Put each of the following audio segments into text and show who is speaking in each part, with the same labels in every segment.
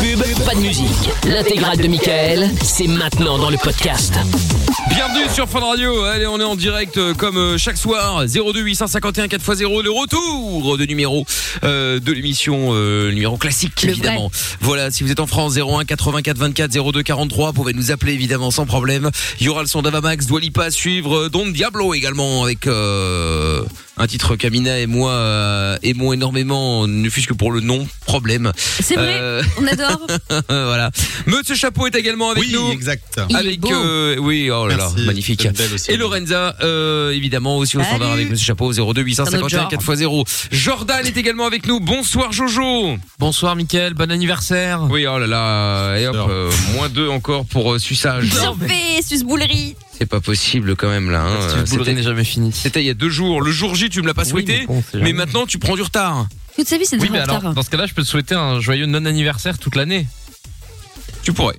Speaker 1: pub, pas de musique. L'intégrale de Michael, c'est maintenant dans le podcast.
Speaker 2: Bienvenue sur Fun Radio. Allez, on est en direct euh, comme euh, chaque soir. 02 851 4x0, le retour de numéro euh, de l'émission euh, numéro classique
Speaker 3: Le
Speaker 2: évidemment. Voilà, si vous êtes en France 01 84 24 02 43, pouvez nous appeler évidemment sans problème. Il y aura le son d'Avamax, Dwalipa à suivre, euh, Don Diablo également avec euh, un titre qu'Amina et moi euh, aimons énormément, ne fût-ce que pour le nom, problème.
Speaker 4: C'est vrai,
Speaker 2: Euh,
Speaker 4: on adore.
Speaker 2: voilà. Monsieur Chapeau est également avec nous.
Speaker 5: exact.
Speaker 4: Il est
Speaker 2: Avec
Speaker 4: beau.
Speaker 2: euh, oui, oh là là, magnifique. Et Lorenza euh, évidemment aussi au
Speaker 4: Salut.
Speaker 2: standard avec Monsieur Chapeau 02 851
Speaker 4: C'est un autre
Speaker 2: 4x0. Jordan est également avec nous. Bonsoir Jojo.
Speaker 6: Bonsoir Mickaël, bon anniversaire.
Speaker 2: Oui, oh là là, et hop, euh, moins deux encore pour euh, suçage.
Speaker 4: Bien fait, Suze Boulerie.
Speaker 2: C'est pas possible quand même là. hein.
Speaker 6: Si
Speaker 2: Euh,
Speaker 6: vous
Speaker 2: C'était
Speaker 6: n'est jamais fini.
Speaker 2: c'était il y a deux jours. Le jour J, tu me l'as pas
Speaker 6: Oui,
Speaker 2: souhaité,
Speaker 6: mais
Speaker 2: mais,
Speaker 6: bon, c'est jamais.
Speaker 2: maintenant tu prends du retard.
Speaker 4: Toute sa vie, c'est
Speaker 6: Oui,
Speaker 4: déjà
Speaker 6: mais
Speaker 4: en
Speaker 6: alors,
Speaker 4: retard.
Speaker 6: dans ce cas-là, je peux te souhaiter un joyeux non-anniversaire toute l'année.
Speaker 2: Tu pourrais.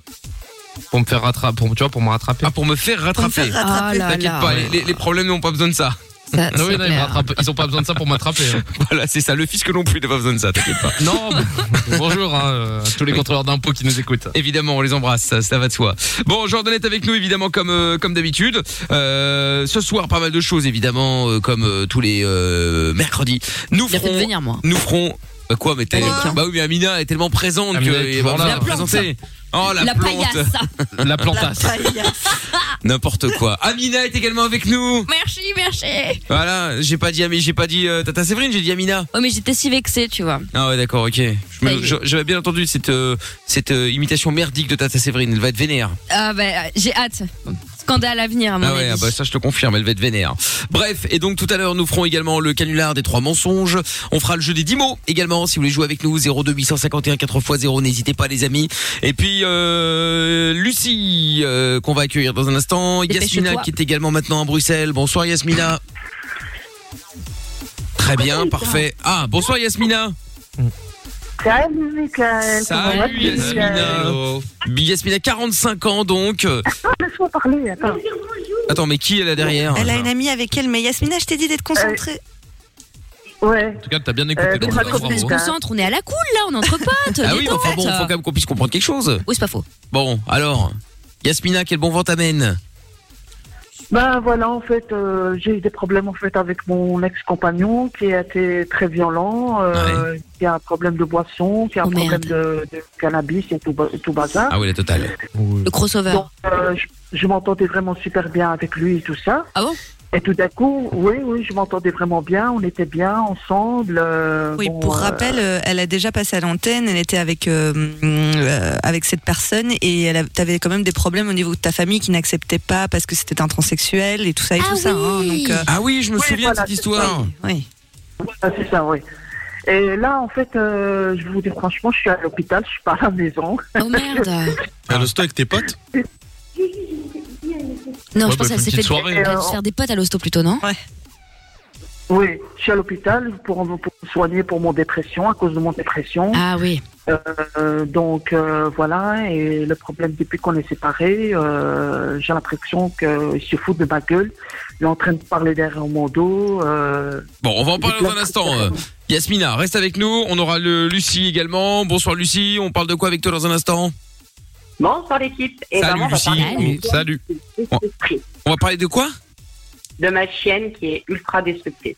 Speaker 6: Pour me faire rattraper, pour, tu vois, pour me rattraper.
Speaker 2: Ah, pour me faire rattraper.
Speaker 4: Ah là
Speaker 2: T'inquiète
Speaker 4: là.
Speaker 2: pas, les, les- les problèmes n'ont pas besoin de ça.
Speaker 4: Ça,
Speaker 6: non, oui,
Speaker 4: c'est
Speaker 6: non, ils, me
Speaker 4: clair.
Speaker 6: rattrapent- ils ont pas besoin de ça pour m'attraper. hein.
Speaker 2: Voilà, c'est ça. Le fisc non plus n'a pas besoin de ça, t'inquiète pas.
Speaker 6: Non, bon, bonjour hein, euh, à tous les contrôleurs d'impôts qui nous écoutent.
Speaker 2: Évidemment, on les embrasse, ça, ça va de soi. Bon, Jordan est avec nous, évidemment, comme euh, comme d'habitude. Euh, ce soir, pas mal de choses, évidemment, euh, comme euh, tous les euh, mercredis. Nous
Speaker 4: Il a fait
Speaker 2: ferons,
Speaker 4: devenir moi.
Speaker 2: nous ferons. Bah quoi, mais t'es-
Speaker 4: Avec, hein.
Speaker 2: bah oui, mais Amina est tellement présente
Speaker 6: Amina
Speaker 2: que
Speaker 6: est
Speaker 2: elle va
Speaker 6: toujours là.
Speaker 2: nous la
Speaker 6: La
Speaker 4: plante.
Speaker 2: présenter. Oh la,
Speaker 4: La
Speaker 2: plante.
Speaker 4: paillasse.
Speaker 6: La plantasse.
Speaker 2: N'importe quoi. Amina est également avec nous.
Speaker 4: Merci, merci.
Speaker 2: Voilà, j'ai pas dit Ami, j'ai pas dit euh, Tata Séverine, j'ai dit Amina.
Speaker 4: Oh, mais j'étais si vexée, tu vois.
Speaker 2: Ah ouais, d'accord, ok. Je me-
Speaker 4: Ça y est.
Speaker 2: je- J'avais bien entendu cette euh, cette euh, imitation merdique de Tata Séverine. Elle va être vénère.
Speaker 4: Ah, bah, j'ai hâte. Scandale à venir, à mon
Speaker 2: Ah ouais,
Speaker 4: avis.
Speaker 2: ah bah ça je te confirme, elle va être vénère. Bref, et donc tout à l'heure nous ferons également le canular des trois mensonges. On fera le jeu des 10 mots également si vous voulez jouer avec nous 02851 4x0, n'hésitez pas les amis. Et puis euh, Lucie euh, qu'on va accueillir dans un instant, Yasmina
Speaker 4: Dépêche-toi.
Speaker 2: qui est également maintenant à Bruxelles. Bonsoir Yasmina. Très bien, parfait. Ah, bonsoir Yasmina.
Speaker 7: Salut Michael.
Speaker 2: Salut,
Speaker 7: Comment vas-tu
Speaker 2: Yasmina.
Speaker 7: euh,
Speaker 6: Hello.
Speaker 2: Yasmina 45 ans donc. euh,
Speaker 7: Ah, Laisse-moi parler. Attends.
Speaker 2: Attends, mais qui est là derrière
Speaker 8: Elle a une amie avec elle, mais Yasmina, je t'ai dit d'être concentrée.
Speaker 7: Euh, Ouais.
Speaker 6: En tout cas, t'as bien écouté.
Speaker 7: Euh,
Speaker 6: donc,
Speaker 7: c'est ma
Speaker 6: bravo.
Speaker 7: copine.
Speaker 4: On se concentre, on est à la cool là, on est entre potes.
Speaker 2: Ah oui, mais
Speaker 4: détente.
Speaker 2: enfin bon,
Speaker 6: hein.
Speaker 2: faut quand même qu'on puisse comprendre quelque chose.
Speaker 4: Oui, Oh, c'est pas faux.
Speaker 2: Bon, alors, Yasmina, quel bon vent t'amène
Speaker 7: Ben voilà, en fait, euh, j'ai eu des problèmes en fait avec mon ex-compagnon qui a été très violent, euh, qui a un problème de boisson, qui a un
Speaker 4: Oh, merde.
Speaker 7: problème de, de cannabis et tout, ba- tout
Speaker 9: Hein
Speaker 7: bazar.
Speaker 2: Ah oui, la totale.
Speaker 4: Le crossover.
Speaker 7: Donc, euh, je, je m'entendais vraiment super bien avec lui et tout ça.
Speaker 4: Ah bon
Speaker 7: Et tout d'un coup, oui, oui, je m'entendais vraiment bien, on était bien ensemble. euh,
Speaker 8: Oui,
Speaker 7: bon,
Speaker 8: pour
Speaker 7: euh,
Speaker 8: rappel, euh, elle a déjà passé à l'antenne, elle était avec, euh, euh, avec cette personne et elle a- t'avais quand même des problèmes au niveau de ta famille qui n'acceptait pas parce que c'était un transsexuel et tout ça et
Speaker 4: Ah
Speaker 8: tout ça. hein,
Speaker 4: oui.
Speaker 8: donc, euh,
Speaker 2: Ah oui, je me
Speaker 7: Oui,
Speaker 2: souviens
Speaker 7: voilà,
Speaker 2: de cette
Speaker 7: c'est
Speaker 2: histoire.
Speaker 8: oui.
Speaker 7: Ah, c'est ça, oui. Et là, en fait, euh, je vous dis franchement, je suis à l'hôpital, je suis pas à la maison.
Speaker 4: Oh merde.
Speaker 5: À l'hosto avec tes potes
Speaker 4: Non,
Speaker 6: Ouais, bah,
Speaker 4: je pense qu'elle
Speaker 6: une
Speaker 4: s'est
Speaker 6: petite
Speaker 4: fait
Speaker 6: soirée.
Speaker 2: hein.
Speaker 4: elle a dû se faire des potes à l'hosto plutôt, non
Speaker 7: Oui, je suis à l'hôpital pour, pour me soigner pour mon dépression, à cause de mon dépression.
Speaker 4: Ah oui.
Speaker 7: Euh, donc euh, voilà, et le problème depuis qu'on est séparés, euh, j'ai l'impression qu'il se fout de ma gueule. Il est en train de parler derrière mon dos. Euh,
Speaker 2: Bon, on va en parler
Speaker 7: j'ai
Speaker 2: dans
Speaker 7: plein
Speaker 2: un
Speaker 7: de
Speaker 2: instant.
Speaker 7: trucs à
Speaker 2: euh.
Speaker 7: faire.
Speaker 2: Yasmina, reste avec nous. On aura le Lucie également. Bonsoir Lucie. On parle de quoi avec toi dans un instant
Speaker 9: Bonsoir l'équipe. Et
Speaker 2: Salut
Speaker 9: vraiment, Eh ben, on va
Speaker 2: Lucie.
Speaker 9: parler
Speaker 6: Salut. Salut.
Speaker 9: de la destructrice,
Speaker 2: On va parler de quoi
Speaker 9: de ma chienne qui est ultra destructrice.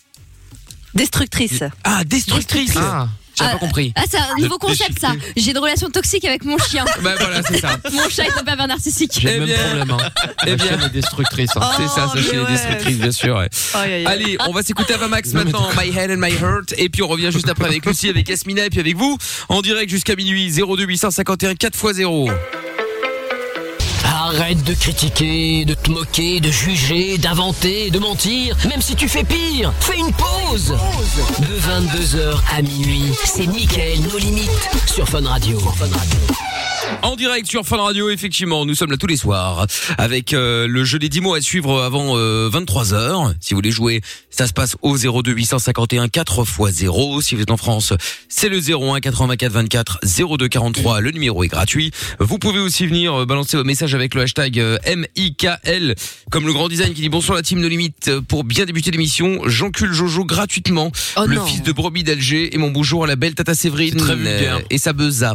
Speaker 8: Destructrice.
Speaker 2: Ah, destructrice.
Speaker 6: Ah,
Speaker 2: J'avais
Speaker 4: Ah.
Speaker 2: pas compris.
Speaker 4: Ah, c'est un nouveau
Speaker 5: Des- des
Speaker 4: concept ça. J'ai une relation toxique avec mon chien.
Speaker 2: Bah voilà, c'est ça.
Speaker 4: Mon chat est un pervers narcissique.
Speaker 6: j'ai
Speaker 2: Eh
Speaker 6: le même
Speaker 2: bien.
Speaker 6: problème. Hein.
Speaker 2: Eh
Speaker 6: La
Speaker 2: bien.
Speaker 6: chaîne est destructrice. hein.
Speaker 2: C'est ça, ça
Speaker 8: mais
Speaker 2: chez les
Speaker 8: ouais.
Speaker 2: destructrices, bien sûr. ouais.
Speaker 8: Aïe, aïe, aïe.
Speaker 2: Allez, on va s'écouter Avamax maintenant, My Head and My Heart. Et puis on revient juste après avec Lucie, avec Yasmina et puis avec vous. En direct jusqu'à minuit, 02851 4x0.
Speaker 1: Arrête de critiquer, de te moquer, de juger, d'inventer, de mentir. Même si tu fais pire, fais une pause. De 22h à minuit, c'est Mickaël, nos limites, sur Fun Radio.
Speaker 2: En direct sur Fun Radio, effectivement, nous sommes là tous les soirs avec euh, le jeu des 10 mots à suivre avant 23h. Si vous voulez jouer, ça se passe au 02 851 4 x 0. Si vous êtes en France, c'est le 01 84 24 02 43. Le numéro est gratuit. Vous pouvez aussi venir euh, balancer vos messages avec le hashtag euh, MIKL. Comme le grand design qui dit bonsoir la team No Limite. Euh, Pour bien débuter l'émission, j'encule Jojo gratuitement.
Speaker 4: Oh
Speaker 2: le
Speaker 4: non.
Speaker 2: fils de brebis d'Alger et mon bonjour à la belle Tata Séverine.
Speaker 6: C'est très vulgaire.
Speaker 2: euh, et sa beza.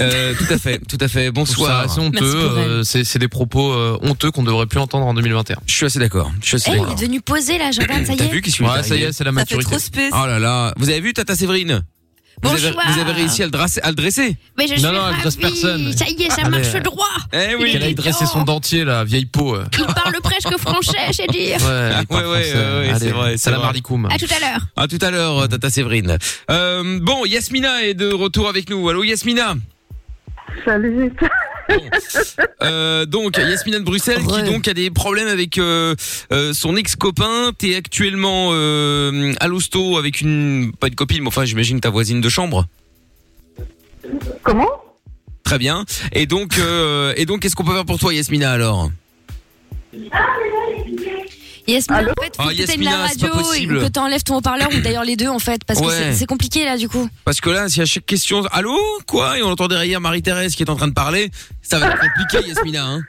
Speaker 2: Euh, tout à fait, tout à fait.
Speaker 6: Soit
Speaker 2: Bonsoir.
Speaker 6: c'est honteux,
Speaker 4: Merci pour elle.
Speaker 6: euh, c'est c'est des propos euh, honteux qu'on devrait plus entendre en 2021.
Speaker 2: Je suis assez d'accord. Je suis
Speaker 4: Eh,
Speaker 2: assez
Speaker 4: il est
Speaker 2: d'accord.
Speaker 4: devenu posé là, Jordan, ça y
Speaker 2: T'as
Speaker 4: est.
Speaker 2: vu qu'est-ce qui lui
Speaker 6: Ouais, ça y est, c'est la
Speaker 8: Ça fait
Speaker 6: maturité. Ah
Speaker 8: trop space.
Speaker 2: Oh là là. Vous avez vu Tata Séverine vous avez,
Speaker 4: Bonsoir.
Speaker 2: vous avez réussi à le, dresser, à le dresser
Speaker 4: Mais je suis
Speaker 6: Non, non, elle dresse
Speaker 4: ravie.
Speaker 6: personne.
Speaker 4: Ça y est, ça
Speaker 6: Allez.
Speaker 4: marche droit.
Speaker 2: Eh oui.
Speaker 6: Qu'elle aille dresser son dentier, la vieille peau. euh.
Speaker 4: Il parle presque français, c'est dire.
Speaker 6: Ouais, elle est pas
Speaker 2: ouais, ouais,
Speaker 6: française.
Speaker 2: ouais, c'est
Speaker 6: Allez,
Speaker 2: vrai, c'est
Speaker 6: Salam
Speaker 2: vrai.
Speaker 6: alaikum.
Speaker 4: À tout à l'heure.
Speaker 2: À tout à l'heure, Tata Séverine. Euh, bon, Yasmina est de retour avec nous. Allô, Yasmina
Speaker 7: Salut.
Speaker 2: Oh. Euh, Donc, Yasmina de Bruxelles qui
Speaker 4: Ouais.
Speaker 2: donc a des problèmes avec euh, euh, son ex-copain. T'es actuellement euh, à l'hosto avec une... Pas une copine, mais enfin, j'imagine ta voisine de chambre.
Speaker 7: Comment
Speaker 2: Très bien. Et donc, euh, et donc, qu'est-ce qu'on peut faire pour toi, Yasmina, alors
Speaker 4: Yasmina,
Speaker 7: Allô
Speaker 4: en fait, faut
Speaker 2: Ah,
Speaker 4: que t'éteignes
Speaker 2: Yasmina,
Speaker 4: la
Speaker 2: c'est pas
Speaker 4: radio et
Speaker 2: possible.
Speaker 4: que t'enlèves ton haut-parleur ou d'ailleurs les deux en fait, parce que
Speaker 2: Ouais.
Speaker 4: c'est- c'est compliqué là du coup.
Speaker 2: Parce que là, si à chaque question, allô, quoi, et on entend derrière Marie-Thérèse qui est en train de parler, ça va être compliqué, Yasmina. Hein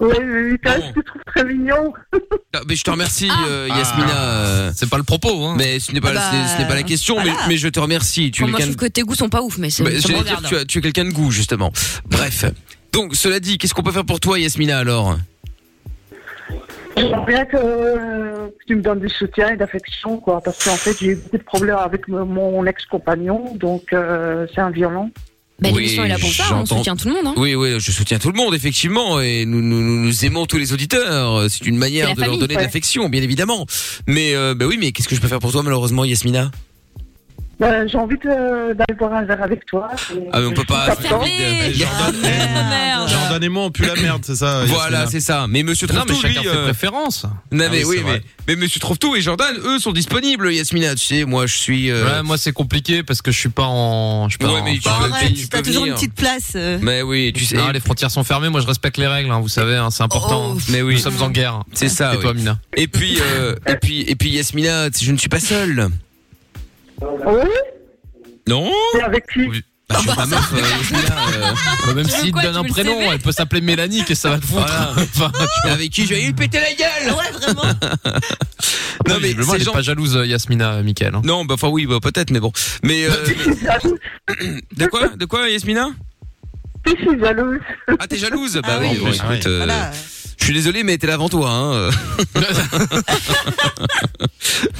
Speaker 7: Oui, oui,
Speaker 2: Ah
Speaker 7: oui,
Speaker 2: bon.
Speaker 7: je te trouve très mignon.
Speaker 2: Ah, mais je te remercie,
Speaker 4: Ah.
Speaker 2: euh, Yasmina. euh,
Speaker 6: C'est pas le propos, hein.
Speaker 2: mais ce n'est pas,
Speaker 8: Ah bah,
Speaker 2: c'est- ce n'est pas la question, mais, mais je te remercie. Tu es
Speaker 4: Enfin, moi, je
Speaker 2: quelqu'un
Speaker 4: trouve
Speaker 2: de-
Speaker 4: que tes goûts sont pas ouf, mais c'est.
Speaker 2: Bah,
Speaker 4: ça me
Speaker 2: j'allais dire,
Speaker 4: regarde.
Speaker 2: tu, as- tu es quelqu'un de goût, justement. Bref. Donc, cela dit, qu'est-ce qu'on peut faire pour toi, Yasmina, alors
Speaker 7: J'aimerais bien que euh, que tu me donnes du soutien et d'affection, quoi, parce qu'en fait, j'ai eu beaucoup de problèmes avec me- mon ex-compagnon, donc euh, c'est un violent.
Speaker 4: Bah,
Speaker 2: Oui,
Speaker 4: l'émission est là pour ça, on
Speaker 2: j'entends.
Speaker 4: soutient tout le monde. Hein.
Speaker 2: Oui, oui, je soutiens tout le monde, effectivement, et nous, nous, nous- nous aimons tous les auditeurs. C'est une manière
Speaker 4: C'est
Speaker 2: de
Speaker 4: la
Speaker 2: leur
Speaker 4: famille,
Speaker 2: donner de
Speaker 7: ouais.
Speaker 2: l'affection, bien évidemment. Mais, euh, bah oui, mais qu'est-ce que je peux faire pour toi, malheureusement, Yasmina
Speaker 7: Euh, j'ai envie de- d'aller boire un verre avec toi. et-
Speaker 2: Ah, mais on peut pas.
Speaker 7: Je suis contente.
Speaker 4: Fermé.
Speaker 2: Il y a-
Speaker 4: Ah, merde.
Speaker 5: Jordan et moi, on pue la merde, c'est ça
Speaker 2: Voilà,
Speaker 5: Yasmina
Speaker 2: c'est ça. Mais Monsieur
Speaker 6: Non, mais
Speaker 2: Trouve-Tout,
Speaker 6: chacun
Speaker 2: lui,
Speaker 6: ses
Speaker 2: euh,
Speaker 6: préférences.
Speaker 2: non,
Speaker 6: Ah
Speaker 2: mais
Speaker 6: oui,
Speaker 2: oui,
Speaker 6: c'est
Speaker 2: mais,
Speaker 6: vrai.
Speaker 2: mais Monsieur Trouve-Tout et Jordan, eux, sont disponibles, Yasmina. Tu sais, moi, je suis. euh,
Speaker 6: Ouais, moi c'est compliqué parce que je suis pas en. Je suis pas
Speaker 2: Ouais,
Speaker 6: en-
Speaker 2: mais tu
Speaker 8: Bon,
Speaker 2: peux-
Speaker 8: arrête,
Speaker 2: tu
Speaker 8: t'as
Speaker 2: peux
Speaker 8: toujours
Speaker 2: venir.
Speaker 8: une petite place. euh.
Speaker 2: Mais oui, tu sais.
Speaker 6: Non, les frontières sont fermées. Moi je respecte les règles, hein, vous savez, hein, c'est important.
Speaker 8: Oh,
Speaker 2: Mais oui.
Speaker 6: Nous sommes en guerre.
Speaker 2: C'est ça.
Speaker 6: Et
Speaker 2: oui.
Speaker 6: toi, Mina
Speaker 2: Et puis, euh, et puis, et puis, Yasmina, tu sais, je ne suis pas seule.
Speaker 7: Ah Oui,
Speaker 2: Non.
Speaker 7: c'est avec qui
Speaker 2: Bah, je suis pas meuf, euh, Yasmina. euh,
Speaker 6: Même
Speaker 4: Tu veux
Speaker 6: s'il te
Speaker 4: quoi,
Speaker 6: donne
Speaker 4: tu
Speaker 6: un
Speaker 4: veux le
Speaker 6: prénom,
Speaker 4: CV
Speaker 6: elle peut s'appeler Mélanie, qu'est-ce que ça va te foutre
Speaker 2: Voilà.
Speaker 6: Enfin,
Speaker 2: avec qui je vais lui péter la gueule.
Speaker 8: Ouais, vraiment.
Speaker 2: Non mais
Speaker 6: visiblement,
Speaker 2: ces
Speaker 6: elle est
Speaker 2: gens.
Speaker 6: pas jalouse, euh, Yasmina, euh, Mickaël. hein.
Speaker 2: Non, bah enfin oui, bah peut-être, mais bon. Mais euh, de quoi, de quoi, Yasmina
Speaker 7: Je suis jalouse.
Speaker 2: Ah, t'es jalouse Bah
Speaker 8: Ah
Speaker 2: oui.
Speaker 8: oui.
Speaker 2: bon,
Speaker 5: Ah oui.
Speaker 2: écoute, euh,
Speaker 8: Voilà.
Speaker 2: je suis désolé, mais t'es là avant toi. Hein.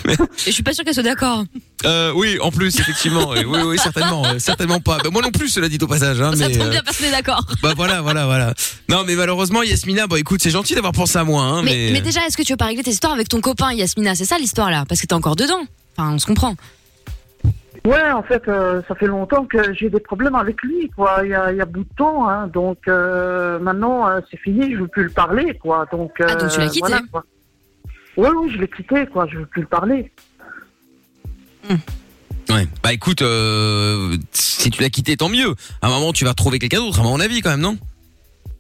Speaker 4: Et Je suis pas sûre qu'elle soit d'accord.
Speaker 2: Euh, oui, en plus, effectivement. oui, oui, oui, certainement, euh, certainement pas. Bah, moi non plus, cela dit au passage. Hein,
Speaker 4: Ça
Speaker 2: mais,
Speaker 4: tombe
Speaker 2: euh,
Speaker 4: bien personne n'est d'accord.
Speaker 2: bah voilà, voilà, voilà. Non, mais malheureusement, Yasmina, bah écoute, c'est gentil d'avoir pensé à moi, hein,
Speaker 4: Mais, mais déjà, est-ce que tu veux pas régler tes histoires avec ton copain Yasmina C'est ça l'histoire là, parce que t'es encore dedans. Enfin, on se comprend.
Speaker 7: Ouais, en fait, euh, ça fait longtemps que j'ai des problèmes avec lui, quoi. Il y a, il y a bout de temps, hein. donc euh, maintenant euh, c'est fini, je veux plus le parler, quoi. Donc,
Speaker 4: Ah, donc tu l'as
Speaker 7: euh,
Speaker 4: quitté
Speaker 7: voilà, quoi. Ouais, oui, je l'ai quitté, quoi. Je veux plus le parler.
Speaker 2: Ouais. Bah écoute, euh, si tu l'as quitté, tant mieux. À un moment, tu vas retrouver quelqu'un d'autre, à mon avis, quand même, non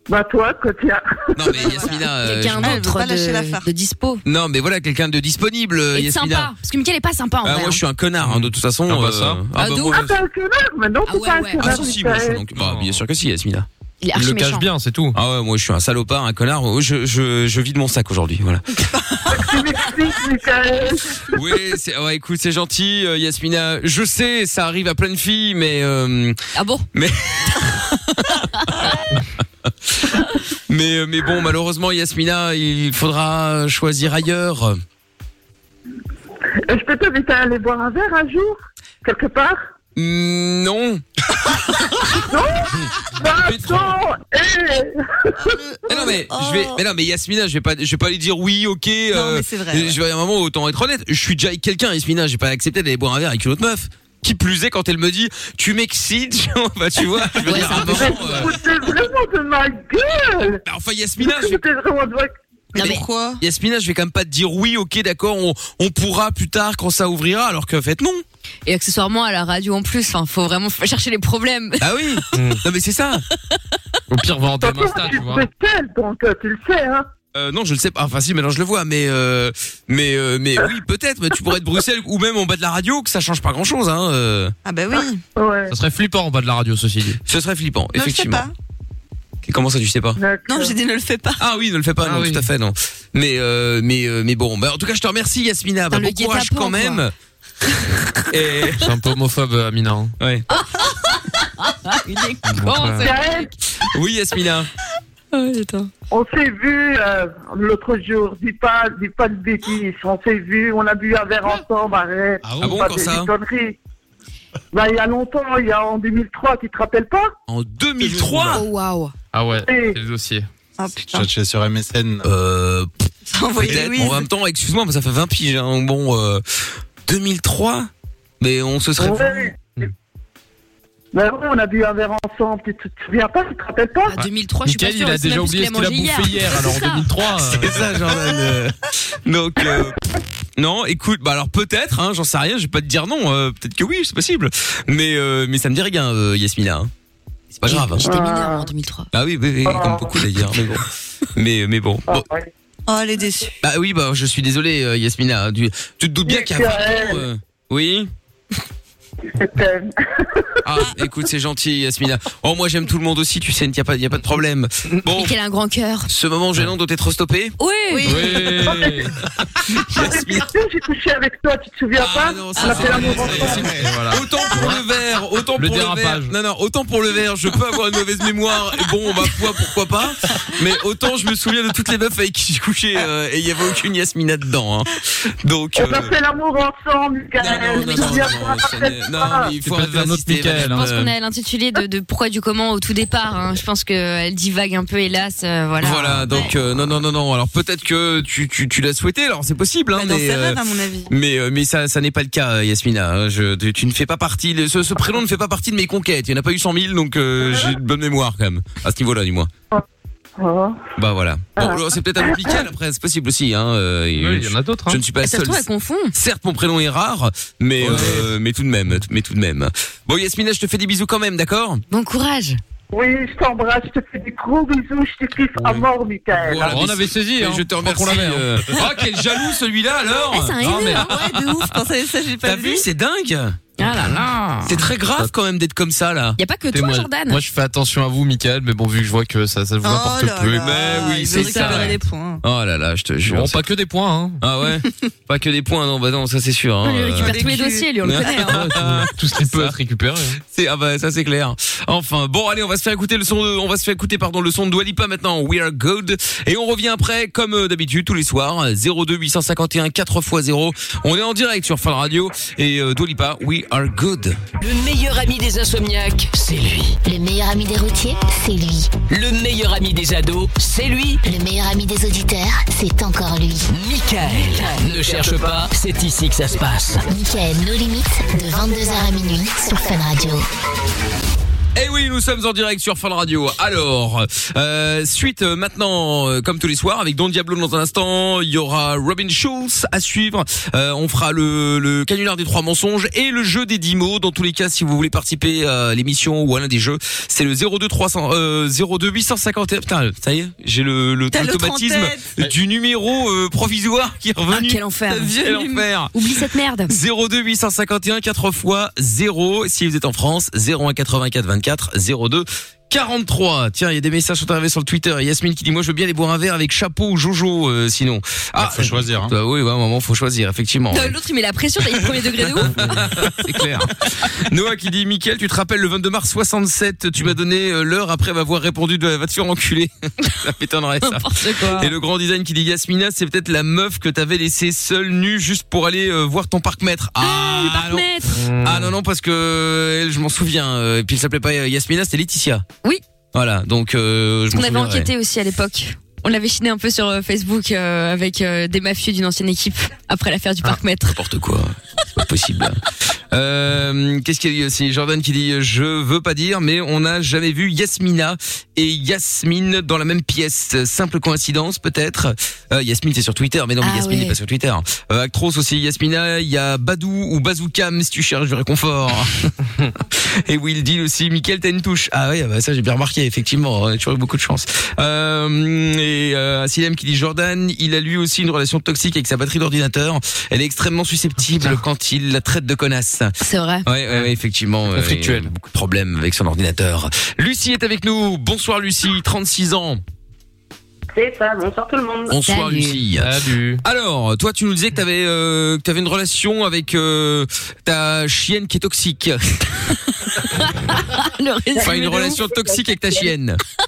Speaker 7: Bah toi, quoi, tiens.
Speaker 2: Non, mais Yasmina. euh,
Speaker 4: Quelqu'un
Speaker 8: je- elle veut
Speaker 4: d'autre
Speaker 8: pas lâcher
Speaker 4: de,
Speaker 8: l'affaire.
Speaker 4: de dispo.
Speaker 2: je- Non, mais voilà, quelqu'un de disponible, euh,
Speaker 4: Et de
Speaker 2: Yasmina.
Speaker 4: sympa. Parce que Mickaël est pas sympa en vrai.
Speaker 2: Ah, moi,
Speaker 4: hein.
Speaker 2: je suis un connard, hein, de toute façon.
Speaker 6: Ah, bah, ça.
Speaker 2: Ah,
Speaker 4: Ah,
Speaker 2: bah,
Speaker 4: d'où
Speaker 2: moi,
Speaker 7: Ah, t'es un connard, mais non,
Speaker 4: Ah,
Speaker 7: t'es
Speaker 4: ouais,
Speaker 7: pas un
Speaker 4: ouais.
Speaker 7: connard.
Speaker 2: Ah, si, si, moi, je suis un
Speaker 7: Michael.
Speaker 2: enc- bah, bien sûr que si, Yasmina.
Speaker 4: Il est
Speaker 6: Il
Speaker 4: archi
Speaker 6: le cache
Speaker 4: méchant.
Speaker 6: bien, c'est tout.
Speaker 2: Ah ouais, moi, je suis un salopard, un connard. Oh, Je, je, je vide mon sac aujourd'hui, voilà.
Speaker 7: Tu m'expliques, Michael.
Speaker 2: Oui, c'est, ouais, écoute, c'est gentil, euh, Yasmina. Je sais, ça arrive à plein de filles, mais euh,
Speaker 4: Ah bon
Speaker 2: mais euh, mais bon, malheureusement, Yasmina, il faudra choisir ailleurs.
Speaker 7: Euh, Je peux t'inviter à aller boire un verre un jour, quelque part
Speaker 2: Hmm, Non.
Speaker 7: Bah,
Speaker 2: Pétro.
Speaker 7: attends, eh, hé
Speaker 2: Mais non mais je vais, mais non mais Yasmina, je vais pas, je vais pas lui dire oui, ok.
Speaker 8: Non,
Speaker 2: euh,
Speaker 8: mais c'est vrai.
Speaker 2: Je vais à un moment autant être honnête. Je suis déjà avec quelqu'un, Yasmina. J'ai pas accepté d'aller boire un verre avec une autre meuf. Qui plus est quand elle me dit tu m'excites, tu vois, bah tu vois. Je veux
Speaker 4: Ouais,
Speaker 2: dire,
Speaker 4: c'est
Speaker 2: à un
Speaker 4: un peu
Speaker 2: moment,
Speaker 7: Tu
Speaker 2: euh,
Speaker 7: te foutais vraiment de ma gueule
Speaker 2: bah, enfin
Speaker 7: Tu
Speaker 2: Yasmina,
Speaker 7: te
Speaker 2: je-
Speaker 7: foutais vraiment de ma
Speaker 4: Non, mais-
Speaker 8: Pourquoi
Speaker 2: Yasmina, je vais quand même pas te dire oui, ok, d'accord, on, on pourra plus tard quand ça ouvrira, alors que en fait non.
Speaker 4: Et accessoirement à la radio en plus, enfin, faut vraiment f- chercher les problèmes.
Speaker 2: Ah oui. non mais c'est ça.
Speaker 6: Hmm. Au pire, va en
Speaker 7: Toi, tu es spécial, donc euh, tu le sais, hein.
Speaker 2: Euh, non, je le sais pas. Enfin si, maintenant je le vois, mais euh, mais euh, mais oui, peut-être. Mais tu pourrais être Bruxelles ou même en bas de la radio, que ça change pas grand-chose. Hein. euh.
Speaker 8: Ah bah oui.
Speaker 7: Ouais.
Speaker 6: Ça serait flippant en bas de la radio, ceci dit.
Speaker 2: Ce serait flippant,
Speaker 8: Non, je sais
Speaker 2: effectivement.
Speaker 8: pas.
Speaker 2: Comment ça, tu sais pas
Speaker 8: Non,
Speaker 7: d'accord.
Speaker 8: j'ai dit ne le fais pas.
Speaker 2: Ah oui, ne le fais pas,
Speaker 6: Ah
Speaker 2: non,
Speaker 6: oui.
Speaker 2: tout à fait, non. Mais euh, mais euh, mais bon, bah, en tout cas, je te remercie, Yasmina. Bah,
Speaker 4: Dans le
Speaker 2: bon courage
Speaker 4: guet-apens,
Speaker 2: quand même. Et
Speaker 6: C'est un peu homophobe, euh, Amina. hein.
Speaker 2: ouais.
Speaker 6: Donc, euh,
Speaker 7: Gaël,
Speaker 2: Oui, Yasmina.
Speaker 7: on s'est vu euh, l'autre jour, dis pas, dis pas de bêtises, on s'est vu, on a bu un verre ensemble, arrête.
Speaker 2: Ah bon,
Speaker 7: pas
Speaker 2: quand
Speaker 7: des-
Speaker 2: ça
Speaker 7: des conneries. Bah, il y a longtemps, il y a en 2003, tu te rappelles pas
Speaker 2: En 2003.
Speaker 4: Oh waouh.
Speaker 6: Ah ouais, c'est
Speaker 7: Et-
Speaker 6: le dossier.
Speaker 8: Ah putain.
Speaker 5: Chatché sur MSN.
Speaker 2: Euh,
Speaker 8: T'as envoyé
Speaker 2: Peut-être,
Speaker 8: Louise.
Speaker 2: mais En même temps, excuse-moi, mais ça fait 20 piges. Hein. Bon, euh, 2003 mais on se serait.
Speaker 7: Ouais. Mais ouais, Bah, on a bu un verre ensemble, tu te tu te souviens pas, tu te rappelles pas
Speaker 2: Ah,
Speaker 4: À 2003, je suis pas
Speaker 6: Michael,
Speaker 4: sûre.
Speaker 6: il a
Speaker 4: c'est
Speaker 6: déjà
Speaker 4: même plus
Speaker 6: oublié ce qu'il a
Speaker 4: mangé
Speaker 6: bouffé hier, alors en
Speaker 4: C'est ça.
Speaker 6: 2003. euh,
Speaker 2: C'est ça, Jordan. euh. Donc, euh, non, écoute, bah alors peut-être, hein, j'en sais rien, je vais pas te dire non. euh, peut-être que oui, c'est possible. Mais, euh, mais ça me dit rien, euh, Yasmina. hein. C'est pas grave. hein.
Speaker 4: Ah, bah, J'étais mineure en 2003.
Speaker 2: Ah oui, oui, oui, comme beaucoup d'ailleurs, mais bon. Mais, mais bon. Bon,
Speaker 7: Ah, ouais.
Speaker 8: Oh, elle est déçue.
Speaker 2: Bah oui, bah je suis désolé, euh, Yasmina. Tu, tu te doutes bien qu'il y a
Speaker 7: Michael.
Speaker 2: vraiment, euh, Oui
Speaker 7: Je t'aime.
Speaker 2: Ah, écoute, c'est gentil, Yasmina. Oh, moi, j'aime tout le monde aussi, tu sais, il n'y a, pas- y a pas de problème. Bon,
Speaker 4: Mais quel un grand cœur.
Speaker 2: ce moment gênant doit être stoppé.
Speaker 4: Oui.
Speaker 6: Ouais.
Speaker 7: Avec qui tu- Ah, J'ai couché avec toi, tu te souviens
Speaker 2: Ah,
Speaker 7: pas
Speaker 2: non, ça,
Speaker 7: On a
Speaker 2: c'est
Speaker 7: fait
Speaker 2: vrai,
Speaker 7: l'amour
Speaker 2: c'est-
Speaker 7: ensemble.
Speaker 6: Ouais, voilà.
Speaker 2: Autant pour le verre, autant
Speaker 6: Le
Speaker 2: pour
Speaker 6: dérapage.
Speaker 2: le verre. Non, non, autant pour le verre, je peux avoir une mauvaise mémoire. Et bon, bah, foi, pourquoi pas. Mais autant je me souviens de toutes les meufs avec qui j'ai couché euh, et il y avait aucune Yasmina dedans. hein. Donc.
Speaker 7: On a
Speaker 2: euh,
Speaker 7: fait l'amour ensemble,
Speaker 2: Non,
Speaker 7: Michael.
Speaker 2: non,
Speaker 7: Tu
Speaker 2: non,
Speaker 7: te
Speaker 2: non,
Speaker 7: souviens
Speaker 2: non,
Speaker 7: pas,
Speaker 2: ça n'est-
Speaker 7: peut-être
Speaker 2: non,
Speaker 7: pas.
Speaker 2: mais il
Speaker 6: C'est
Speaker 2: faut
Speaker 6: pas
Speaker 2: arrêter
Speaker 6: un autre
Speaker 2: d'insister,
Speaker 6: Michael,
Speaker 2: Valentin.
Speaker 4: Je pense qu'on
Speaker 2: Euh,
Speaker 4: a l'intitulé de, de pourquoi du comment au tout départ. hein. Je pense qu'elle divague un peu, hélas. euh, voilà.
Speaker 2: Voilà,
Speaker 4: Ouais.
Speaker 2: donc euh, non, non, non, non. Alors peut-être que tu, tu, tu l'as souhaité, alors c'est possible, hein,
Speaker 8: Bah, Dans
Speaker 2: mais.
Speaker 8: ses
Speaker 2: euh,
Speaker 8: rêves, à mon avis.
Speaker 2: Mais euh, mais ça ça n'est pas le cas euh, Yasmina. hein. Je, tu, tu ne fais pas partie. de- Ce, ce prénom ne fait pas partie de mes conquêtes. Il n'y en a pas eu 100 000 donc euh, j'ai une bonne mémoire quand même à ce niveau-là du moins.
Speaker 7: Oh.
Speaker 2: Bah voilà. Bon, alors, c'est peut-être un peu Michael après c'est possible aussi. Hein. euh, et
Speaker 6: Oui, il y en
Speaker 2: je,
Speaker 6: a d'autres.
Speaker 2: je
Speaker 6: Hein.
Speaker 2: ne suis
Speaker 8: Bah,
Speaker 2: pas
Speaker 4: Ça se
Speaker 2: seul.
Speaker 4: trouve, elle confond.
Speaker 2: Certes mon prénom est rare mais euh, mais tout de même mais tout de même. Bon Yasmina je te fais des bisous quand même d'accord.
Speaker 4: Bon courage.
Speaker 7: Oui, je t'embrasse, je te fais des gros bisous, je te kiffe à mort, Michael.
Speaker 2: Voilà,
Speaker 6: on
Speaker 2: mais-
Speaker 6: avait saisi.
Speaker 2: mais
Speaker 6: Hein.
Speaker 2: je te remercie.
Speaker 6: qu'on l'avait, hein.
Speaker 2: euh. Oh quel jaloux celui-là alors.
Speaker 4: Eh, c'est un
Speaker 2: Non,
Speaker 4: haineux,
Speaker 2: mais-
Speaker 4: hein.
Speaker 8: Ouais, de ouf, quand ça, ça j'ai
Speaker 2: T'as
Speaker 8: pas
Speaker 2: vu
Speaker 8: vu.
Speaker 2: c'est Oh dingue.
Speaker 4: Ah là là.
Speaker 2: C'est très grave quand même d'être comme ça là.
Speaker 4: Y a pas que
Speaker 6: Écoutez,
Speaker 4: toi,
Speaker 6: moi,
Speaker 4: Jordan. Oh
Speaker 6: moi, je fais attention à vous, Michael, mais bon, vu que je vois que ça, ça vous importe peu.
Speaker 2: Mais oui,
Speaker 8: Ah, il
Speaker 2: c'est
Speaker 8: veut
Speaker 2: ça.
Speaker 8: récupérer des points.
Speaker 2: Oh là là je te jure.
Speaker 6: Bon, pas que des points. Hein.
Speaker 2: Ah ouais Pas que des points, non, bah non, ça c'est sûr. hein.
Speaker 4: On lui récupère
Speaker 2: Euh,
Speaker 4: tous les dossiers, lui, on le connaît. hein.
Speaker 6: Ouais, tout, tout ce qui peut être récupéré. hein.
Speaker 2: c'est- ah bah ça c'est clair. Enfin, bon allez, on va se faire écouter le son de, on va se faire écouter pardon le son de Dwalipa maintenant, We Are Good et on revient après comme euh, d'habitude tous les soirs euh, 02 851 4x0. On est en direct sur Fun Radio et euh, Dwalipa We Are Good.
Speaker 1: Le meilleur ami des insomniaques, c'est lui.
Speaker 3: Le meilleur ami des routiers, c'est lui.
Speaker 1: Le meilleur ami des ados, c'est lui.
Speaker 3: Le meilleur ami des auditeurs, c'est encore lui.
Speaker 1: Michael. Ne cherche pas, c'est ici que ça se passe.
Speaker 3: Michael No limites de 22h à minuit sur Fun Radio.
Speaker 2: Eh oui, nous sommes en direct sur Fun Radio. Alors, euh, suite euh, maintenant, euh, comme tous les soirs, avec Don Diablo dans un instant, il y aura Robin Schulz à suivre. Euh, on fera le, le canular des trois mensonges et le jeu des dix mots. Dans tous les cas, si vous voulez participer à l'émission ou à l'un des jeux, c'est le 02 300 euh, 02 851. Putain, ça y est, j'ai le le-
Speaker 8: T'as le
Speaker 2: l'automatisme du numéro euh, provisoire qui est
Speaker 4: Ah,
Speaker 2: revenu.
Speaker 4: quel enfer.
Speaker 2: Quel enfer. Oh,
Speaker 4: Oublie cette merde.
Speaker 2: 02 851 4 fois 0 si vous êtes en France 01 84 24 02 43 tiens il y a des messages qui sont arrivés sur le Twitter Yasmine qui dit moi je veux bien aller boire un verre avec chapeau ou Jojo euh, sinon
Speaker 5: Ah, faut choisir. hein.
Speaker 2: euh, bah oui ouais, à un moment faut choisir effectivement
Speaker 4: Non,
Speaker 2: ouais,
Speaker 4: Euh, L'autre, il met la pression, t'as dit premier degré de ouf.
Speaker 2: c'est clair Noah qui dit Mickaël tu te rappelles le 22 mars 67 tu m'as donné euh, l'heure après m'avoir répondu de la voiture enculée ça m'étonnerait ça
Speaker 4: N'importe quoi.
Speaker 2: et le grand design qui dit Yasmina, c'est peut-être la meuf que t'avais laissée seule nue juste pour aller euh, voir ton parc maître. Ah, non.
Speaker 4: Maître.
Speaker 2: Ah non non parce que elle, je m'en souviens euh, et puis elle s'appelait pas Yasmina c'était Laetitia.
Speaker 4: Oui.
Speaker 2: Voilà donc euh, je
Speaker 4: On
Speaker 2: m'en
Speaker 4: avait
Speaker 2: souviendrai.
Speaker 4: enquêté aussi à l'époque. On l'avait chiné un peu sur euh, Facebook euh, avec euh, des mafieux d'une ancienne équipe après l'affaire du parc maître.
Speaker 2: Ah. N'importe quoi. pas possible. Euh, Qu'est-ce qu'il y a aussi Jordan qui dit je veux pas dire, mais on n'a jamais vu Yasmina et Yasmine dans la même pièce. Simple coïncidence peut-être. Euh, Yasmine c'est sur Twitter, mais non, mais
Speaker 4: Ah
Speaker 2: Yasmine
Speaker 4: ouais.
Speaker 2: n'est pas sur Twitter. Euh, Actros aussi Yasmina. Il y a Badou ou Bazoukam si tu cherches du réconfort. et Will Deal aussi. Michael t'as une touche. Ah oui, ah bah ça j'ai bien remarqué effectivement. On a toujours eu beaucoup de chance. Euh, et euh, Asilem qui dit Jordan, il a lui aussi une relation toxique avec sa batterie d'ordinateur. Elle est extrêmement
Speaker 6: Ah,
Speaker 2: susceptible quand il la traite de connasse.
Speaker 4: C'est vrai.
Speaker 2: Ouais, ouais, ouais, effectivement. ouais,
Speaker 6: Conflictuel.
Speaker 2: il y a beaucoup de problèmes avec son ordinateur. Lucie est avec nous. Bonsoir Lucie, 36 ans.
Speaker 9: C'est ça, bonsoir tout le monde.
Speaker 2: Bonsoir
Speaker 4: Salut.
Speaker 2: Lucie.
Speaker 6: Salut.
Speaker 2: Alors, toi, tu nous disais que t'avais euh, que t'avais une relation avec euh, ta chienne qui est toxique.
Speaker 4: Le résumé
Speaker 2: Enfin,
Speaker 4: de
Speaker 2: une
Speaker 4: ouf,
Speaker 2: relation toxique avec ta chienne.
Speaker 4: Ah,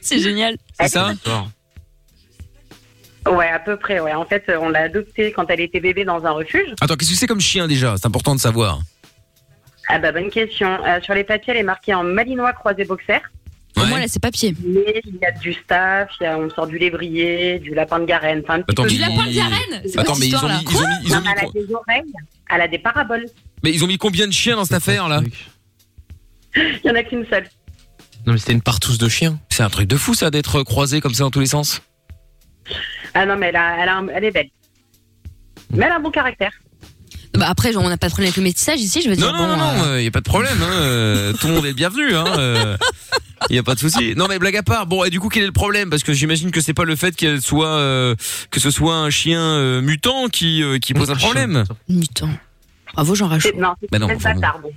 Speaker 4: C'est génial.
Speaker 2: C'est ça
Speaker 9: Ouais, à peu près, ouais. En fait, euh, on l'a adoptée quand elle était bébé dans un refuge.
Speaker 2: Attends, qu'est-ce que c'est comme chien déjà C'est important de savoir.
Speaker 9: Ah bah, bonne question. Euh, sur les papiers, elle est marquée en malinois croisé boxer.
Speaker 4: Au
Speaker 2: Ouais.
Speaker 4: moins, là, c'est papier.
Speaker 9: Mais il y a du staff, il y a- on sort du lévrier, du lapin de Garenne. Enfin, un petit
Speaker 2: Attends,
Speaker 9: peu
Speaker 4: Du
Speaker 2: Ils-
Speaker 4: lapin de Garenne C'est quoi
Speaker 2: Attends,
Speaker 4: cette
Speaker 2: mais ils ont
Speaker 4: histoire-là
Speaker 2: mis, ils ont mis, ils ont
Speaker 9: Non,
Speaker 2: mis
Speaker 9: mais elle a
Speaker 2: quoi
Speaker 9: des oreilles, elle a des paraboles.
Speaker 2: mais ils ont mis combien de chiens dans cette affaire là
Speaker 9: Il n'y en a qu'une seule.
Speaker 6: Non, mais c'était une partouze de chien.
Speaker 2: C'est un truc de fou ça d'être croisé comme ça dans tous les sens.
Speaker 9: Ah non, mais elle, a- elle, a un- elle est belle. Mais elle a un bon caractère.
Speaker 4: Bah, Après, genre, on n'a pas de problème avec le métissage ici, je veux
Speaker 2: Non,
Speaker 4: dire.
Speaker 2: non,
Speaker 4: bon,
Speaker 2: non,
Speaker 4: euh,
Speaker 2: non, euh, y a pas de problème. Hein, euh, tout le monde est le bienvenu. Hein, euh, y a pas de souci. Non, mais blague à part. Bon, et du coup, quel est le problème Parce que j'imagine que c'est pas le fait qu'elle soit euh, que ce soit un chien euh, mutant qui euh, qui pose un problème.
Speaker 4: Mutant. Bravo, Jean Rachaud.
Speaker 9: C'est- Non, c'est
Speaker 2: Bah non,
Speaker 9: une
Speaker 2: enfin
Speaker 9: espèce
Speaker 2: bon.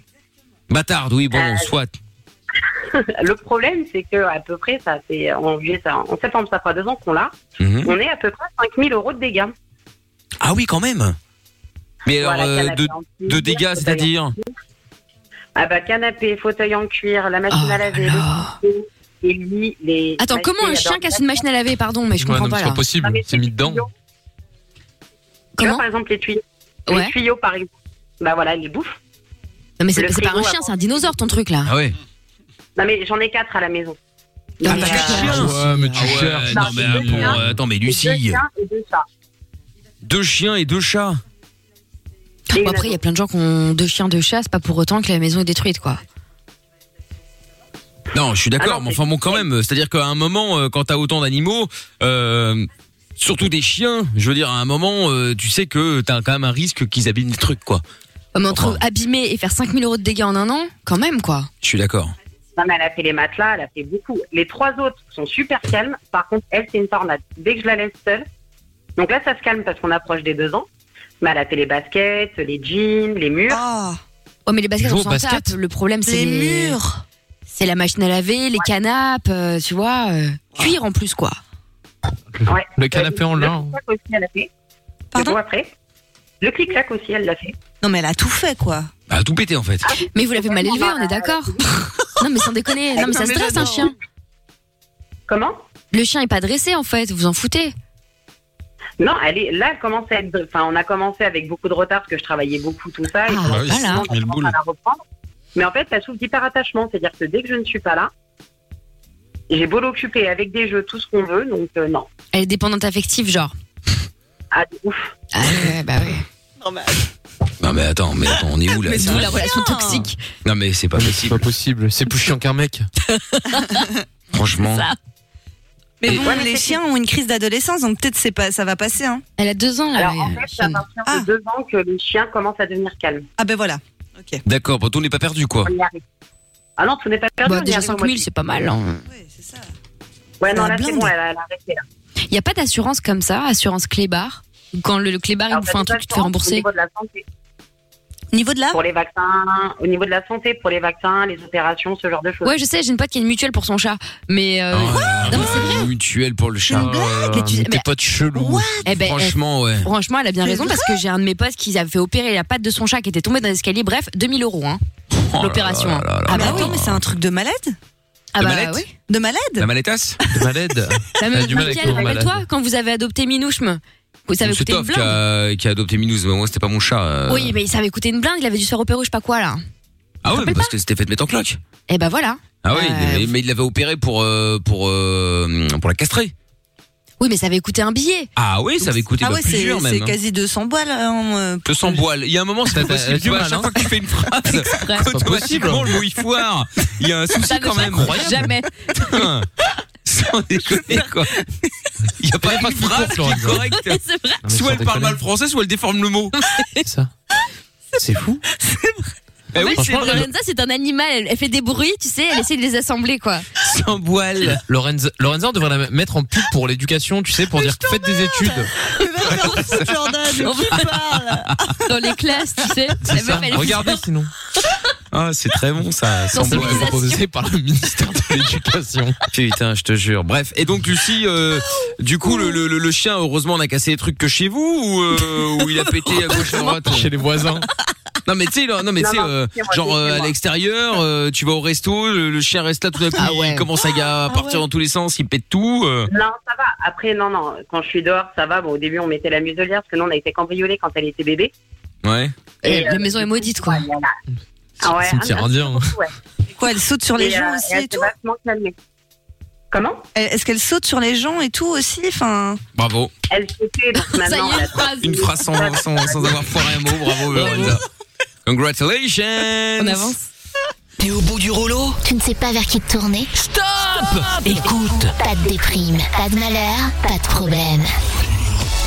Speaker 9: bâtarde.
Speaker 2: Bâtarde, oui, bon,
Speaker 9: Euh,
Speaker 2: soit.
Speaker 9: Le problème, c'est que à peu près, ça, c'est en juillet, ça, en septembre, ça fera deux ans qu'on l'a.
Speaker 2: Mhm.
Speaker 9: On est à peu près à 5000 euros de dégâts.
Speaker 2: Ah oui, quand même. Mais alors,
Speaker 9: Voilà,
Speaker 2: euh,
Speaker 9: canapé
Speaker 2: de,
Speaker 9: en cuir,
Speaker 2: de dégâts,
Speaker 9: fauteuil en-
Speaker 2: c'est-à-dire
Speaker 9: Ah bah canapé, fauteuil en cuir, la machine
Speaker 4: Oh
Speaker 9: à
Speaker 4: là
Speaker 9: laver, le
Speaker 4: là.
Speaker 9: frigo, et lui, les.
Speaker 4: Attends,
Speaker 9: bah,
Speaker 4: comment
Speaker 9: il
Speaker 4: un
Speaker 9: y a
Speaker 4: chien
Speaker 9: dans-
Speaker 4: casse une machine à laver Pardon, mais je
Speaker 6: Ouais, non,
Speaker 4: comprends
Speaker 6: mais
Speaker 4: pas
Speaker 6: c'est
Speaker 4: là.
Speaker 6: pas possible.
Speaker 9: Ah, mais
Speaker 6: C'est mis dedans.
Speaker 9: tuyaux. Tu vois,
Speaker 4: Comment
Speaker 9: par exemple, les tuyaux.
Speaker 4: Ouais.
Speaker 9: Les tuyaux, par exemple. Bah voilà, il les bouffe.
Speaker 4: Non, mais c'est
Speaker 9: le
Speaker 4: c'est pas un
Speaker 9: frigo
Speaker 4: chien,
Speaker 9: avant.
Speaker 4: c'est un dinosaure ton truc là.
Speaker 2: Ah ouais.
Speaker 9: Non mais j'en ai quatre à la maison.
Speaker 4: Non,
Speaker 9: mais,
Speaker 4: mais
Speaker 9: euh,
Speaker 4: tu-
Speaker 2: chiens.
Speaker 6: Ouais, mais tu
Speaker 2: Ah ouais,
Speaker 6: cherches.
Speaker 2: non, mais
Speaker 9: Deux
Speaker 2: bon,
Speaker 9: chiens.
Speaker 2: euh, attends, mais
Speaker 9: c'est deux
Speaker 2: Lucie,
Speaker 9: chiens et deux chats.
Speaker 2: deux chiens et deux chats.
Speaker 9: Et
Speaker 4: Bon,
Speaker 9: une
Speaker 4: après, il y a
Speaker 9: ado.
Speaker 4: plein de gens qui ont deux chiens, deux chats, c'est pas pour autant que la maison est détruite quoi.
Speaker 2: Non, je suis d'accord,
Speaker 9: Ah non,
Speaker 2: mais enfin bon, quand même. C'est-à-dire qu'à un moment, euh, quand t'as autant d'animaux, euh, surtout des chiens, je veux dire, à un moment, euh, tu sais que t'as quand même un risque qu'ils abîment des trucs, quoi.
Speaker 4: Ouais, Mais entre
Speaker 2: Enfin.
Speaker 4: abîmer et faire 5000 euros de dégâts en un an, quand même quoi.
Speaker 2: Je suis d'accord.
Speaker 9: Non mais elle a fait les matelas, elle a fait beaucoup. Les trois autres sont super calmes. Par contre, elle c'est une tornade. Dès que je la laisse seule, donc là ça se calme parce qu'on approche des deux ans. Mais elle a fait les baskets, les jeans, les murs.
Speaker 8: Ah,
Speaker 4: Ouais, mais les baskets,
Speaker 6: Joue
Speaker 4: on
Speaker 6: aux
Speaker 4: s'en
Speaker 6: baskets.
Speaker 4: tape. Le problème, c'est
Speaker 8: les murs.
Speaker 4: C'est la machine à laver, les canapes, euh, tu vois. euh, cuir en plus quoi.
Speaker 9: Ouais.
Speaker 6: Le canapé en
Speaker 9: Le
Speaker 6: lin.
Speaker 9: clic-clac aussi, elle l'a fait.
Speaker 8: Pardon
Speaker 9: Le après. Le clic-clac aussi, elle l'a fait.
Speaker 8: Non, mais elle a tout fait, quoi.
Speaker 2: Bah, tout pété en fait.
Speaker 4: Mais vous l'avez mal élevé, on est d'accord Non, mais sans déconner, non, mais ça
Speaker 9: Non, mais
Speaker 4: stresse un
Speaker 9: j'adore.
Speaker 4: chien.
Speaker 9: Comment
Speaker 4: Le chien est pas dressé en fait, vous vous en foutez.
Speaker 9: Non, elle est là. Elle commence à être. Enfin, on a commencé avec beaucoup de retard parce que je travaillais beaucoup tout ça. et
Speaker 4: Ah,
Speaker 9: commence-
Speaker 5: oui,
Speaker 4: voilà.
Speaker 9: on
Speaker 5: mais le
Speaker 9: commence
Speaker 5: boule.
Speaker 9: à la reprendre. Mais en fait, ça souffre d'hyperattachement, c'est-à-dire que dès que je ne suis pas là, j'ai beau l'occuper avec des jeux, tout ce qu'on veut, donc euh, non.
Speaker 4: Elle est dépendante affective, genre.
Speaker 9: Ah, ouf.
Speaker 4: Ah ouais, bah ouais.
Speaker 2: Non mais attends, mais attends, on est où là
Speaker 4: D'où la relation
Speaker 8: Tiens.
Speaker 4: toxique.
Speaker 2: Non mais c'est pas
Speaker 6: C'est pas
Speaker 2: possible.
Speaker 6: possible. C'est plus chiant qu'un mec.
Speaker 2: Franchement,
Speaker 4: Ça.
Speaker 8: Mais bon,
Speaker 9: Ouais, mais
Speaker 8: les
Speaker 9: c'est-
Speaker 8: chiens ont une crise d'adolescence, donc peut-être c'est pas, ça va passer. Hein.
Speaker 4: Elle a deux ans là.
Speaker 9: Alors en fait,
Speaker 4: la
Speaker 9: c'est à
Speaker 4: chienne.
Speaker 9: partir
Speaker 8: Ah.
Speaker 9: de deux ans que les chiens commencent à devenir calmes.
Speaker 8: Ah ben voilà. Ok.
Speaker 2: d'accord. Bon, tout n'est pas perdu quoi.
Speaker 9: On y arrive. Ah non, tout n'est pas perdu.
Speaker 4: Bah,
Speaker 9: on y
Speaker 4: déjà
Speaker 9: arrive au mois
Speaker 4: 5000,
Speaker 9: de-
Speaker 4: c'est pas mal. hein.
Speaker 8: Ouais, c'est ça.
Speaker 9: Ouais, non,
Speaker 8: la
Speaker 9: là, c'est
Speaker 8: blinde.
Speaker 9: bon, elle a, elle a arrêté. Là.
Speaker 4: Il n'y a pas d'assurance comme ça, assurance clébar. Ou Quand le, le clébar il
Speaker 9: Alors, bah, t'as
Speaker 4: vous fait un
Speaker 9: des
Speaker 4: truc, tu te fais
Speaker 9: assurances Au
Speaker 4: rembourser.
Speaker 9: niveau de la santé,
Speaker 8: Au niveau de là
Speaker 9: pour les vaccins, au niveau de la santé, pour les vaccins, les opérations, ce genre de choses.
Speaker 4: Ouais, je sais, j'ai une pote qui a une mutuelle pour son chat. Mais euh,
Speaker 2: Ah,
Speaker 4: Non, mais c'est vrai.
Speaker 2: Mutuelle pour le chat. Euh,
Speaker 4: et tu- mais-
Speaker 6: T'es pas de chelou.
Speaker 8: What
Speaker 4: eh ben, eh,
Speaker 2: Franchement, ouais.
Speaker 4: franchement, elle a bien
Speaker 8: C'est
Speaker 4: raison parce que j'ai un de mes potes qui avait fait opérer la patte de son chat qui était tombée dans l'escalier. Bref, 2000 euros. Hein.
Speaker 2: Oh là
Speaker 4: L'opération,
Speaker 2: là là là.
Speaker 8: Ah
Speaker 4: bah
Speaker 8: bah
Speaker 4: oui.
Speaker 8: oui, mais c'est un truc de malade
Speaker 4: Ah
Speaker 2: De
Speaker 4: bah
Speaker 2: mallette
Speaker 4: oui.
Speaker 8: De malade
Speaker 2: La malletasse
Speaker 6: Malade.
Speaker 4: La
Speaker 6: Elle a
Speaker 4: même
Speaker 6: du mal avec le mot
Speaker 4: rappelle-toi,
Speaker 6: malade.
Speaker 4: quand vous avez adopté Minouchme, ça avait
Speaker 2: C'est
Speaker 4: coûté une
Speaker 2: Toff qui
Speaker 4: blinde.
Speaker 2: a, qui a adopté Minous, mais moi c'était pas mon chat. euh.
Speaker 4: Oui, mais ça avait coûté une blinde, il avait dû se faire opérer ou je sais pas quoi là.
Speaker 2: ah ouais,
Speaker 4: rappelles
Speaker 2: parce que c'était fait de mettre en cloque.
Speaker 4: Et bah voilà.
Speaker 2: Ah oui,
Speaker 4: Ouais.
Speaker 2: mais- mais il l'avait opéré pour euh, pour euh, pour la castrer.
Speaker 4: Oui, mais ça avait coûté un billet.
Speaker 2: Ah oui, ça avait coûté
Speaker 8: ah
Speaker 2: bah,
Speaker 8: ouais, c'est
Speaker 2: plusieurs
Speaker 8: c'est
Speaker 2: même. hein.
Speaker 8: quasi 200 balles. hein, euh,
Speaker 2: 200 boiles. Il y a un moment, c'est pas
Speaker 6: T'as-
Speaker 2: possible.
Speaker 6: t'as
Speaker 2: Tu vois,
Speaker 6: du
Speaker 2: à
Speaker 6: mal,
Speaker 2: chaque
Speaker 6: hein.
Speaker 2: fois que tu fais une phrase, automatiquement,
Speaker 8: hein.
Speaker 2: le mot il foire. Il y a un souci
Speaker 4: Ça ne
Speaker 2: quand même.
Speaker 4: s'accroît jamais.
Speaker 2: Putain. Sans déconner, quoi. Il n'y a pas,
Speaker 6: pas
Speaker 2: de
Speaker 6: de
Speaker 2: phrase
Speaker 6: couple,
Speaker 2: qui est
Speaker 6: Lorenzo.
Speaker 2: correcte.
Speaker 4: c'est vrai.
Speaker 2: Soit elle parle mal français, soit elle déforme le mot.
Speaker 6: Ça. C'est fou.
Speaker 2: Eh oui, c'est
Speaker 6: franchement,
Speaker 2: vrai.
Speaker 4: Lorenza, c'est un animal. Elle, elle fait des bruits, tu sais. Elle essaie de les assembler, quoi.
Speaker 2: 100 boiles.
Speaker 6: Lorenzo, Lorenzo, on devrait la mettre en pub pour l'éducation, tu sais, pour dire faites des études.
Speaker 8: Mais va te faire foutre, Jordan, de qui tu parles
Speaker 4: Dans les classes, tu sais. La
Speaker 6: C'est
Speaker 4: meuf,
Speaker 6: ça.
Speaker 4: elle est-
Speaker 6: Regardez sinon.
Speaker 2: Ah, c'est très bon ça. 100
Speaker 4: Sensibilisation.
Speaker 2: boiles.
Speaker 6: Proposé par le ministère de l'éducation.
Speaker 2: Putain, je te jure. Bref. Et donc, Lucie, euh, du coup, le, le, le- le chien, heureusement, n'a cassé les trucs que chez vous ou, euh, ou il a pété à gauche à droite euh
Speaker 6: Chez les voisins.
Speaker 2: Non, mais tu sais, là, non, mais tu sais,
Speaker 9: Non, non,
Speaker 2: euh,
Speaker 9: c'est moi,
Speaker 2: genre euh,
Speaker 9: c'est
Speaker 2: à
Speaker 9: moi.
Speaker 2: l'extérieur, euh, tu vas au resto, le, le chien reste là tout d'un coup,
Speaker 4: Ah ouais.
Speaker 2: il commence à, ga- à partir dans tous les sens, il pète tout. euh.
Speaker 9: Non, ça va. Après, non, non. Quand je suis dehors, ça va. Bon, au début, on mettait la muselière parce que nous, on a été cambriolés quand elle était bébé.
Speaker 2: Ouais.
Speaker 4: Et Eh, La maison est maudite, quoi.
Speaker 9: Voilà. Ah ouais,
Speaker 6: Cimetière indien.
Speaker 8: Quoi, elle saute sur les
Speaker 9: Et, euh,
Speaker 8: gens
Speaker 9: et
Speaker 8: aussi
Speaker 9: elle
Speaker 8: et
Speaker 9: s'est
Speaker 8: tout
Speaker 9: vachement calmée. Comment
Speaker 8: Elle- Est-ce qu'elle saute sur les gens et tout aussi Enfin,
Speaker 2: Bravo.
Speaker 9: Elle s'était, donc
Speaker 4: Ça
Speaker 9: maintenant,
Speaker 4: y
Speaker 9: elle
Speaker 4: est, une
Speaker 9: a-
Speaker 4: phrase.
Speaker 2: Une phrase sans, sans, sans avoir foiré un mot. Bravo, Lorenza. Congratulations.
Speaker 4: On avance.
Speaker 1: T'es au bout du rouleau
Speaker 3: Tu ne sais pas vers qui te tourner
Speaker 1: Stop Écoute,
Speaker 3: Pas de déprime, pas de malheur, pas de problème.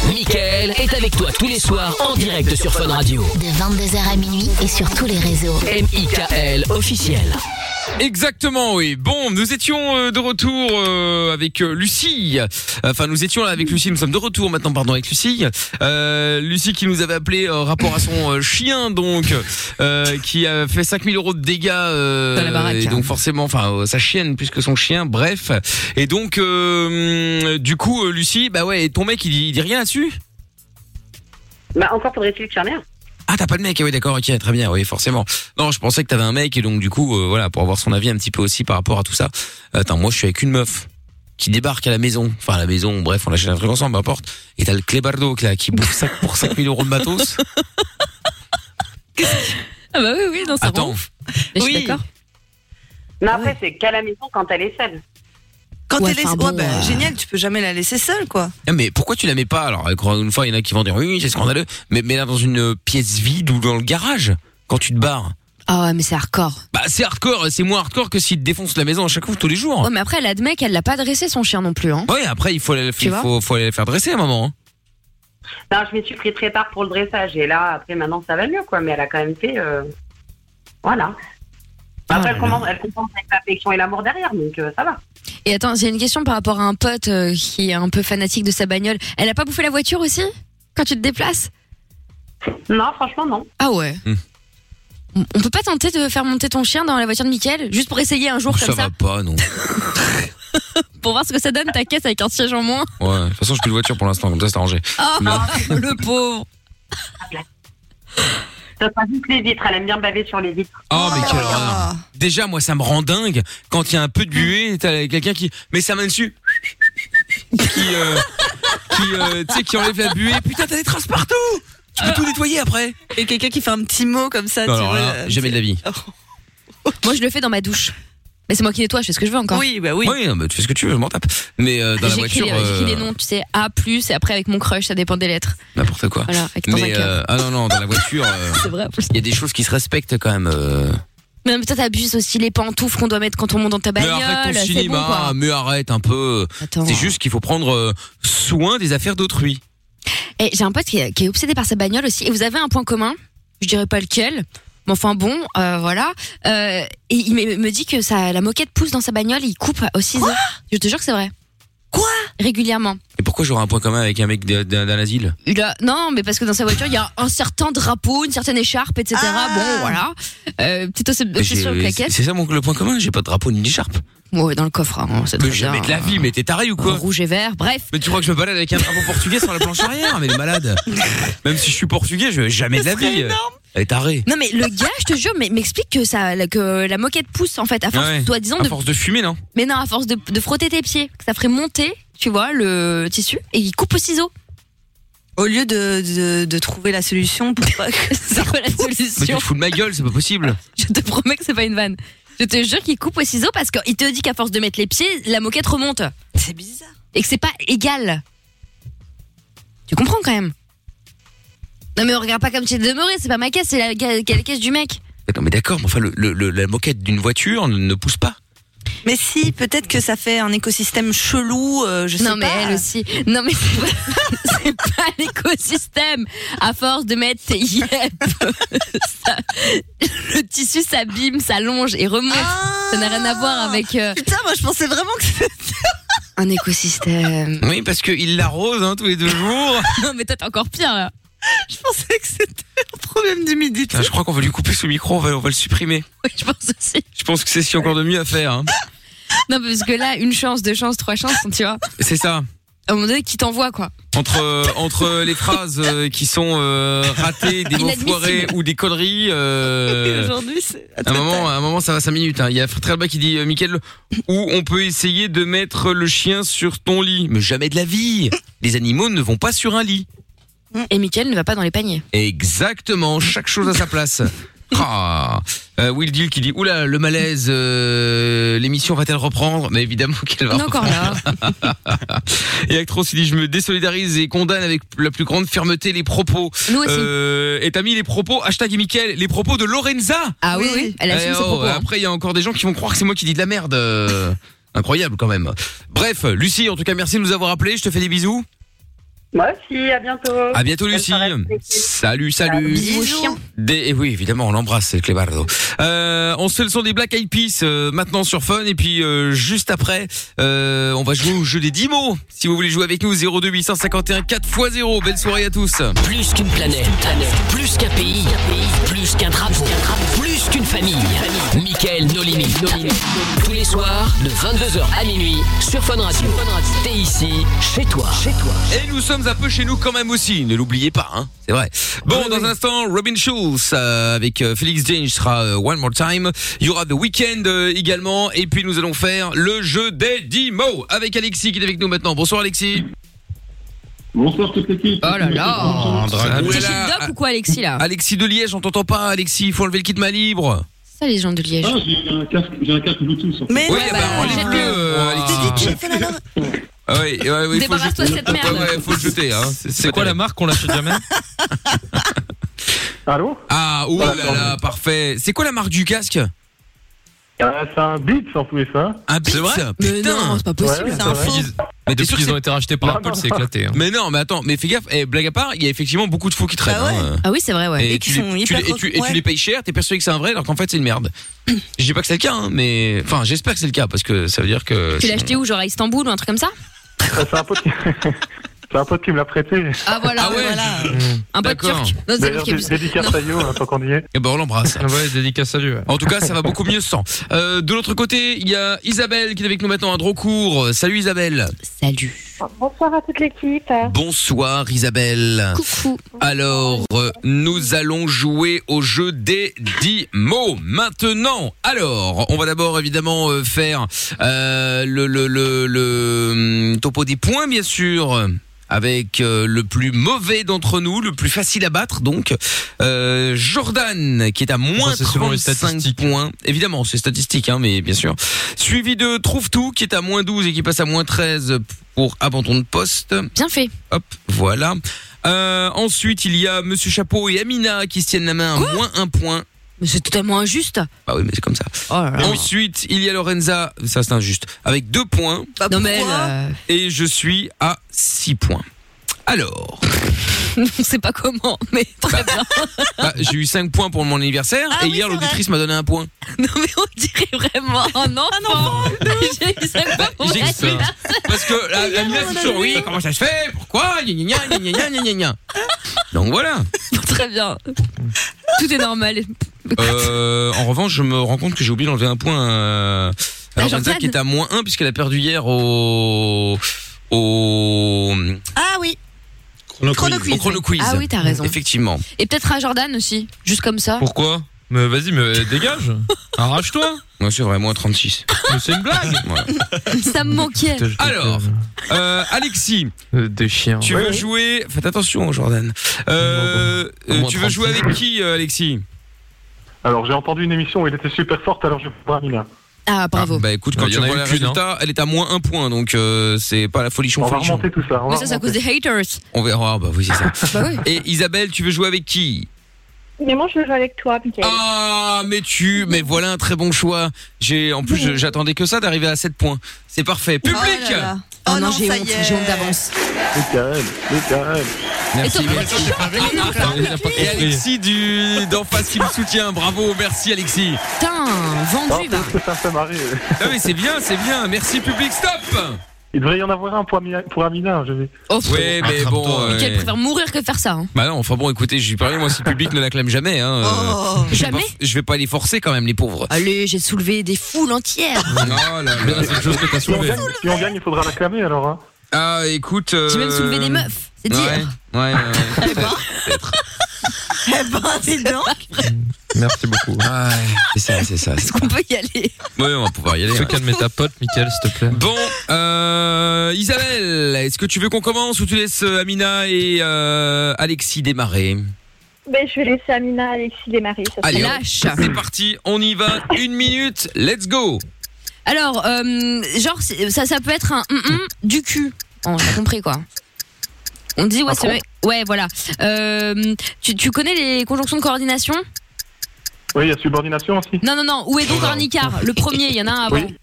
Speaker 1: Mickaël est avec toi tous les soirs en direct sur Fun Radio.
Speaker 3: De 22h à minuit et sur tous les réseaux.
Speaker 1: M.I.K.L. officiel.
Speaker 2: Exactement, oui. Bon, nous étions euh, de retour euh, avec euh, Lucie. Enfin, nous étions là avec Lucie. Nous sommes de retour maintenant, pardon, avec Lucie. Euh, Lucie qui nous avait appelé euh, rapport à son euh, chien, donc, euh, qui a fait 5000 euros de dégâts. euh,
Speaker 4: Dans la baraque,
Speaker 2: et
Speaker 4: hein.
Speaker 2: donc forcément, enfin, euh, sa chienne plus que son chien. Bref. Et donc, euh, hum, du coup, euh, Lucie, bah ouais, ton mec, il, dit- il dit rien là-dessus
Speaker 9: Bah, encore faudrait-il que j'en ai un.
Speaker 2: ah t'as pas de mec ah oui d'accord ok très bien oui forcément non je pensais que t'avais un mec et donc du coup euh, voilà pour avoir son avis un petit peu aussi par rapport à tout ça attends moi je suis avec une meuf qui débarque à la maison enfin à la maison bref on achète un truc ensemble peu importe et t'as le clébardo là qui bouffe ça pour 5000 euros de matos
Speaker 4: Ah bah oui, oui, non, ça rend
Speaker 2: attends
Speaker 4: ouf. Mais Je suis
Speaker 8: Oui.
Speaker 4: d'accord. Ah
Speaker 9: Non, après, c'est qu'à la maison quand elle est seule.
Speaker 8: quand
Speaker 4: Ouais,
Speaker 8: elle est.
Speaker 4: enfin, bon,
Speaker 8: ouais, bah,
Speaker 4: euh,
Speaker 8: génial, tu peux jamais la laisser seule, quoi.
Speaker 2: Ah, mais pourquoi tu la mets pas alors encore une fois il y en a qui vont dire oui oui, c'est scandaleux mais mais là dans une euh, pièce vide ou dans le garage quand tu te barres
Speaker 4: Ah ouais, mais c'est hardcore.
Speaker 2: bah c'est hardcore c'est moins hardcore que s'il te défonce la maison à chaque fois tous les jours
Speaker 4: Ouais, mais après, elle admet qu'elle l'a pas dressé son chien non plus. Hein.
Speaker 2: ouais après il faut la-
Speaker 4: Tu
Speaker 2: il
Speaker 4: vois
Speaker 2: faut, faut aller la faire dresser à un moment hein.
Speaker 9: Non, je m'y suis pris très tard pour le dressage. Et là, après, maintenant, ça va mieux, quoi. Mais elle a quand même fait. euh, Voilà.
Speaker 4: Ah
Speaker 9: Après, elle, commence, elle comprend avec l'affection et l'amour derrière, donc euh, ça va.
Speaker 4: Et attends, j'ai une question par rapport à un pote euh, qui est un peu fanatique de sa bagnole. Elle a pas bouffé la voiture aussi quand tu te déplaces
Speaker 9: Non, franchement, non.
Speaker 4: Ah ouais.
Speaker 2: Hmm.
Speaker 4: On- On peut pas tenter de faire monter ton chien dans la voiture de Mickaël juste pour essayer un jour comme ça,
Speaker 2: va pas non
Speaker 4: pour voir ce que ça donne ta caisse avec un siège en moins.
Speaker 2: Ouais, de toute façon, j'ai plus de voiture pour l'instant, comme ça c'est arrangé.
Speaker 8: Ah,
Speaker 4: Oh,
Speaker 2: Non.
Speaker 4: le pauvre.
Speaker 9: Ça sera juste les vitres. Elle aime bien baver sur les vitres.
Speaker 2: Oh, mais quelle horreur.
Speaker 8: Ah.
Speaker 2: Déjà, moi, ça me rend dingue quand il y a un peu de buée, t'as quelqu'un qui met sa main dessus, qui, euh, qui, euh, tu sais, qui enlève la buée. Putain, t'as des traces partout Tu peux tout nettoyer après
Speaker 8: Et quelqu'un qui fait un petit mot comme ça,
Speaker 2: Non,
Speaker 8: tu
Speaker 2: alors
Speaker 8: vois.
Speaker 2: là,
Speaker 8: euh,
Speaker 2: jamais de la vie.
Speaker 4: Moi, je le fais dans ma douche. Mais c'est moi qui nettoie, je fais ce que je veux encore.
Speaker 8: Oui, bah oui.
Speaker 2: Oui, non, mais tu fais ce que tu veux, je m'en tape. Mais euh, dans la
Speaker 4: J'écris
Speaker 2: voiture,
Speaker 4: les, j'écris les
Speaker 2: euh,
Speaker 4: noms, tu sais, A, et après avec mon crush, ça dépend des lettres.
Speaker 2: n'importe quoi.
Speaker 4: Voilà, avec dans un
Speaker 2: Mais
Speaker 4: cœur.
Speaker 2: euh, ah non, non, dans la voiture, euh,
Speaker 4: C'est vrai, en plus.
Speaker 2: il y a des choses qui se respectent quand même. euh.
Speaker 4: Mais non, mais toi, t'abuses aussi les pantoufles qu'on doit mettre quand on monte dans ta
Speaker 2: Mais
Speaker 4: bagnole.
Speaker 2: arrête ton
Speaker 4: c'est bon,
Speaker 2: cinéma,
Speaker 4: quoi.
Speaker 2: mais arrête un peu.
Speaker 4: Attends.
Speaker 2: C'est juste qu'il faut prendre euh, soin des affaires d'autrui.
Speaker 4: Et j'ai un pote qui est, qui est obsédé par sa bagnole aussi. Et vous avez un point commun. Je dirais pas lequel. Mais enfin bon, euh, voilà. Euh, et il me me dit que ça, la moquette pousse dans sa bagnole, il coupe au ciseau. Je te jure que c'est vrai.
Speaker 8: Quoi
Speaker 4: Régulièrement.
Speaker 2: Et pourquoi j'aurais un point commun avec un mec d'un d'un asile
Speaker 4: Il a- non, mais parce que dans sa voiture, il y a un certain drapeau, une certaine écharpe, etc.
Speaker 8: Ah
Speaker 4: bon, voilà. Euh, petite obs-
Speaker 2: Mais j'ai-
Speaker 4: obsession avec la
Speaker 2: C'est
Speaker 4: caisse.
Speaker 2: c'est ça mon, le point commun, j'ai pas de drapeau ni d'écharpe.
Speaker 4: Ouais, dans le coffre, hein, c'est
Speaker 2: Mais
Speaker 4: très
Speaker 2: jamais
Speaker 4: bien.
Speaker 2: de la vie, mais t'es taré ou
Speaker 4: Euh,
Speaker 2: quoi
Speaker 4: Rouge et vert, bref.
Speaker 2: Mais tu crois que je me balade avec un drapeau portugais sur la planche arrière Ah, Mais les malades Même si je suis portugais, je jamais de la vie. Elle est tarée.
Speaker 4: Non mais le gars, je te jure, mais m'explique que ça, que la moquette pousse en fait à force,
Speaker 2: Ah Ouais.
Speaker 4: toi disons,
Speaker 2: À
Speaker 4: de,
Speaker 2: force de fumer, non
Speaker 4: mais non à force de, de frotter tes pieds, que ça ferait monter, tu vois, le tissu et il coupe au ciseau.
Speaker 8: Au lieu de, de, de trouver la solution pour pas que
Speaker 4: C'est quoi la
Speaker 2: Mais tu
Speaker 4: solution
Speaker 2: te fous de ma gueule, c'est pas possible.
Speaker 4: Je te promets que c'est pas une vanne. Je te jure qu'il coupe au ciseau parce qu'il te dit qu'à force de mettre les pieds, la moquette remonte.
Speaker 8: C'est bizarre.
Speaker 4: Et que c'est pas égal. Tu comprends quand même Non mais regarde pas comme tu es demeuré, c'est pas ma caisse, c'est la, ga- la caisse du mec.
Speaker 2: Non, mais d'accord, mais enfin, le- le- le- la moquette d'une voiture ne pousse pas.
Speaker 8: Mais si, peut-être que ça fait un écosystème chelou, euh, je sais
Speaker 4: non mais
Speaker 8: pas.
Speaker 4: elle aussi. Non mais c'est pas- c'est pas, l'écosystème. À force de mettre tes yep, ça- le tissu s'abîme, s'allonge et remonte.
Speaker 8: Ah
Speaker 4: Ça n'a rien à voir avec euh,
Speaker 8: Putain, moi je pensais vraiment que c'était.
Speaker 4: un écosystème.
Speaker 2: Oui, parce qu'il l'arrose hein, tous les deux jours.
Speaker 4: Mm. non mais toi t'es encore pire là.
Speaker 8: Je pensais que c'était un problème d'humidité.
Speaker 2: Putain, Ah, je crois qu'on va lui couper sous le micro, on va, on va le supprimer.
Speaker 4: Oui, je pense aussi.
Speaker 2: Je pense que c'est ce qu'il y a encore de mieux à faire. hein.
Speaker 4: Non parce que là une chance, deux chances, trois chances, tu vois.
Speaker 2: C'est ça.
Speaker 4: À un moment donné qui t'envoie quoi.
Speaker 2: Entre, euh, entre les phrases euh, qui sont euh, ratées, des mots
Speaker 4: Inadmissible.
Speaker 2: foirés ou des conneries, euh,
Speaker 8: Aujourd'hui, c'est.
Speaker 2: à un moment, à un moment, ça va 5 minutes. hein. Il y a Frédéric Bas qui dit, euh, Mickaël, où on peut essayer de mettre le chien sur ton lit. Mais jamais de la vie. Les animaux ne vont pas sur un lit.
Speaker 8: Mm.
Speaker 4: Et Mickaël ne va pas dans les paniers.
Speaker 2: Exactement, chaque chose à sa place. Ah. Euh, Will Deal qui dit oula le malaise euh, l'émission va-t-elle reprendre mais évidemment qu'elle va
Speaker 4: On est encore là.
Speaker 2: et Actros il dit je me désolidarise et condamne avec la plus grande fermeté les propos
Speaker 4: Nous aussi.
Speaker 2: euh, et t'as mis les propos hashtag Mickaël les propos de Lorenza
Speaker 4: ah oui, oui, elle assume
Speaker 2: Eh
Speaker 4: ses
Speaker 2: oh,
Speaker 4: propos. hein.
Speaker 2: après il y a encore des gens qui vont croire que c'est moi qui dis de la merde euh, incroyable quand même bref Lucie en tout cas merci de nous avoir appelé je te fais des bisous
Speaker 9: Moi aussi, à bientôt.
Speaker 2: à bientôt Lucie
Speaker 9: soirée.
Speaker 2: salut salut
Speaker 4: Bisous, chien.
Speaker 2: Des- eh oui, évidemment, on l'embrasse, c'est Clébardo. Euh, on se fait le son des Black Eyed Peas euh, maintenant sur Fun et puis euh, juste après, euh, on va jouer au jeu des 10 mots. Si vous voulez jouer avec nous, 02851 4x0. Belle soirée à tous.
Speaker 1: Plus qu'une planète, plus qu'un pays, plus qu'un drapeau, plus qu'une famille. Michael No Limites. Tous les soirs, de 22h à minuit, sur Fun Radio. T'es ici, chez toi. Chez toi.
Speaker 2: Et nous sommes un peu chez nous quand même aussi, ne l'oubliez pas, hein. C'est vrai. Bon, dans un instant, Robin Schulz euh, avec euh, Félix Jane sera euh, One More Time. Il y aura The Weeknd euh, également. Et puis nous allons faire le jeu des 10 mots avec Alexis qui est avec nous maintenant. Bonsoir Alexis.
Speaker 10: Bonsoir toute l'équipe.
Speaker 4: Oh là là.
Speaker 5: Oh, un dragon.
Speaker 2: Ouais,
Speaker 4: T'es chez
Speaker 2: là,
Speaker 4: le doc ou quoi Alexis là
Speaker 2: Alexis de Liège, on t'entend pas, Alexis, il faut enlever le kit main libre.
Speaker 4: Ça les gens de Liège.
Speaker 10: Ah, j'ai un casque, j'ai un casque Bluetooth. en fait.
Speaker 8: Mais
Speaker 2: Oui,
Speaker 8: non,
Speaker 2: bah,
Speaker 4: bah,
Speaker 2: enlève-le,
Speaker 4: jette-le.
Speaker 2: euh,
Speaker 8: Tu
Speaker 2: Alexis.
Speaker 8: téléphones alors
Speaker 2: Ah oui, ouais, ouais, il faut le jeter.
Speaker 4: Débarrasse-toi de cette
Speaker 2: Ouais,
Speaker 4: merde.
Speaker 2: ouais, faut le jeter, hein.
Speaker 6: C'est quoi la marque qu'on l'achète jamais
Speaker 10: Allô
Speaker 2: Ah, oh là là, parfait. C'est quoi la marque du casque
Speaker 10: Ah, C'est un Beats en plus, hein
Speaker 2: Un Beats
Speaker 4: Mais non,
Speaker 2: Putain
Speaker 4: c'est pas possible.
Speaker 10: Ouais, Ah,
Speaker 4: ça.
Speaker 10: ouais.
Speaker 6: Depuis qu'ils- Mais
Speaker 2: T'es
Speaker 6: depuis
Speaker 2: sûr que
Speaker 6: qu'ils ont
Speaker 2: c'est-
Speaker 6: été rachetés par Apple, c'est éclaté. hein.
Speaker 2: Mais non, mais attends, mais fais gaffe, eh, blague à part, il y a effectivement beaucoup de faux qui traînent.
Speaker 8: Bah ouais.
Speaker 2: hein.
Speaker 4: Ah oui, c'est vrai, ouais.
Speaker 2: Et,
Speaker 8: Et
Speaker 2: tu
Speaker 8: qui
Speaker 2: les,
Speaker 8: sont
Speaker 2: tu
Speaker 8: hyper
Speaker 2: les- et tu- et tu
Speaker 8: ouais.
Speaker 2: les payes cher, t'es persuadé que c'est un vrai alors qu'en fait c'est une merde. Je dis pas que c'est le cas, hein, mais enfin j'espère que c'est le cas parce que ça veut dire que
Speaker 4: Tu l'as acheté où Genre à Istanbul ou un truc comme ça
Speaker 10: Ah, C'est un pote qui... C'est un pote qui me l'a prêté.
Speaker 4: Ah voilà,
Speaker 2: Ah ouais.
Speaker 8: Voilà.
Speaker 4: un pote
Speaker 2: D'accord.
Speaker 4: turc. Non, c'est
Speaker 10: D'ailleurs,
Speaker 4: turc.
Speaker 10: dé- dédicace à Yo, hein, tant qu'on y est. Ah,
Speaker 2: Eh ben on l'embrasse.
Speaker 6: Ouais, dédicace à lui. ouais.
Speaker 2: En tout cas, ça va beaucoup mieux sans. Euh, de l'autre côté, il y a Isabelle qui est avec nous maintenant à Drocourt. Salut Isabelle.
Speaker 4: Salut.
Speaker 9: Bonsoir à toute l'équipe.
Speaker 2: Bonsoir Isabelle.
Speaker 4: Coucou.
Speaker 2: Alors, euh, nous allons jouer au jeu des 10 mots maintenant. Alors, on va d'abord évidemment euh, faire euh, le, le, le, le, hum, topo des points, bien sûr. Avec euh, le plus mauvais d'entre nous, le plus facile à battre, donc Euh, Jordan qui est à moins
Speaker 6: Oh, c'est selon les
Speaker 2: 35
Speaker 6: statistiques.
Speaker 2: points. Évidemment, c'est statistique, hein, mais bien sûr. Suivi de Trouve tout qui est à moins 12 et qui passe à moins 13 pour abandon de poste.
Speaker 4: Bien fait.
Speaker 2: Hop, voilà. Euh, ensuite, il y a Monsieur Chapeau et Amina qui se tiennent la main à moins un point.
Speaker 4: Mais c'est totalement injuste.
Speaker 2: Bah oui, mais c'est comme ça.
Speaker 4: Oh là là.
Speaker 2: Ensuite, il y a Lorenza, ça c'est injuste, avec deux points.
Speaker 8: Bah,
Speaker 4: Non mais elle,
Speaker 8: pourquoi
Speaker 4: euh,
Speaker 2: Et je suis à six points. Alors,
Speaker 4: on sait pas comment, mais très bien.
Speaker 2: bah, j'ai eu cinq points pour mon anniversaire
Speaker 8: Ah
Speaker 2: et
Speaker 8: oui,
Speaker 2: hier
Speaker 8: c'est
Speaker 2: l'auditrice m'a donné un point.
Speaker 4: Non mais on dirait vraiment un enfant. J'ai eu ça
Speaker 2: Bah,
Speaker 4: pour
Speaker 2: j'ai-
Speaker 4: elle.
Speaker 2: Parce que la,
Speaker 8: Ah,
Speaker 2: la Amina c'est toujours oui, comment ça se fait Pourquoi Gna, gna, gna, gna, gna, gna, gna, gna. Donc voilà.
Speaker 4: Très bien. Tout est normal.
Speaker 2: Euh, en revanche, je me rends compte que j'ai oublié d'enlever un point euh,
Speaker 4: À
Speaker 2: à Lorenza
Speaker 4: Jordan.
Speaker 2: qui est à moins 1 puisqu'elle a perdu hier au au,
Speaker 8: Ah oui, Chrono
Speaker 2: au
Speaker 8: Quiz.
Speaker 2: chrono quiz.
Speaker 4: Ah oui, t'as raison.
Speaker 2: Effectivement.
Speaker 4: Et peut-être à Jordan aussi, juste comme ça.
Speaker 6: Pourquoi Mais vas-y, mais dégage. Arrache-toi.
Speaker 2: Non, c'est vrai, moins 36.
Speaker 6: Mais c'est une blague.
Speaker 2: Voilà.
Speaker 4: Ça me manquait.
Speaker 2: Alors. Euh, Alexis,
Speaker 6: Euh, Des chiens.
Speaker 2: tu veux jouer Faites attention, Jordan. Euh,
Speaker 6: Au
Speaker 2: euh,
Speaker 6: moins
Speaker 2: tu veux jouer
Speaker 6: 36.
Speaker 2: avec qui, euh, Alexis
Speaker 10: Alors j'ai entendu une émission où elle était super forte, alors je prends Amina.
Speaker 4: Ah, bravo.
Speaker 2: bah écoute, quand
Speaker 6: Il y
Speaker 2: tu
Speaker 6: en a
Speaker 2: vois
Speaker 6: eu
Speaker 2: les
Speaker 6: qu'une, hein.
Speaker 2: résultats, elle est à moins un point, donc euh, c'est pas la folichon.
Speaker 10: On va
Speaker 2: folichon.
Speaker 10: remonter tout ça. on
Speaker 4: Mais
Speaker 10: va
Speaker 4: ça, c'est à cause
Speaker 10: remonter.
Speaker 4: des haters.
Speaker 2: On verra, bah oui, c'est ça.
Speaker 4: Bah oui.
Speaker 2: Et Isabelle, tu veux jouer avec qui
Speaker 11: Mais moi, je veux jouer avec toi, Mickaël.
Speaker 2: Ah, mais tu, mais voilà un très bon choix. J'ai, en plus, je- j'attendais que ça d'arriver à 7 points. C'est parfait. Public
Speaker 8: Oh, là là.
Speaker 4: Oh,
Speaker 8: Oh
Speaker 4: non,
Speaker 8: non,
Speaker 4: j'ai
Speaker 8: ça
Speaker 4: honte,
Speaker 8: y est.
Speaker 4: j'ai honte d'avance.
Speaker 10: Michael, Michael.
Speaker 4: Et
Speaker 2: Merci, Ah,
Speaker 4: toi,
Speaker 2: merci.
Speaker 4: toi, t'es un enfant.
Speaker 6: Il a pas
Speaker 2: Et
Speaker 6: compris.
Speaker 2: Alexis du d'en face qui me soutient. Bravo, merci Alexis.
Speaker 4: Putain,
Speaker 10: Ah,
Speaker 4: vendu, va.
Speaker 10: que ça me fait marrer.
Speaker 2: Non mais c'est bien, c'est bien. Merci public. Stop.
Speaker 10: Il devrait y en avoir un pour, Ami- pour Amina. Je vais...
Speaker 4: Oh,
Speaker 2: Oui, mais
Speaker 6: Attrape-toi.
Speaker 2: bon. euh,
Speaker 4: Mickaël préfère mourir que faire ça. hein.
Speaker 2: Bah non, enfin bon, écoutez, je lui parlais. Moi, si le public ne l'acclame jamais, hein. euh,
Speaker 8: Oh.
Speaker 2: je vais
Speaker 4: Jamais
Speaker 2: pas- Je vais pas les forcer quand même, les pauvres.
Speaker 4: Allez, j'ai soulevé des foules entières.
Speaker 2: Oh
Speaker 4: Ah.
Speaker 2: là là.
Speaker 6: Bien, c'est une chose que t'as
Speaker 10: Si, on
Speaker 6: soulevée.
Speaker 10: gagne, si on gagne, il faudra l'acclamer alors. Hein.
Speaker 2: Ah, écoute. euh,
Speaker 4: J'ai même soulevé des meufs. C'est dire. Ah,
Speaker 2: Ouais, ouais, ouais. ouais.
Speaker 8: Eh ben, dis donc.
Speaker 6: Merci beaucoup.
Speaker 2: Ouais, c'est ça, c'est ça.
Speaker 4: Est-ce qu'on peut y aller
Speaker 2: Ouais, on va pouvoir y aller.
Speaker 6: Se
Speaker 2: hein.
Speaker 6: calmer ta pote, Michael, s'il te plaît.
Speaker 2: Bon, euh, Isabelle, est-ce que tu veux qu'on commence ou tu laisses euh, Amina et euh, Alexis démarrer
Speaker 11: Mais Ben, je vais laisser Amina Alexis démarrer. Ça
Speaker 2: Allez, hop,
Speaker 4: Lâche.
Speaker 2: c'est parti, on y va, une minute, let's go
Speaker 4: Alors, euh, genre, c'est- ça, ça peut être un hum, hum du cul. Oh, J'ai compris quoi. On dit ouais,
Speaker 10: Un
Speaker 4: c'est vrai. Ouais, voilà. Euh, tu, tu connais les conjonctions de coordination
Speaker 10: Oui, il y a subordination aussi.
Speaker 4: Non, non, non. Où est donc Ornicard Le premier, il y en a un avant.
Speaker 10: Oui.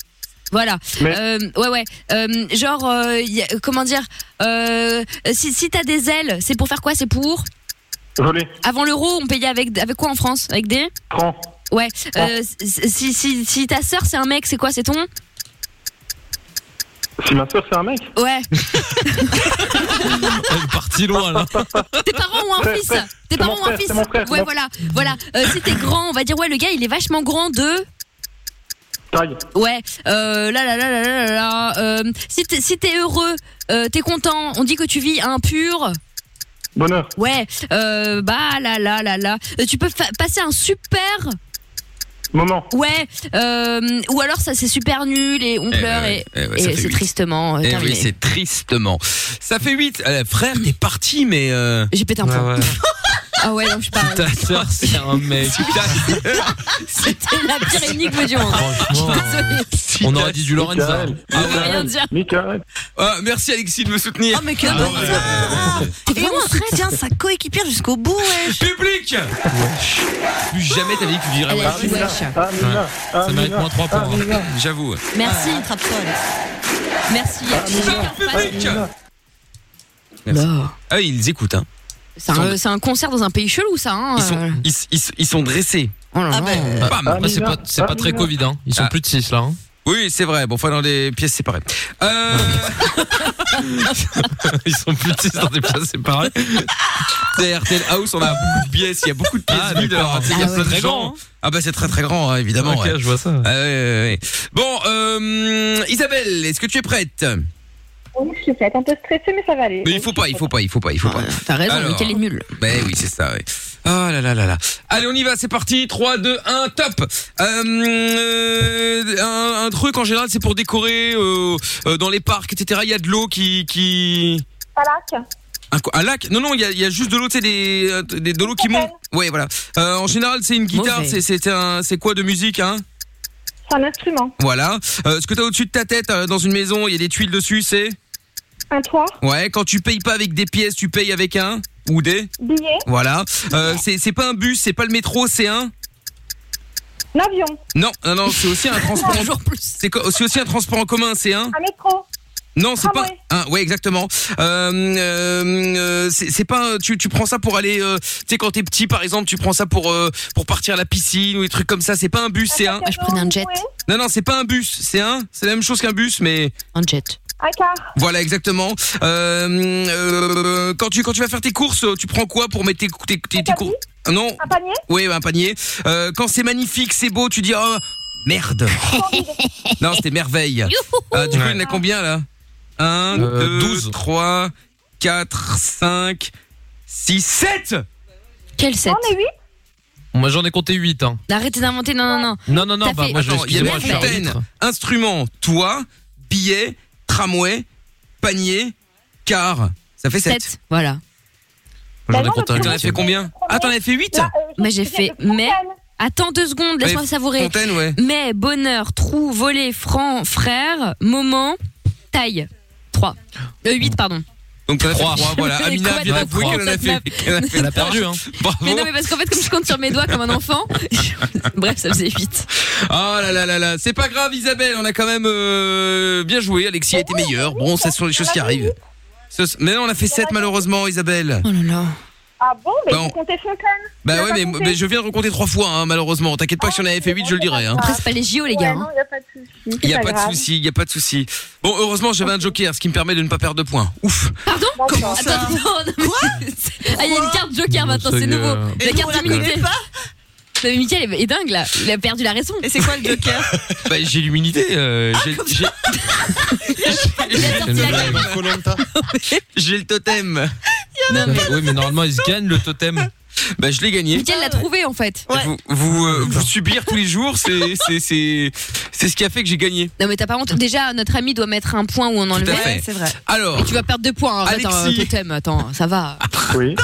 Speaker 4: Voilà.
Speaker 10: Mais-
Speaker 4: Euh, ouais, ouais. Euh, genre, euh, y a- comment dire euh, Si, si t'as des ailes, c'est pour faire quoi C'est pour
Speaker 10: Voler,
Speaker 4: Avant l'euro, on payait avec, avec quoi en France Avec des
Speaker 10: prends,
Speaker 4: Ouais. Euh,
Speaker 10: Ah.
Speaker 4: si, si, si, si ta sœur, c'est un mec, c'est quoi C'est ton
Speaker 10: Si ma soeur c'est un mec,
Speaker 4: Ouais.
Speaker 6: Elle est partie loin, là.
Speaker 4: Tes parents ont un
Speaker 10: Ouais,
Speaker 4: fils
Speaker 10: ouais.
Speaker 4: Tes
Speaker 10: C'est mon
Speaker 4: parents ont un
Speaker 10: frère,
Speaker 4: fils
Speaker 10: c'est mon frère, c'est
Speaker 4: Ouais,
Speaker 10: mon-
Speaker 4: voilà, voilà. Euh, si t'es grand, on va dire, ouais, le gars, il est vachement grand de.
Speaker 10: taille,
Speaker 4: Ouais, euh, là, là, là, là, là, là, là. Euh, si t'es si t'es heureux, euh, t'es content, on dit que tu vis impur.
Speaker 10: bonheur,
Speaker 4: Ouais, euh, bah, là, là, là, là. Euh, tu peux fa- passer un super.
Speaker 10: moment,
Speaker 4: Ouais, euh, ou alors ça, c'est super nul et on
Speaker 2: Eh
Speaker 4: pleure
Speaker 2: ouais,
Speaker 4: et.
Speaker 2: ouais, ouais, ça
Speaker 4: Et
Speaker 2: fait
Speaker 4: c'est
Speaker 2: huit.
Speaker 4: tristement euh,
Speaker 2: Eh
Speaker 4: terminé.
Speaker 2: oui, c'est tristement. Ça fait 8. frère, t'es parti, mais... Euh...
Speaker 4: J'ai pété un plomb. Ah ouais, non, je suis pas.
Speaker 6: Ta sœur, c'est un mec.
Speaker 2: si t'as-
Speaker 4: C'était la pire énigme du monde. Je suis
Speaker 6: Franchement.
Speaker 4: désolée.
Speaker 2: si
Speaker 6: On
Speaker 2: t'as-
Speaker 6: aurait dit du Lorenza.
Speaker 10: Michael,
Speaker 4: Je peux rien dire.
Speaker 10: Michael.
Speaker 2: Ah, merci Alexis de me soutenir. Ah
Speaker 8: Oh, mais que bonheur.
Speaker 4: T'es
Speaker 8: Et
Speaker 4: vraiment
Speaker 8: on soutient sa coéquipière jusqu'au bout, wesh.
Speaker 2: Public Plus jamais t'as dit que tu dirais
Speaker 4: Elle
Speaker 2: ouais.
Speaker 4: a dit
Speaker 10: Amina,
Speaker 4: wesh.
Speaker 10: Amina,
Speaker 6: Ça mérite
Speaker 10: Amina,
Speaker 6: moins 3 points. hein.
Speaker 10: Amina,
Speaker 2: J'avoue. ouais.
Speaker 4: Merci. Merci.
Speaker 7: Ah,
Speaker 10: Amina, Amina.
Speaker 2: Ah, ils écoutent, hein.
Speaker 4: C'est un, c'est un concert dans un pays chelou, ça. Hein
Speaker 2: Ils sont, ils, ils, ils sont dressés.
Speaker 4: Oh là là.
Speaker 2: ben. Bam
Speaker 6: euh, Bah, c'est pas, c'est pas très
Speaker 10: Amina.
Speaker 6: Covid, hein. Ils sont
Speaker 2: Ah.
Speaker 6: plus de 6 là. hein.
Speaker 2: Oui, c'est vrai. Bon, enfin, dans des pièces séparées. Euh,
Speaker 6: Ils sont plus de 6 dans des places séparées.
Speaker 2: c'est RTL House, on a beaucoup de pièces. Il y a beaucoup de pièces
Speaker 6: Ah,
Speaker 2: vides.
Speaker 6: d'accord.
Speaker 2: alors, tu sais, il y a
Speaker 4: Ah,
Speaker 2: plein
Speaker 4: ouais.
Speaker 2: de
Speaker 6: Très
Speaker 2: gens.
Speaker 6: grand, hein.
Speaker 2: Ah, bah, c'est très, très grand, hein, évidemment.
Speaker 6: ok,
Speaker 2: ouais.
Speaker 6: je vois ça.
Speaker 2: Ah, ouais, ouais, ouais. Bon, euh, Isabelle, est-ce que tu es prête
Speaker 11: Oui, je suis prête. Un peu stressée, mais ça va aller.
Speaker 2: Mais il faut pas, il faut pas, il faut pas, il faut pas.
Speaker 4: T'as raison,
Speaker 2: Alors.
Speaker 4: Mickaël est nul.
Speaker 2: Ben oui, c'est ça, oui. Ah là là là là. Allez, on y va, c'est parti. 3, 2, 1, top. Euh, euh, un, un truc, en général, c'est pour décorer euh, euh, dans les parcs, etc. Il y a de l'eau qui... qui...
Speaker 11: Palak,
Speaker 2: Un, quoi- un lac Non, non, il y a, il y a juste de l'eau, tu sais, des, euh, des, de l'eau qui monte. Ouais, voilà. Euh, en général, c'est une guitare,
Speaker 4: Mauvais.
Speaker 2: c'est, c'est, un, c'est quoi de musique, hein
Speaker 11: c'est un instrument.
Speaker 2: Voilà. Euh, ce que t'as au-dessus de ta tête, euh, dans une maison, il y a des tuiles dessus, c'est
Speaker 11: Un toit,
Speaker 2: Ouais, quand tu payes pas avec des pièces, tu payes avec un ou des.
Speaker 11: billet,
Speaker 2: Voilà. Euh, c'est, c'est pas un bus, c'est pas le métro, c'est un
Speaker 11: un avion,
Speaker 2: Non, non, non, c'est aussi un transport. en-
Speaker 4: Toujours plus.
Speaker 2: C'est, co- c'est aussi un transport en commun, c'est un
Speaker 11: un métro,
Speaker 2: Non, c'est pas
Speaker 11: Tramway.
Speaker 2: un. Ouais, exactement. Euh, euh, euh, c'est, c'est pas. un- Tu, tu prends ça pour aller. euh, tu sais, quand t'es petit, par exemple, tu prends ça pour euh, pour partir à la piscine ou des trucs comme ça. C'est pas un bus, c'est un.
Speaker 4: Ah, je prenais un jet.
Speaker 2: Non, non, c'est pas un bus, c'est un. C'est la même chose qu'un bus, mais
Speaker 4: Un jet.
Speaker 11: un car,
Speaker 2: voilà, exactement. Euh, euh, quand tu quand tu vas faire tes courses, tu prends quoi pour mettre tes tes tes, tes courses Non.
Speaker 11: un panier,
Speaker 2: Oui, un panier. Euh, quand c'est magnifique, c'est beau, tu dis oh, merde. non, c'était merveille. Ah, du coup, il y en a combien là 1,
Speaker 6: Euh,
Speaker 2: 12,
Speaker 6: 12.
Speaker 2: 3, 4, 5, 6, 7
Speaker 4: Quel set
Speaker 11: on est huit,
Speaker 6: Moi, j'en ai compté 8. Hein.
Speaker 4: Arrêtez d'inventer, non, non, non.
Speaker 6: Non, non, non,
Speaker 4: T'as
Speaker 6: bah,
Speaker 4: fait-
Speaker 6: moi, je
Speaker 2: Attends, il y a
Speaker 6: excusez-moi, je suis
Speaker 2: Merveille.
Speaker 6: arbitre.
Speaker 2: Instruments, toit, billet, tramway, panier, car. Ça fait 7.
Speaker 4: Set. Voilà.
Speaker 6: J'en ai
Speaker 11: non,
Speaker 6: compté
Speaker 11: le plus
Speaker 6: un
Speaker 2: T'en as
Speaker 6: huitième.
Speaker 2: fait combien Ah, t'en as fait 8
Speaker 11: Là, euh,
Speaker 4: Moi, j'ai
Speaker 11: je
Speaker 4: fait
Speaker 11: prends
Speaker 4: mais-
Speaker 11: Palak.
Speaker 4: Attends deux secondes, laisse-moi
Speaker 2: Ouais,
Speaker 4: savourer.
Speaker 2: Fontaine, ouais.
Speaker 4: Mais, bonheur, trou, volet, franc, frère, moment, taille. 3. 8, pardon.
Speaker 2: Donc t'en as fait
Speaker 6: Trois.
Speaker 2: trois, voilà.
Speaker 4: Mais
Speaker 2: Amina
Speaker 4: quoi,
Speaker 2: vient
Speaker 4: mais
Speaker 2: d'avouer
Speaker 4: trois,
Speaker 2: qu'elle en a
Speaker 4: cette
Speaker 2: fait. qu'elle en a fait
Speaker 6: Elle a
Speaker 2: trois.
Speaker 6: perdu, hein.
Speaker 2: Bravo.
Speaker 4: Mais non, mais parce qu'en fait, comme je compte sur mes doigts comme un enfant, bref, ça faisait 8.
Speaker 2: Ah là là là là, c'est pas grave Isabelle, on a quand même euh, bien joué,
Speaker 4: Ah
Speaker 2: Alexis a été meilleur. Bon, ça ce sont les choses qui arrivent. Ce- Mais non, on a fait 7 malheureusement Isabelle.
Speaker 4: Oh là là.
Speaker 11: Ah bon, mais
Speaker 2: Bon.
Speaker 11: vous comptez Fontaine
Speaker 2: Bah ouais,
Speaker 11: pas
Speaker 2: mais, mais je viens de recompter trois fois hein, malheureusement. T'inquiète pas que si on avait fait 8, je le dirais hein.
Speaker 4: Après, c'est pas les
Speaker 11: Ah.
Speaker 4: JO, les
Speaker 11: Ouais,
Speaker 4: gars.
Speaker 11: non,
Speaker 4: hein.
Speaker 11: y a pas de souci.
Speaker 2: Il y a
Speaker 11: c'est
Speaker 2: pas de
Speaker 11: grave.
Speaker 2: souci, il y a pas de souci. Bon, heureusement, j'avais un joker ce qui me permet de ne pas perdre de points. Ouf.
Speaker 4: Pardon
Speaker 8: Comment ça
Speaker 4: Attends, non, non, mais- Ah, il y a une carte Joker maintenant,
Speaker 2: ça y
Speaker 4: c'est
Speaker 2: est,
Speaker 4: nouveau.
Speaker 2: euh,
Speaker 4: La carte d'immunité.
Speaker 8: pas
Speaker 4: Non, mais Mickaël est est dingue là, il a perdu la raison.
Speaker 8: Et c'est quoi le joker
Speaker 2: Bah j'ai l'humilité, euh, j'ai- j'ai
Speaker 4: Ah, Il a sorti la carte.
Speaker 2: j'ai le totem.
Speaker 6: Non, mais- Oui, mais normalement, ils gagnent le totem.
Speaker 2: Bah je l'ai gagné.
Speaker 4: Mickaël
Speaker 8: Ah
Speaker 4: l'a trouvé en fait.
Speaker 2: Vous
Speaker 10: Ah,
Speaker 2: vous, euh, vous subir tous les jours, c'est c'est c'est c'est ce qui a fait que j'ai gagné.
Speaker 4: Non, mais t'as pas honte. Déjà, notre ami doit mettre un point ou en enlever.
Speaker 2: Tout à fait.
Speaker 8: Ouais, c'est vrai.
Speaker 2: Alors,
Speaker 4: Et tu vas perdre deux points. hein. Attends,
Speaker 2: Alexis.
Speaker 4: euh, totem, attends, ça va.
Speaker 10: Oui.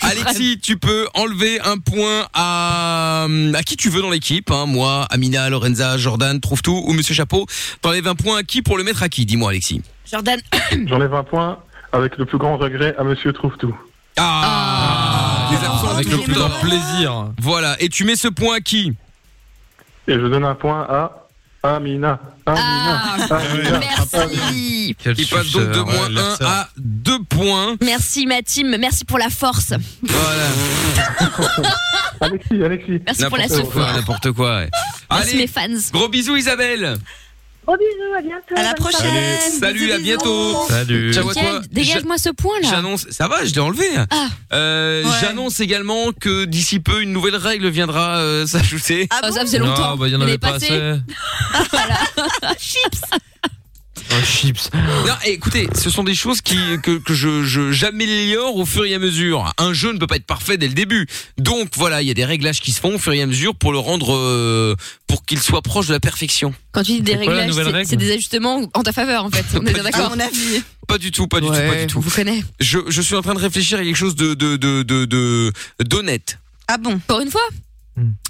Speaker 2: Alexis, tu peux enlever un point à, à qui tu veux dans l'équipe. Hein, moi, Amina, Lorenza, Jordan, trouve tout ou Monsieur Chapeau. T'enlèves un point à qui pour le mettre à qui Dis-moi, Alexis.
Speaker 4: Jordan,
Speaker 10: J'enlève un point avec le plus grand regret à Monsieur Trouve-Tout.
Speaker 2: Ah, Les absents
Speaker 6: Avec
Speaker 2: toujours
Speaker 6: le plus
Speaker 2: plus
Speaker 6: grand
Speaker 2: tard.
Speaker 6: plaisir.
Speaker 2: Voilà. Et tu mets ce point à qui
Speaker 10: Et je donne un point à Amina. Amina. Amina.
Speaker 4: Ah, merci.
Speaker 2: Il passe donc de moins 1 à 2 points.
Speaker 4: Merci ma team, merci pour la force.
Speaker 2: Voilà.
Speaker 10: Alexis, Alexis.
Speaker 4: Merci pour la
Speaker 2: N'importe
Speaker 4: souffle.
Speaker 2: quoi, n'importe quoi. ouais.
Speaker 4: Merci mes
Speaker 2: Allez,
Speaker 4: fans.
Speaker 2: gros bisous Isabelle.
Speaker 11: Gros bisous, à bientôt.
Speaker 8: À la
Speaker 11: bonne soirée.
Speaker 8: prochaine.
Speaker 2: Salut, à
Speaker 8: Bisous, bisous.
Speaker 2: bientôt.
Speaker 6: Salut.
Speaker 2: Ciao à toi.
Speaker 4: Mickaël, dégage-moi ce point là.
Speaker 2: J'annonce, ça va, je l'ai enlevé.
Speaker 4: Ah.
Speaker 2: Euh,
Speaker 8: Ouais.
Speaker 2: J'annonce également que d'ici peu, une nouvelle règle viendra euh, s'ajouter.
Speaker 8: Ah
Speaker 4: Oh,
Speaker 8: bon
Speaker 4: ça faisait longtemps.
Speaker 6: Non, bah, il y en
Speaker 4: Elle
Speaker 6: avait
Speaker 4: est
Speaker 6: pas
Speaker 4: passée.
Speaker 6: assez.
Speaker 4: Chips.
Speaker 6: Un chips.
Speaker 2: Non, eh, écoutez, ce sont des choses qui que, que je je- j'améliore au fur et à mesure. Un jeu ne peut pas être parfait dès le début. Donc voilà, il y a des réglages qui se font au fur et à mesure pour le rendre euh, pour qu'il soit proche de la perfection.
Speaker 4: Quand tu dis des
Speaker 6: C'est quoi la
Speaker 4: réglages,
Speaker 6: nouvelle
Speaker 4: c'est-
Speaker 6: règle
Speaker 4: c'est des ajustements en ta faveur en fait. On est bien
Speaker 8: À
Speaker 4: d'accord.
Speaker 8: mon avis.
Speaker 2: Pas du tout, pas du tout, pas du
Speaker 4: Ouais, On
Speaker 2: tout.
Speaker 4: vous connaît.
Speaker 2: Je, je suis en train de réfléchir à quelque chose de de de de- de d'honnête.
Speaker 8: Ah bon
Speaker 4: Pour une fois.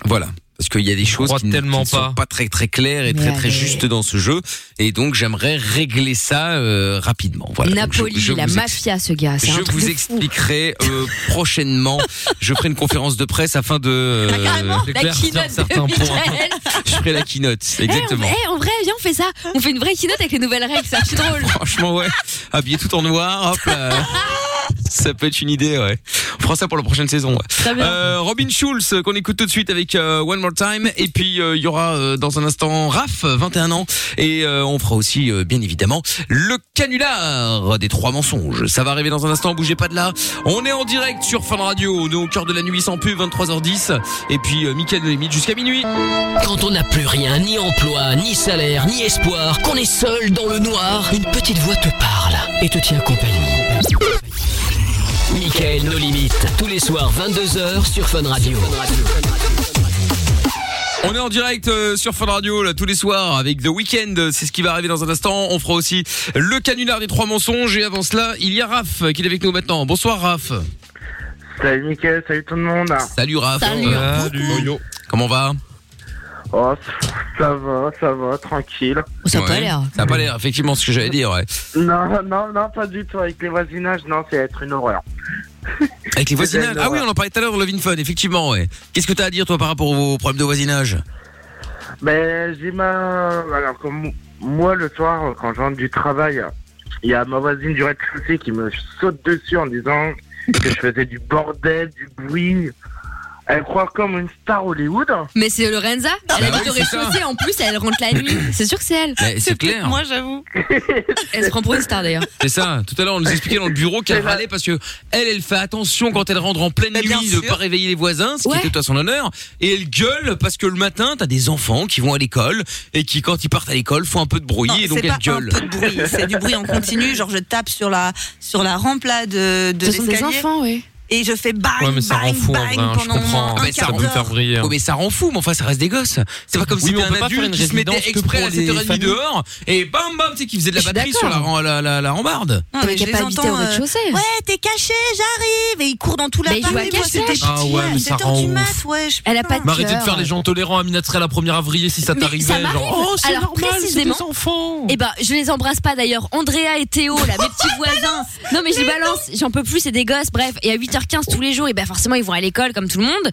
Speaker 2: Voilà. Parce qu'il y a des choses
Speaker 6: crois
Speaker 2: qui, ne- qui
Speaker 6: tellement
Speaker 2: ne sont
Speaker 6: pas.
Speaker 2: pas très très claires et
Speaker 4: Mais
Speaker 2: très très
Speaker 4: allez.
Speaker 2: justes dans ce jeu, et donc j'aimerais régler ça euh, rapidement. Voilà. Donc, je-
Speaker 4: Napoli,
Speaker 2: je
Speaker 4: la
Speaker 2: vous ex-
Speaker 4: mafia, ce gars. c'est un
Speaker 2: Je
Speaker 4: truc
Speaker 2: vous
Speaker 4: de fou.
Speaker 2: expliquerai euh, prochainement. Je ferai une conférence de presse afin de. euh,
Speaker 4: Ah, carrément,
Speaker 6: de
Speaker 4: la
Speaker 6: clair sur
Speaker 4: keynote de
Speaker 6: certains points.
Speaker 4: Michael.
Speaker 2: je ferai la keynote,
Speaker 4: Eh, on-
Speaker 2: exactement.
Speaker 4: eh, en vrai, viens, on fait ça. On fait une vraie keynote avec les nouvelles règles, c'est archi drôle.
Speaker 2: Franchement, ouais. Habillé tout en noir, hop. là. Ça peut être une idée, ouais. On fera ça pour la prochaine saison. ouais.
Speaker 4: Très bien.
Speaker 2: Euh, Robin Schulz euh, qu'on écoute tout de suite avec euh, One More Time et puis euh, il y aura euh, dans un instant Raph 21 ans et euh, on fera aussi euh, bien évidemment le canular des trois mensonges ça va arriver dans un instant bougez pas de là on est en direct sur Fun Radio on est au cœur de la nuit sans pub 23h10 et puis euh, Mickaël Limite jusqu'à minuit
Speaker 1: Quand on n'a plus rien, ni emploi, ni salaire, ni espoir, qu'on est seul dans le noir, une petite voix te parle et te tient compagnie. Michael, nos limites, tous les soirs 22h sur Fun Radio.
Speaker 2: On est en direct euh, sur Fun Radio là tous les soirs avec The Weeknd, c'est ce qui va arriver dans un instant. On fera aussi le canular des trois mensonges et avant cela, il y a Raph euh, qui est avec nous maintenant. Bonsoir Raph.
Speaker 12: Salut Mickaël, salut tout le monde.
Speaker 2: Salut Raph.
Speaker 4: Salut.
Speaker 6: Salut.
Speaker 2: Comment on va
Speaker 12: Oh, ça va, ça va, tranquille.
Speaker 4: Oh, ça a pas
Speaker 2: Ouais.
Speaker 4: l'air.
Speaker 2: Ça a pas l'air effectivement ce que j'allais dire ouais.
Speaker 12: Non, non, non, pas du tout. Avec les voisinages, non, c'est être une horreur.
Speaker 2: Avec les voisinages.
Speaker 12: bien,
Speaker 2: Ah oui,
Speaker 12: ouais.
Speaker 2: on en parlait tout à l'heure Love in Fun effectivement ouais. Qu'est-ce que t'as à dire toi par rapport aux problèmes de voisinage
Speaker 12: Ben, j'ai ma. Alors, comme moi, le soir, quand je rentre du travail, il y a ma voisine du rez-de-chaussée qui me saute dessus en disant que je faisais du bordel, du bruit. Elle croit comme une star Hollywood.
Speaker 4: Mais c'est Lorenza. Elle
Speaker 2: bah
Speaker 4: habite
Speaker 2: oui,
Speaker 4: au
Speaker 2: c'est ça.
Speaker 4: rez-de-chaussée. En plus, elle rentre la nuit. C'est sûr que c'est elle.
Speaker 2: Mais C'est clair.
Speaker 8: Moi, j'avoue.
Speaker 4: Elle se prend pour une star d'ailleurs.
Speaker 2: C'est ça. Tout à l'heure, on nous expliquait dans le bureau qu'elle
Speaker 12: C'est vrai.
Speaker 2: râlait parce que elle, elle fait attention quand elle rentre en pleine
Speaker 8: Mais bien
Speaker 2: nuit de
Speaker 8: sûr.
Speaker 2: pas réveiller les voisins, ce qui
Speaker 4: Ouais.
Speaker 2: est tout à son honneur. Et elle gueule parce que le matin, t'as des enfants qui vont à l'école et qui, quand ils partent à l'école, font un peu de
Speaker 6: Oh,
Speaker 2: bruit
Speaker 8: Non,
Speaker 2: et donc
Speaker 8: c'est
Speaker 2: elle
Speaker 8: pas
Speaker 2: gueule.
Speaker 8: un peu de bruit, c'est du bruit en continu. Genre, je tape sur la sur la rampe là de de
Speaker 4: Ce sont des
Speaker 8: l'escalier.
Speaker 4: enfants, oui.
Speaker 8: et je fais bang,
Speaker 6: Ouais, mais ça rend
Speaker 8: bang,
Speaker 6: fou en
Speaker 8: bang
Speaker 6: vrai, hein, je
Speaker 8: pendant
Speaker 6: comprends.
Speaker 8: un
Speaker 6: Mais ça
Speaker 8: quart
Speaker 6: rend-
Speaker 8: d'heure.
Speaker 6: faire briller, hein.
Speaker 2: Oh, mais ça rend fou, mais enfin, ça reste des gosses. C'est pas comme
Speaker 6: Oui,
Speaker 2: si
Speaker 6: mais
Speaker 2: c'était
Speaker 6: on peut
Speaker 2: un
Speaker 6: pas faire
Speaker 2: adulte
Speaker 6: une
Speaker 2: qui se mettait
Speaker 6: résidence que
Speaker 2: exprès
Speaker 6: pour
Speaker 2: à
Speaker 6: les
Speaker 2: 7h30
Speaker 6: familles.
Speaker 2: dehors et bam bam, tu sais, qui faisait de la
Speaker 6: Je suis
Speaker 2: batterie sur la,
Speaker 6: d'accord.
Speaker 2: ran- la, la, la rambarde.
Speaker 8: Non, mais
Speaker 4: T'as
Speaker 8: je
Speaker 4: pas
Speaker 8: les
Speaker 4: invité
Speaker 8: entends, euh,
Speaker 4: au rez-de-chaussée.
Speaker 8: Ouais, t'es caché, j'arrive. Et ils courent dans tout
Speaker 4: Mais ils
Speaker 8: l'appart.
Speaker 4: jouent à
Speaker 8: mais moi,
Speaker 4: cachette.
Speaker 8: c'était
Speaker 6: Ah
Speaker 8: gentil,
Speaker 6: ouais, mais
Speaker 8: à
Speaker 6: ça
Speaker 8: 7h
Speaker 6: rend
Speaker 8: du
Speaker 6: ouf.
Speaker 8: mat, wesh.
Speaker 4: Elle a pas de
Speaker 6: Mais arrêtez de
Speaker 4: cœur.
Speaker 6: faire les gens tolérants. Amina serait la première avril si ça t'arrivait.
Speaker 4: ça m'arrive.
Speaker 6: Genre, oh, c'est
Speaker 4: Alors
Speaker 6: normal, c'est
Speaker 4: précisément,
Speaker 6: des enfants.
Speaker 4: Eh ben, je les embrasse pas d'ailleurs. Andrea et Théo, là, mes petits voisins. Non, mais je les balance. J'en peux plus, c'est des gosses. Bref, et à 8h15 tous les jours, et ben forcément, ils vont à l'école comme tout le monde.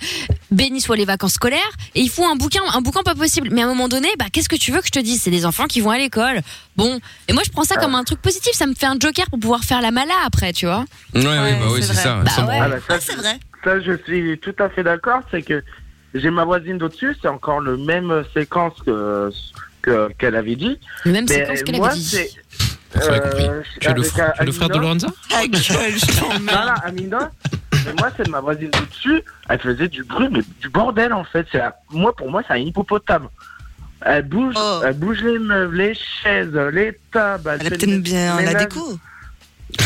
Speaker 4: Béni soient les vacances scolaires. Et ils font un bouquin, un bouquin pas possible. Mais à un moment donné, bah, qu'est-ce que tu veux que je te dise C'est des enfants qui vont à l'école. Bon. Et moi, je prends ça comme un truc positif. Ça me fait un joker pour pouvoir faire la mala après, tu vois.
Speaker 2: Ouais, ouais, bah oui, c'est ça.
Speaker 4: Bah
Speaker 2: Ça me
Speaker 4: ouais.
Speaker 2: rend-
Speaker 12: Ah, bah, ça, c'est vrai. Ça, je suis tout à fait d'accord. C'est que j'ai ma voisine d'au-dessus, c'est encore le même séquence que que- qu'elle avait dit.
Speaker 4: Le même
Speaker 12: Mais
Speaker 4: séquence qu'elle
Speaker 12: moi,
Speaker 4: avait dit.
Speaker 12: c'est-
Speaker 6: Ça, j'ai compris.
Speaker 12: euh,
Speaker 6: Tu es le,
Speaker 12: avec
Speaker 6: fr- tu es le
Speaker 12: Amina.
Speaker 6: frère de Lorenza
Speaker 8: Ta gueule, je t'emmerde.
Speaker 12: Voilà, Amina. Mais moi, c'est ma voisine d'au-dessus. Elle faisait du bruit, mais du bordel, en fait. C'est un- Moi, pour moi, c'est un hippopotame. Elle bouge,
Speaker 8: Oh.
Speaker 12: elle bouge les meubles, les chaises, les tables.
Speaker 8: Elle
Speaker 12: fait
Speaker 8: a peut-être
Speaker 12: le
Speaker 8: bien la
Speaker 12: ménage
Speaker 8: déco.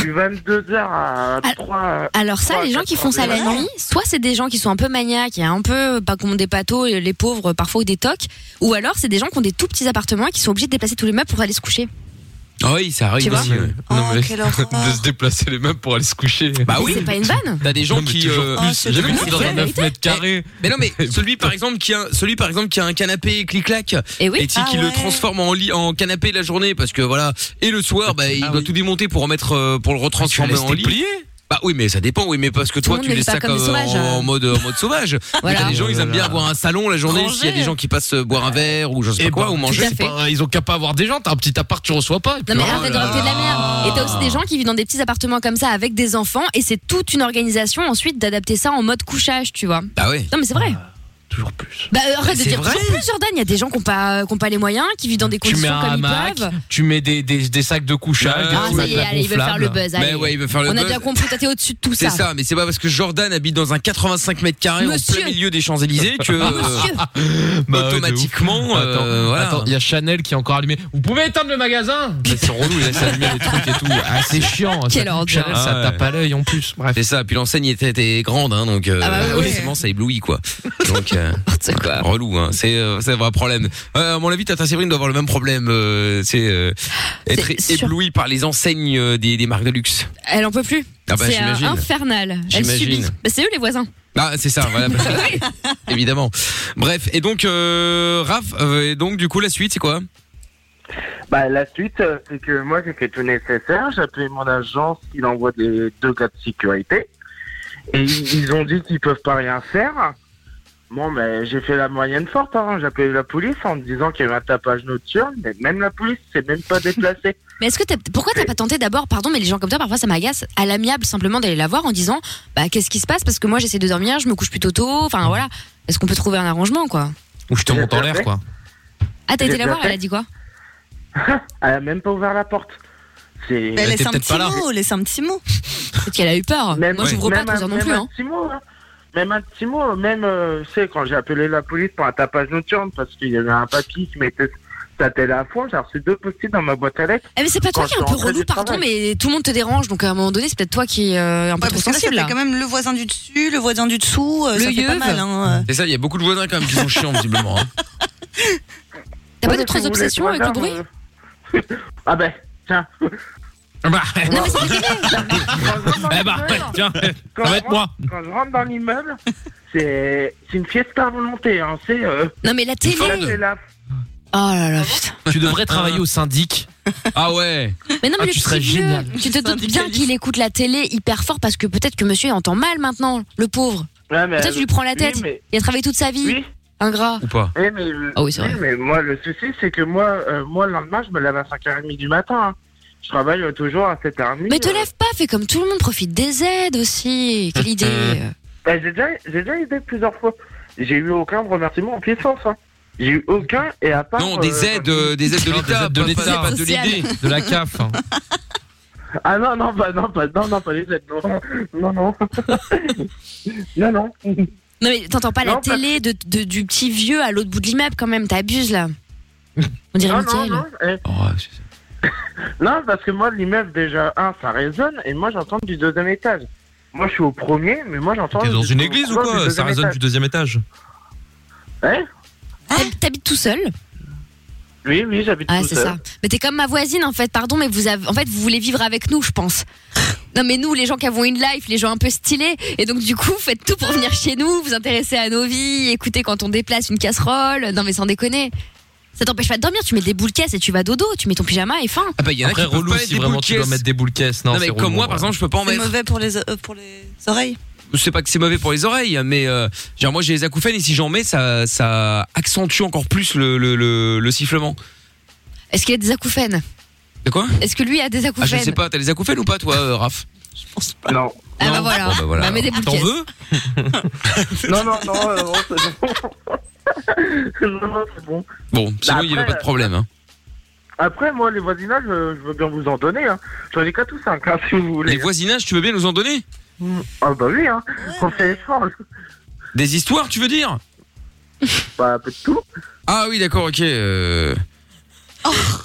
Speaker 12: Du 22h à euh,
Speaker 4: Al-
Speaker 12: 3.
Speaker 4: Alors ça, les gens qui font ça la
Speaker 12: Ouais.
Speaker 4: nuit, soit c'est des gens qui sont un peu maniaques et un peu pas comme des patos, et les pauvres parfois ou des tocs, ou alors c'est des gens qui ont des tout petits appartements et qui sont obligés de déplacer tous les meubles pour aller se coucher.
Speaker 2: Ah oui, ça
Speaker 4: Tu
Speaker 2: arrive
Speaker 4: vois
Speaker 2: aussi. ouais.
Speaker 8: Oh,
Speaker 6: Non, mais-
Speaker 8: quelle horreur.
Speaker 6: De se déplacer les meubles pour aller se coucher.
Speaker 2: Bah
Speaker 4: Mais
Speaker 2: oui.
Speaker 4: C'est pas une vanne.
Speaker 2: T'as des gens
Speaker 6: Non, mais
Speaker 2: qui.
Speaker 6: toujours
Speaker 2: euh,
Speaker 8: plus.
Speaker 6: J'ai vu
Speaker 2: mais
Speaker 6: que
Speaker 2: c'est
Speaker 6: dans
Speaker 2: la
Speaker 6: un 9
Speaker 4: vérité.
Speaker 6: mètres carrés.
Speaker 2: Mais non, mais celui par exemple qui a celui par exemple qui a un canapé clic-clac
Speaker 4: Et Eh oui.
Speaker 2: et tu sais,
Speaker 8: Ah
Speaker 2: qui le
Speaker 8: ouais.
Speaker 2: transforme en lit en canapé la journée parce que voilà et le soir bah, il
Speaker 6: Ah
Speaker 2: doit
Speaker 6: oui. Ah,
Speaker 2: tout démonter pour remettre euh, pour le retransformer en lit. Bah oui, mais ça dépend, oui, mais parce que
Speaker 4: Tout
Speaker 2: toi,
Speaker 4: le monde
Speaker 2: tu
Speaker 4: n'est
Speaker 2: laisses
Speaker 4: pas
Speaker 2: ça
Speaker 4: comme
Speaker 2: comme
Speaker 4: des sauvages,
Speaker 2: en,
Speaker 4: hein.
Speaker 2: en mode, en mode sauvage.
Speaker 4: Voilà.
Speaker 2: Mais t'as des gens, ils aiment bien boire un salon la journée, s'il y a des
Speaker 4: Ranger.
Speaker 2: gens qui passent euh, boire un verre ou je sais
Speaker 6: Et
Speaker 2: pas quoi,
Speaker 6: bah,
Speaker 2: ou
Speaker 4: tout à
Speaker 2: manger.
Speaker 4: fait.
Speaker 6: C'est pas- Ils ont qu'à pas avoir des gens. T'as un petit appart, tu reçois pas. et puis
Speaker 4: Non mais
Speaker 6: voilà.
Speaker 4: arrête de rajouter de la merde. Et t'as aussi des gens qui vivent dans des petits appartements comme ça avec des enfants et c'est toute une organisation ensuite d'adapter ça en mode couchage, tu vois.
Speaker 2: Bah ouais.
Speaker 4: Non mais c'est vrai.
Speaker 6: Toujours plus.
Speaker 4: Bah euh, arrête de
Speaker 2: c'est
Speaker 4: dire
Speaker 2: vrai.
Speaker 4: toujours plus Jordan, il y a des gens qui ont pas qui ont pas les moyens, qui vivent dans des
Speaker 6: Tu mets
Speaker 4: conditions
Speaker 6: un
Speaker 4: comme ils
Speaker 6: hamac,
Speaker 4: peuvent.
Speaker 6: tu mets des, des, des sacs de couchage,
Speaker 2: Ah,
Speaker 4: Ah
Speaker 6: des
Speaker 4: ça y est,
Speaker 6: matelas
Speaker 4: allez, ils veulent faire le
Speaker 6: gonflables.
Speaker 4: buzz.
Speaker 2: Mais
Speaker 4: allez.
Speaker 2: Bah ouais, il veut faire le
Speaker 4: On a
Speaker 2: buzz.
Speaker 4: bien compris, toi t'es au-dessus de tout
Speaker 2: C'est
Speaker 4: ça.
Speaker 2: ça, mais c'est pas parce que Jordan habite dans un 85 mètres carrés en
Speaker 4: Monsieur.
Speaker 2: plein milieu des Champs-Élysées
Speaker 4: Oh,
Speaker 2: que euh,
Speaker 4: Monsieur.
Speaker 6: Bah ouais, de ouf.
Speaker 2: automatiquement. euh,
Speaker 6: Attends,
Speaker 2: voilà.
Speaker 6: attends, il y a Chanel qui est encore allumé. Vous pouvez éteindre le magasin Bah, C'est relou, il laisse allumer les trucs et tout. Ah, c'est chiant. ça.
Speaker 4: Quelle ordure.
Speaker 6: Chanel, ça
Speaker 2: Ah ouais.
Speaker 6: tape à l'œil en plus. Bref.
Speaker 2: C'est ça, puis l'enseigne était, était grande, hein, donc euh,
Speaker 4: Ah bah oui, oui.
Speaker 2: forcément ça éblouit quoi. Donc euh,
Speaker 4: N'importe quoi.
Speaker 2: relou, hein. c'est euh, c'est un vrai problème. Euh, à mon avis, Tata Séverine doit avoir le même problème, euh, c'est euh, être
Speaker 4: C'est sûr.
Speaker 2: ébloui par les enseignes euh, des, des marques de luxe.
Speaker 4: Elle en peut plus.
Speaker 2: Ah bah,
Speaker 4: c'est euh,
Speaker 2: j'imagine.
Speaker 4: infernal. Elle
Speaker 2: J'imagine.
Speaker 4: subit. Bah, c'est eux les voisins.
Speaker 2: Ah, c'est ça, voilà. parce que- évidemment. Bref, et donc euh, Raph, euh, et donc du coup la suite c'est quoi
Speaker 4: Euh,
Speaker 12: Bah, la suite, euh, c'est que moi, j'ai fait tout nécessaire. J'ai appelé mon agence, il envoie des, deux gars de sécurité. Et ils ils ont dit qu'ils peuvent pas rien faire. Bon, mais j'ai fait la moyenne forte. Hein. J'ai appelé la police en me disant qu'il y avait un tapage nocturne. Mais même la police s'est même pas déplacée.
Speaker 4: Mais est-ce que t'as- pourquoi t'as pas tenté d'abord, pardon, mais les gens comme toi parfois ça m'agace à l'amiable simplement d'aller la voir en disant bah qu'est-ce qui se passe parce que moi j'essaie de dormir, je me couche plutôt tôt, enfin voilà. Est-ce qu'on peut trouver un arrangement quoi
Speaker 6: Ou je te monte en l'air, quoi.
Speaker 4: Ah t'as
Speaker 12: J'ai
Speaker 4: été la
Speaker 12: bien
Speaker 4: voir, elle
Speaker 12: fait.
Speaker 4: a dit quoi
Speaker 12: Elle a même pas ouvert la porte. C'est.
Speaker 8: Mais laisse un
Speaker 6: peut-être
Speaker 8: petit
Speaker 6: pas là.
Speaker 8: mot, laisse un petit mot.
Speaker 4: Peut-être qu'elle a eu peur. moi j'ouvre pas
Speaker 12: même
Speaker 4: à 3
Speaker 12: un-
Speaker 4: heures non
Speaker 12: même
Speaker 4: plus.
Speaker 12: un
Speaker 4: Hein.
Speaker 12: petit mot, hein. Même un petit mot, même, euh, tu sais, quand j'ai appelé la police pour un tapage nocturne, parce qu'il y avait un papy qui mettait sa télé à fond, j'ai reçu deux post dans ma boîte à lettres.
Speaker 4: Eh, mais c'est pas toi
Speaker 12: Quand
Speaker 4: qui est
Speaker 12: je
Speaker 4: un peu
Speaker 12: suis rentré
Speaker 4: relou,
Speaker 12: du
Speaker 4: pardon, mais tout le monde te dérange donc à un moment donné c'est peut-être toi qui est un peu
Speaker 8: Ouais,
Speaker 4: trop
Speaker 8: parce que là, ça
Speaker 4: sensible là.
Speaker 8: fait quand même le voisin du dessus, le voisin du dessous. euh,
Speaker 4: Le
Speaker 8: ça fait pas
Speaker 4: yeuve.
Speaker 8: mal.
Speaker 4: euh.
Speaker 8: Hein.
Speaker 2: C'est ça, il y a beaucoup de voisins quand même qui sont chiants visiblement. hein.
Speaker 4: T'as pas
Speaker 12: Ouais, si
Speaker 4: d'autres
Speaker 12: vous voulez,
Speaker 4: obsessions avec le
Speaker 8: hein,
Speaker 12: madame,
Speaker 4: bruit
Speaker 12: euh, Ah ben, tiens.
Speaker 6: Bah,
Speaker 4: Non mais c'est dégueulasse.
Speaker 6: eh bah, tiens,
Speaker 12: Quand je rentre dans l'immeuble, quand
Speaker 6: ça
Speaker 12: je
Speaker 6: va être
Speaker 12: rentre-
Speaker 6: moi.
Speaker 12: Quand je rentre dans l'immeuble, c'est c'est une fiesta à volonté, hein. C'est. euh,
Speaker 4: Non mais la télé.
Speaker 12: là, c'est la
Speaker 4: Oh là là
Speaker 8: Ah,
Speaker 4: putain.
Speaker 6: Tu devrais travailler au syndic.
Speaker 2: Ah ouais.
Speaker 4: Mais non mais
Speaker 6: Ah,
Speaker 4: le
Speaker 6: tu serais
Speaker 4: petit vieux,
Speaker 6: génial.
Speaker 4: Tu te doutes bien qu'il écoute la télé hyper fort parce que peut-être que monsieur il entend mal maintenant, le pauvre.
Speaker 12: Ouais, mais-
Speaker 4: Peut-être tu lui prends la
Speaker 12: oui,
Speaker 4: tête.
Speaker 12: mais-
Speaker 4: Il a travaillé toute sa vie.
Speaker 12: Oui.
Speaker 4: Ingrat.
Speaker 2: Ou pas
Speaker 12: Eh, mais, le-
Speaker 4: Ah oui, c'est vrai.
Speaker 12: eh, mais moi, le souci, c'est que moi, euh, moi, le lendemain, je me lève à 5h30 du matin. hein. Je travaille euh, toujours à 7h30.
Speaker 4: Mais te
Speaker 12: euh.
Speaker 4: lève pas, fais comme tout le monde, profite des aides aussi. Quelle idée.
Speaker 2: Euh.
Speaker 12: Bah, j'ai, déjà, j'ai déjà aidé plusieurs fois. J'ai eu aucun remerciement en puissance. Hein. J'ai eu aucun, et à part...
Speaker 2: Non,
Speaker 12: euh,
Speaker 2: des aides, euh, des aides de
Speaker 6: Non, des
Speaker 2: l'État,
Speaker 6: aides de
Speaker 2: pas- pas-
Speaker 6: l'État.
Speaker 2: pas de
Speaker 4: Sociales.
Speaker 2: l'idée.
Speaker 6: De la CAF. hein.
Speaker 12: Ah non, non, bah, non, pas, non, non, pas les aides. Non, non, non. non, non.
Speaker 4: Non mais t'entends pas la
Speaker 12: Non, parce-
Speaker 4: télé de, de- du petit vieux à l'autre bout de l'immeuble quand même, t'abuses là. On dirait
Speaker 12: Non, non,
Speaker 4: Mickaël.
Speaker 12: non. eh.
Speaker 2: Oh,
Speaker 12: Non, parce que moi, l'immeuble, déjà, un, ça résonne, et moi, j'entends du deuxième étage. Moi, je suis au premier, mais moi, j'entends.
Speaker 6: T'es dans une église ou quoi Ça résonne du
Speaker 12: deux.
Speaker 6: deuxième étage.
Speaker 12: Hein
Speaker 4: T'hab- T'habites tout seul
Speaker 12: Oui, oui, j'habite
Speaker 4: Ah,
Speaker 12: tout
Speaker 4: c'est
Speaker 12: seul.
Speaker 4: ça. Mais t'es comme ma voisine, en fait. Pardon, mais vous avez, en fait, vous voulez vivre avec nous, je pense. Non, mais nous, les gens qui avons une life, les gens un peu stylés. Et donc, du coup, faites tout pour venir chez nous, vous intéresser à nos vies, écoutez quand on déplace une casserole. Non, mais sans déconner. Ça t'empêche pas de dormir, tu mets des boules caisses et tu vas dodo, tu mets ton pyjama et fin.
Speaker 2: Ah bah, il y en a
Speaker 6: Après,
Speaker 2: qui peuvent
Speaker 6: relou
Speaker 2: pas
Speaker 6: si
Speaker 2: mettre des
Speaker 6: vraiment
Speaker 2: boules
Speaker 6: tu dois
Speaker 2: caisses.
Speaker 6: mettre des boules caisses. Non,
Speaker 2: Non, mais
Speaker 6: c'est
Speaker 2: comme
Speaker 6: relou,
Speaker 2: moi,
Speaker 6: ouais.
Speaker 2: par exemple, je peux pas en
Speaker 8: C'est
Speaker 2: mettre.
Speaker 8: mauvais pour les, euh, pour les oreilles.
Speaker 2: Je sais pas que c'est mauvais pour les oreilles, mais euh, genre moi j'ai les acouphènes et si j'en mets, ça, ça accentue encore plus le, le, le, le sifflement.
Speaker 4: Est-ce qu'il a des acouphènes
Speaker 2: De quoi
Speaker 4: Est-ce que lui a des
Speaker 2: Ah,
Speaker 4: acouphènes
Speaker 2: je sais pas, t'as les acouphènes ou pas, toi, euh, Raph
Speaker 12: Non.
Speaker 4: Ah bah voilà.
Speaker 2: Bon, bah voilà.
Speaker 4: Bah, mets des boules
Speaker 2: T'en
Speaker 4: caisses.
Speaker 2: veux
Speaker 12: Non, non, non, euh, non, c'est bon. non, non, c'est bon.
Speaker 2: Bon, sinon
Speaker 12: Bah,
Speaker 2: il y avait
Speaker 12: après,
Speaker 2: pas de problème. hein.
Speaker 12: Après, moi, les voisinages, euh, je veux bien vous en donner. Hein. J'en ai 4 ou 5, hein, si vous voulez.
Speaker 2: Les voisinages, tu veux bien nous en donner
Speaker 12: Ah bah oui, hein. On fait l'effort.
Speaker 2: Des histoires, tu veux dire
Speaker 12: Bah, un peu de tout.
Speaker 2: Ah oui, d'accord, ok. euh,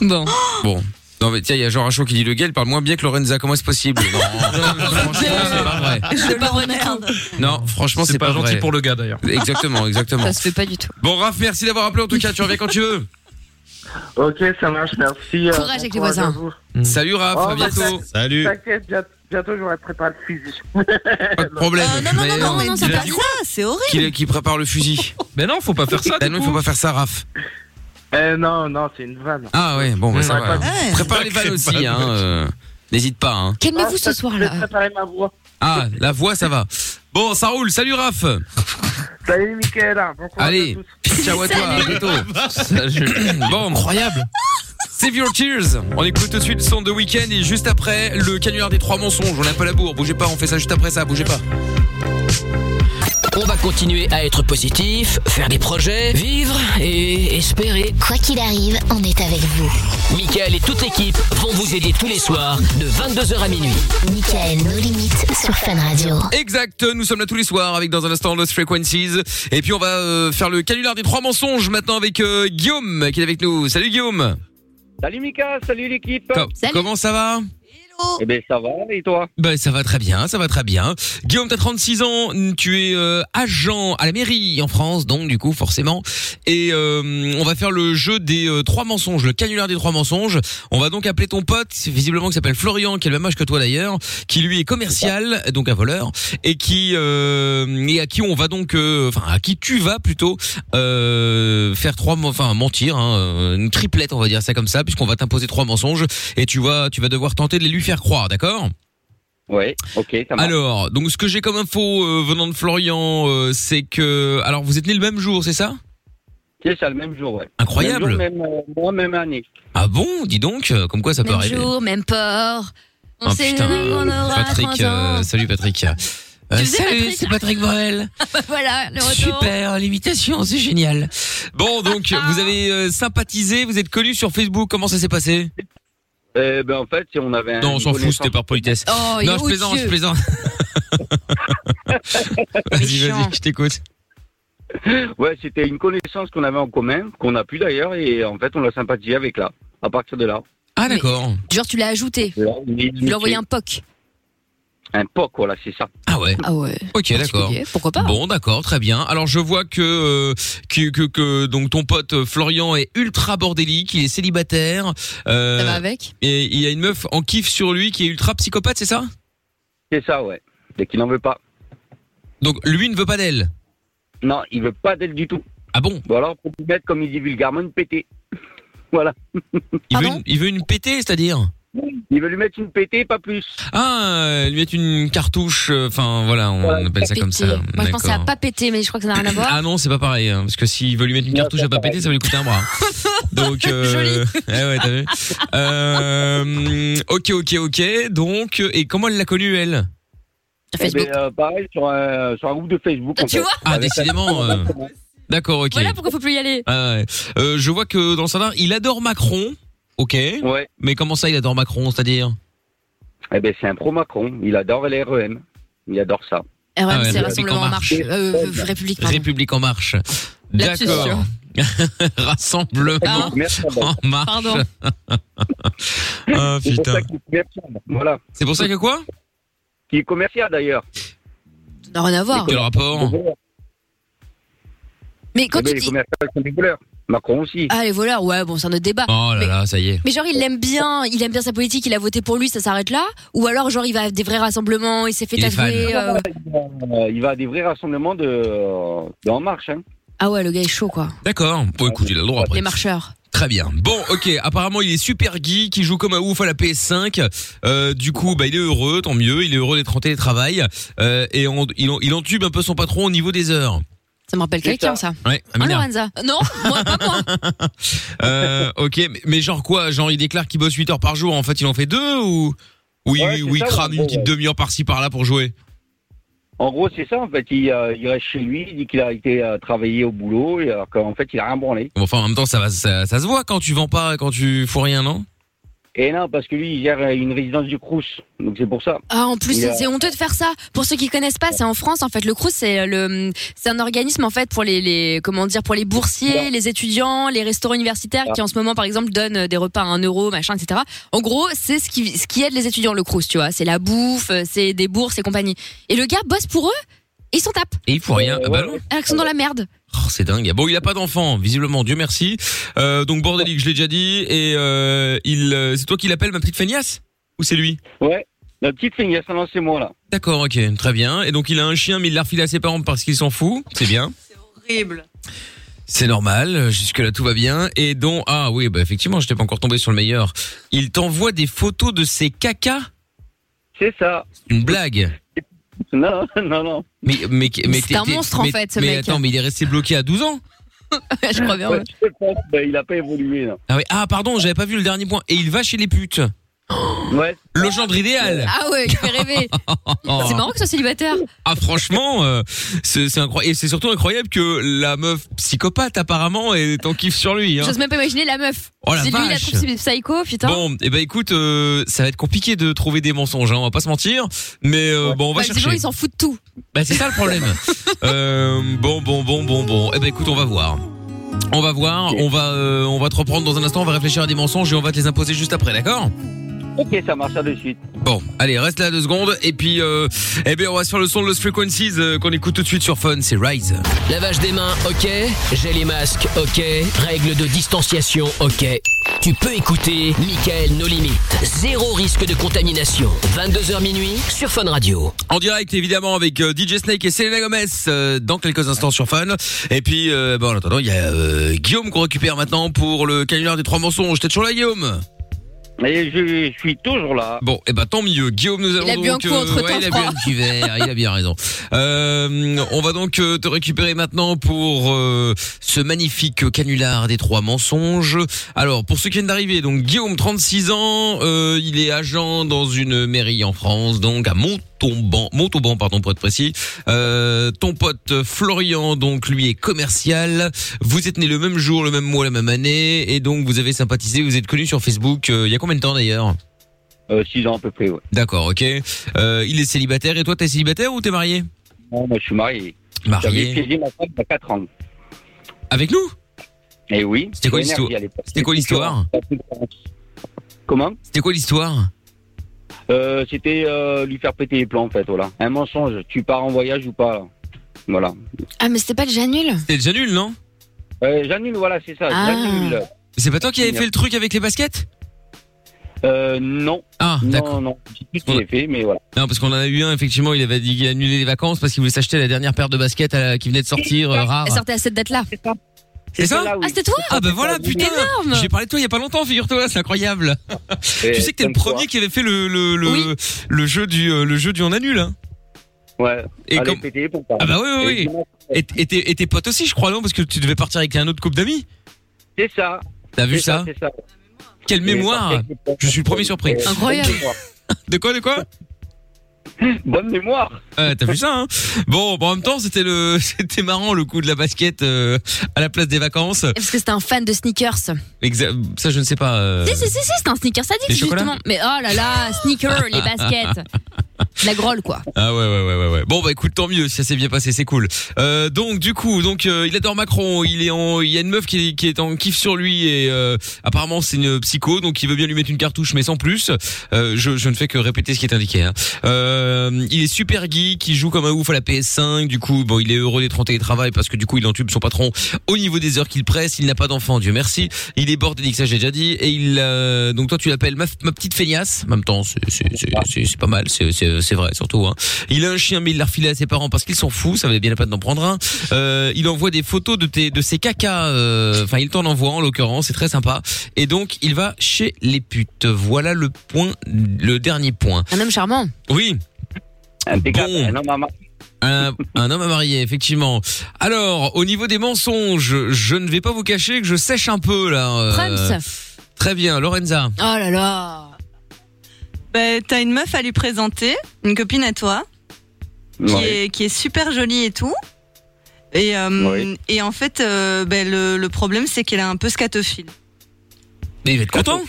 Speaker 4: Bon.
Speaker 2: Bon. Non, mais tiens, il y a Jean Rachaud qui dit le gars, il parle moins bien que Lorenza. Comment est-ce possible Non, franchement, c'est pas vrai.
Speaker 4: Je pas remettre.
Speaker 2: Non, franchement,
Speaker 6: C'est
Speaker 2: c'est
Speaker 6: pas
Speaker 2: pas,
Speaker 6: gentil
Speaker 2: vrai.
Speaker 6: pour le gars, d'ailleurs.
Speaker 2: Exactement, exactement.
Speaker 4: Ça se fait pas du tout.
Speaker 2: Bon, Raph, merci d'avoir appelé en tout cas. Tu reviens quand tu veux.
Speaker 12: Ok, ça marche, merci. euh,
Speaker 4: Courage
Speaker 12: bon
Speaker 4: avec les
Speaker 12: courage
Speaker 4: voisins.
Speaker 12: à vous.
Speaker 6: Mm.
Speaker 2: Salut Raph,
Speaker 12: Oh,
Speaker 2: à
Speaker 12: bah,
Speaker 2: bientôt.
Speaker 12: t'inquiète, T'inquiète, bien- bientôt, j'aurai préparé le fusil.
Speaker 2: Pas de problème.
Speaker 8: Ah, non, non,
Speaker 2: Mais
Speaker 8: non, non,
Speaker 2: il
Speaker 8: non,
Speaker 2: a
Speaker 8: c'est pas
Speaker 2: dit
Speaker 8: ça,
Speaker 2: quoi
Speaker 8: c'est horrible.
Speaker 2: Qu'il qu'il prépare le fusil.
Speaker 6: Mais non, faut pas faire ça.
Speaker 2: Ah non, il faut pas faire ça, Raph.
Speaker 12: Euh, non, non, c'est une vanne.
Speaker 2: Ah ouais, bon,
Speaker 6: Mm.
Speaker 2: bah,
Speaker 12: Ouais,
Speaker 2: ça
Speaker 12: pas
Speaker 2: va.
Speaker 12: de-
Speaker 8: Ouais.
Speaker 2: Prépare les vannes aussi, hein. euh, N'hésite pas, hein.
Speaker 4: Calmez-vous ce
Speaker 12: Ah, Je vais
Speaker 4: soir-là.
Speaker 12: préparer ma voix.
Speaker 2: Ah, la voix, ça va. Bon, ça roule. Salut Raph.
Speaker 12: Salut, Michaela. Bon courage à
Speaker 2: Allez,
Speaker 12: tous.
Speaker 2: ciao à toi, à bientôt. Bon,
Speaker 6: Incroyable.
Speaker 2: Save Your Tears. On écoute tout de suite le son de Weekend et juste après le canular des trois mensonges. On n'a pas la bourre. Bougez pas, on fait ça juste après ça. Bougez pas.
Speaker 1: On va continuer à être positif, faire des projets, vivre et espérer.
Speaker 3: Quoi qu'il arrive, on est avec vous.
Speaker 1: Michael et toute l'équipe vont vous aider tous les soirs de 22h à minuit.
Speaker 3: Michael, nos limites sur Fun Radio.
Speaker 2: Exact, nous sommes là tous les soirs avec dans un instant Lost Frequencies. Et puis on va euh, faire le canular des trois mensonges maintenant avec euh, Guillaume qui est avec nous. Salut Guillaume.
Speaker 13: Salut Mika, salut l'équipe.
Speaker 2: Com- Comment ça va
Speaker 13: Eh ben ça va et toi
Speaker 2: Ben ça va très bien, ça va très bien. Guillaume, t'as 36 ans, tu es euh, agent à la mairie en France, donc du coup forcément. Et euh, on va faire le jeu des euh, trois mensonges, le canular des trois mensonges. On va donc appeler ton pote, visiblement qui s'appelle Florian, qui a le même âge que toi d'ailleurs, qui lui est commercial, donc un voleur, et qui euh, et à qui on va donc, euh, enfin à qui tu vas plutôt euh, faire trois, mo- enfin mentir, hein, une triplette, on va dire ça comme ça, puisqu'on va t'imposer trois mensonges et tu vas tu vas devoir tenter de les lui faire croire, d'accord
Speaker 13: Ouais, ok, ça marche.
Speaker 2: alors, donc ce que j'ai comme info euh, venant de Florian, euh, c'est que alors vous êtes nés le même jour, c'est ça
Speaker 13: C'est ça, le même jour, ouais.
Speaker 2: Incroyable.
Speaker 13: Même jour, même, euh, mois, même année.
Speaker 2: Ah bon, dis donc, euh, comme quoi ça peut
Speaker 4: Même
Speaker 2: arriver.
Speaker 4: jour, même port. On
Speaker 2: Ah,
Speaker 4: sait
Speaker 2: putain,
Speaker 4: qu'on aura
Speaker 2: Patrick,
Speaker 4: 30 ans.
Speaker 2: euh, salut Patrick. Euh,
Speaker 4: faisais
Speaker 2: salut,
Speaker 4: Patrick
Speaker 2: c'est Patrick Borel.
Speaker 4: Ah bah voilà, le retour.
Speaker 2: Super, l'imitation, c'est génial. Bon, donc vous avez euh, sympathisé, vous êtes connu sur Facebook. Comment ça s'est passé
Speaker 13: Eh ben en fait, si on avait un.
Speaker 2: Non, on s'en fout, c'était par politesse.
Speaker 4: Oh, il
Speaker 2: non,
Speaker 4: est
Speaker 2: je plaisante,
Speaker 4: odieux.
Speaker 2: je plaisante. vas-y, vas-y, je t'écoute.
Speaker 13: Ouais, c'était une connaissance qu'on avait en commun, qu'on a plus d'ailleurs, et en fait, on l'a sympathisé avec là, à partir de là.
Speaker 2: Ah d'accord.
Speaker 4: Genre, tu l'as ajouté.
Speaker 13: Là, on est
Speaker 4: Tu
Speaker 13: limité.
Speaker 4: l'as envoyé un POC.
Speaker 13: Un POC, voilà, c'est ça.
Speaker 2: Ah ouais.
Speaker 4: Ah ouais.
Speaker 2: Ok, d'accord.
Speaker 4: Particulier, Pourquoi pas hein.
Speaker 2: Bon, d'accord, très bien. Alors je vois que, euh, que, que que donc ton pote euh, Florian est ultra bordélique, il est célibataire. euh,
Speaker 4: Ça va avec
Speaker 2: Et il y a une meuf en kiff sur lui qui est ultra psychopathe, c'est ça
Speaker 13: C'est ça, ouais. Et qu'il n'en veut pas.
Speaker 2: Donc lui ne veut pas d'elle.
Speaker 13: Non, il veut pas d'elle du tout.
Speaker 2: Ah bon
Speaker 13: Ou alors, pour vous mettre, comme il dit vulgairement, une pétée. voilà.
Speaker 2: Il veut, une, il veut une pétée, c'est-à-dire
Speaker 13: Il veut lui mettre une pétée, pas plus.
Speaker 2: Ah, euh, lui mettre une cartouche. euh, Enfin voilà, on
Speaker 13: Voilà.
Speaker 2: appelle ça comme
Speaker 4: Péter.
Speaker 2: ça.
Speaker 4: Moi, je pensais à
Speaker 2: D'accord.
Speaker 4: pas péter, mais je crois que ça n'a rien à voir.
Speaker 2: Ah non, c'est pas pareil, hein, parce que s'il veut lui mettre une
Speaker 13: Non,
Speaker 2: cartouche
Speaker 13: c'est
Speaker 2: à pas
Speaker 13: pareil.
Speaker 2: péter, ça va lui coûter un bras. Donc, euh,
Speaker 4: Joli.
Speaker 2: ouais, ouais, t'as vu. Euh, ok, ok, ok. Donc, euh, et comment elle l'a connue elle
Speaker 4: Sur
Speaker 13: Eh
Speaker 4: Facebook.
Speaker 13: ben, euh, pareil, sur un, sur un groupe de Facebook.
Speaker 4: Ah,
Speaker 13: en
Speaker 4: tu
Speaker 13: fait.
Speaker 4: vois
Speaker 2: Ah,
Speaker 13: Avec un-
Speaker 2: décidément. euh, D'accord, ok.
Speaker 4: Voilà pourquoi faut plus y aller.
Speaker 2: Ah, ouais. Euh, je vois que dans sa il adore Macron. Ok.
Speaker 13: Ouais.
Speaker 2: Mais comment ça, il adore Macron, c'est-à-dire
Speaker 13: Eh ben, c'est un pro-Macron. Il adore les REM. Il adore ça.
Speaker 4: RM,
Speaker 2: Ah ouais,
Speaker 4: c'est
Speaker 2: République
Speaker 4: Rassemblement
Speaker 2: en
Speaker 4: en
Speaker 2: marche.
Speaker 4: marche. Euh, euh, République, pardon.
Speaker 2: République en marche.
Speaker 4: Lapsus,
Speaker 2: D'accord. Rassemblement
Speaker 13: Merci, Robert.
Speaker 2: en marche.
Speaker 4: Pardon.
Speaker 2: Ah
Speaker 13: C'est pour
Speaker 2: putain.
Speaker 13: ça qu'il est merdier. Voilà.
Speaker 2: C'est pour ça que quoi
Speaker 13: qui est commercial d'ailleurs.
Speaker 4: Ça n'a rien à voir.
Speaker 2: rapport
Speaker 4: Mais quand
Speaker 13: Eh ben,
Speaker 4: tu
Speaker 13: Les
Speaker 4: dis.
Speaker 13: commerciaux sont des voleurs. Macron aussi.
Speaker 4: Ah, les voleurs, ouais, bon, c'est un autre débat.
Speaker 2: Oh là là, ça y est.
Speaker 4: Mais genre, il l'aime bien, il aime bien sa politique, il a voté pour lui, ça s'arrête là Ou alors, genre, il va à des vrais rassemblements, il s'est fait
Speaker 13: Il est fan.
Speaker 4: tatouer. euh,
Speaker 13: Euh, il va à des vrais rassemblements de, euh, de En Marche. Hein.
Speaker 4: Ah ouais, le gars est chaud, quoi.
Speaker 2: D'accord. Bon, écoute, il a le droit après.
Speaker 4: Les marcheurs.
Speaker 2: Très bien. Bon, ok. Apparemment, il est super geek, il joue comme un ouf à la PS5. Euh, du coup, bah, il est heureux, tant mieux. Il est heureux d'être en télétravail. Euh, et on- il, en- il entube un peu son patron au niveau des heures.
Speaker 4: Ça me rappelle
Speaker 2: C'est
Speaker 4: quelqu'un, ça.
Speaker 2: ça. Ouais,
Speaker 4: Hein,
Speaker 2: Amina.
Speaker 4: Lorenza Non, moi, pas moi.
Speaker 2: Euh, ok, mais, mais genre quoi Genre, il déclare qu'il bosse 8 heures par jour. En fait, il en fait deux ou ou il,
Speaker 13: Ouais, c'est
Speaker 2: ou il
Speaker 13: ça,
Speaker 2: crame
Speaker 13: ouais,
Speaker 2: une petite
Speaker 13: ouais.
Speaker 2: demi-heure par-ci par-là pour jouer
Speaker 13: En gros, c'est ça, en fait. Il, euh, il reste chez lui, il dit qu'il a été euh, travailler au boulot, et alors qu'en fait, il a rien branlé.
Speaker 2: Bon, Enfin, en même temps, ça, va, ça, ça se voit quand tu vends pas, quand tu fous rien, non
Speaker 13: Et non, parce que lui, il gère euh, une résidence du Crous, donc c'est pour ça.
Speaker 4: Ah, en plus,
Speaker 13: Il
Speaker 4: c'est
Speaker 13: a-
Speaker 4: c'est honteux de faire ça. Pour ceux qui connaissent pas, c'est en France, en fait, le CRUS, c'est euh, le, c'est un organisme, en fait, pour les, les- comment dire, pour les boursiers, les étudiants, les restaurants universitaires qui, en ce moment, par exemple, donnent des repas à 1 euro, machin, etc. En gros, c'est ce qui, ce qui aide les étudiants, le CRUS, tu vois. C'est la bouffe, euh, c'est des bourses et compagnie. Et le gars bosse pour eux, et ils s'en tapent.
Speaker 2: Et il fout rien. Ah bah non.
Speaker 4: Alors qu'ils sont dans la merde.
Speaker 2: Oh, c'est dingue. Bon, il a pas d'enfant, visiblement. Dieu merci. Euh, donc bordélique, je l'ai déjà dit. Et euh, il, euh, c'est toi qui l'appelles ma petite feignasse ou c'est lui
Speaker 13: Ouais, la petite feignasse, non, c'est moi là.
Speaker 2: D'accord, ok, très bien. Et donc il a un chien, mais il l'a refilé à ses parents parce qu'il s'en fout. C'est bien.
Speaker 8: Horrible.
Speaker 2: C'est normal, euh, jusque-là tout va bien. Et donc, ah oui, bah effectivement, j'étais pas encore tombé sur le meilleur. Il t'envoie des photos de ses cacas
Speaker 13: C'est ça.
Speaker 2: Une blague.
Speaker 13: Non, non, non.
Speaker 2: Mais, mais, mais
Speaker 13: C'est un
Speaker 2: t'es- t'es-
Speaker 13: monstre, en
Speaker 2: mais-
Speaker 13: fait, ce
Speaker 2: mais
Speaker 13: mec.
Speaker 2: attends, mais il est resté bloqué à 12 ans
Speaker 4: Ah, Je crois bien.
Speaker 13: Ouais, je pense, ben, il a pas évolué, là.
Speaker 2: Ah, oui. ah pardon, j'avais pas vu le dernier point. Et il va chez les putes.
Speaker 13: Ouais.
Speaker 2: Le gendre idéal.
Speaker 4: Ah ouais, je fais rêver. Ah. C'est marrant que ce soit célibataire.
Speaker 2: Ah franchement, euh, c'est c'est incroyable. Et c'est surtout incroyable que la meuf psychopathe apparemment est en kiff sur lui. hein.
Speaker 4: J'ose même pas imaginer la meuf.
Speaker 2: Oh, la
Speaker 4: c'est lui, la
Speaker 2: vache.
Speaker 4: trouve psycho, putain.
Speaker 2: Bon, et ben écoute, euh, ça va être compliqué de trouver des mensonges, hein, on va pas se mentir. Mais euh, bon, on va
Speaker 4: Bah,
Speaker 2: chercher.
Speaker 4: visiblement, ils s'en foutent de tout.
Speaker 2: Bah c'est ça le problème. euh, bon bon bon bon bon. Eh ben écoute, on va voir. On va voir, on va euh, on va te reprendre dans un instant, on va réfléchir à des mensonges et on va te les imposer juste après, d'accord
Speaker 13: Ok, ça marche, à de suite.
Speaker 2: Bon, allez, reste là deux secondes et puis euh, eh bien on va se faire le son de Lost Frequencies euh, qu'on écoute tout de suite sur Fun, c'est Rise.
Speaker 1: Lavage des mains, ok. Gel et masque, ok. Règles de distanciation, ok. Tu peux écouter Michael No Limites. Zéro risque de contamination. 22h minuit sur Fun Radio.
Speaker 2: En direct évidemment avec euh, DJ Snake et Selena Gomez euh, dans quelques instants sur Fun. Et puis euh, bon, en attendant, il y a euh, Guillaume qu'on récupère maintenant pour le canular des trois mensonges. T'es toujours là Guillaume
Speaker 13: Et je, je suis toujours là.
Speaker 2: Bon, et ben tant mieux. Guillaume, nous allons
Speaker 13: a
Speaker 2: donc.
Speaker 13: bu
Speaker 2: euh,
Speaker 13: un coup entre-temps,
Speaker 2: ouais, il
Speaker 13: je
Speaker 2: a bu
Speaker 13: crois.
Speaker 2: un petit verre. Il a bien raison. Euh, on va donc euh, te récupérer maintenant pour euh, ce magnifique canular des trois mensonges. Alors, pour ceux qui viennent d'arriver, donc Guillaume, 36 ans, euh, il est agent dans une mairie en France, donc à Montauban, Montauban, pardon pour être précis. Euh, ton pote Florian, donc lui est commercial. Vous êtes né le même jour, le même mois, la même année, et donc vous avez sympathisé, vous êtes connu sur Facebook. euh, il y a combien de temps d'ailleurs?
Speaker 13: Euh, 6 ans à peu près, ouais.
Speaker 2: D'accord, ok. Euh, il est célibataire et toi t'es célibataire ou t'es marié
Speaker 13: Non, moi, je suis marié.
Speaker 2: Marié.
Speaker 13: J'avais piégé ma femme il y a 4 ans.
Speaker 2: Avec nous
Speaker 13: Eh oui.
Speaker 2: C'était quoi
Speaker 13: Énergie,
Speaker 2: l'histoire
Speaker 13: à l'époque.
Speaker 2: C'était quoi l'histoire
Speaker 13: Comment
Speaker 2: C'était quoi l'histoire
Speaker 13: Euh, C'était euh, lui faire péter les plans, en fait, voilà. Un mensonge. Tu pars en voyage ou pas là. Voilà.
Speaker 4: Ah, mais c'était pas déjà nul.
Speaker 2: C'était déjà nul, non
Speaker 13: Euh, J'annule, voilà, c'est ça.
Speaker 4: Ah.
Speaker 13: J'annule.
Speaker 2: C'est pas toi qui avais fait le truc avec les baskets
Speaker 13: Euh, non.
Speaker 2: Ah,
Speaker 13: d'accord. Non, non. Je sais plus ce que j'ai fait, mais voilà.
Speaker 2: Non, parce qu'on en a eu un, effectivement, il avait dit qu'il annulait les vacances parce qu'il voulait s'acheter la dernière paire de baskets à la- qui venait de sortir, euh, rare.
Speaker 4: Elle sortait à cette date-là.
Speaker 2: C'est ça
Speaker 4: Ah, c'était toi
Speaker 2: Ah bah voilà, putain
Speaker 4: Énorme
Speaker 2: J'ai parlé de toi il y a pas longtemps, figure-toi, c'est incroyable Tu sais que t'es le
Speaker 13: comme quoi.
Speaker 2: premier qui avait fait le, le, le, le jeu du, euh, le jeu du on annule, hein
Speaker 13: Ouais.
Speaker 2: Et
Speaker 13: Allez,
Speaker 2: comme-
Speaker 13: péter les plombs, quoi.
Speaker 2: Ah bah oui,
Speaker 13: Et
Speaker 2: oui, oui.
Speaker 13: dimanche,
Speaker 2: Et, et tes- et tes potes aussi, je crois, non Parce que tu devais partir avec un autre couple d'amis
Speaker 13: C'est ça.
Speaker 2: T'as vu
Speaker 13: C'est
Speaker 2: ça
Speaker 13: c'est ça.
Speaker 2: Quelle
Speaker 13: Et
Speaker 2: mémoire
Speaker 13: parti avec-
Speaker 2: Je suis le premier surpris.
Speaker 13: Euh, bonne mémoire.
Speaker 2: De quoi, de quoi
Speaker 13: Bonne mémoire
Speaker 2: Euh, T'as vu ça, hein Bon, bon, en même temps, c'était le, c'était marrant le coup de la basket euh, à la place des vacances.
Speaker 4: Parce que c'était un fan de sneakers.
Speaker 2: Euh. Exa- ça, je ne sais pas. euh,
Speaker 4: Si, si, si, si, c'était un sneaker sadique,
Speaker 2: les chocolats
Speaker 4: justement. Mais oh là là, sneakers, les baskets. La grolle, quoi.
Speaker 2: Ah ouais, ouais, ouais, ouais, ouais. Bon, bah écoute, tant mieux, si ça s'est bien passé, c'est cool. Euh, donc, du coup, donc euh, il adore Macron, il est en, il y a une meuf qui est, qui est en kiff sur lui et euh, apparemment c'est une psycho, donc il veut bien lui mettre une cartouche, mais sans plus. Euh, je, je ne fais que répéter ce qui est indiqué. hein. Euh, il est super geek, il joue comme un ouf à la PS5, du coup, bon, il est heureux d'être en télétravail parce que du coup, il entube son patron au niveau des heures qu'il presse, il n'a pas d'enfant, Dieu merci. Il est bordélique, ça j'ai déjà dit, et il, euh, donc toi tu l'appelles ma, ma petite feignasse, en même temps, c'est- c'est- c'est c'est- c'est pas mal, c'est- c'est c'est vrai surtout. hein. Il a un chien mais il l'a refilé à ses parents parce qu'ils s'en fout, ça valait bien la peine d'en prendre un. Euh, il envoie des photos de, tes, de ses cacas, euh, enfin il t'en envoie en l'occurrence, c'est très sympa. Et donc il va chez les putes. Voilà le point, le dernier point.
Speaker 4: Un homme charmant.
Speaker 2: Oui. Bon. Un, un homme à marier, effectivement. Alors, au niveau des mensonges, je ne vais pas vous cacher que je sèche un peu là. euh,
Speaker 4: Prums.
Speaker 2: Très bien, Lorenza.
Speaker 4: Oh là là.
Speaker 8: Bah, t'as une meuf à lui présenter, une copine à toi, qui,
Speaker 13: Ouais.
Speaker 8: est, qui est super jolie et tout. Et, euh,
Speaker 13: Oui.
Speaker 8: et en fait, euh, bah, le, le problème, c'est qu'elle est un peu scatophile.
Speaker 2: Mais il va être content.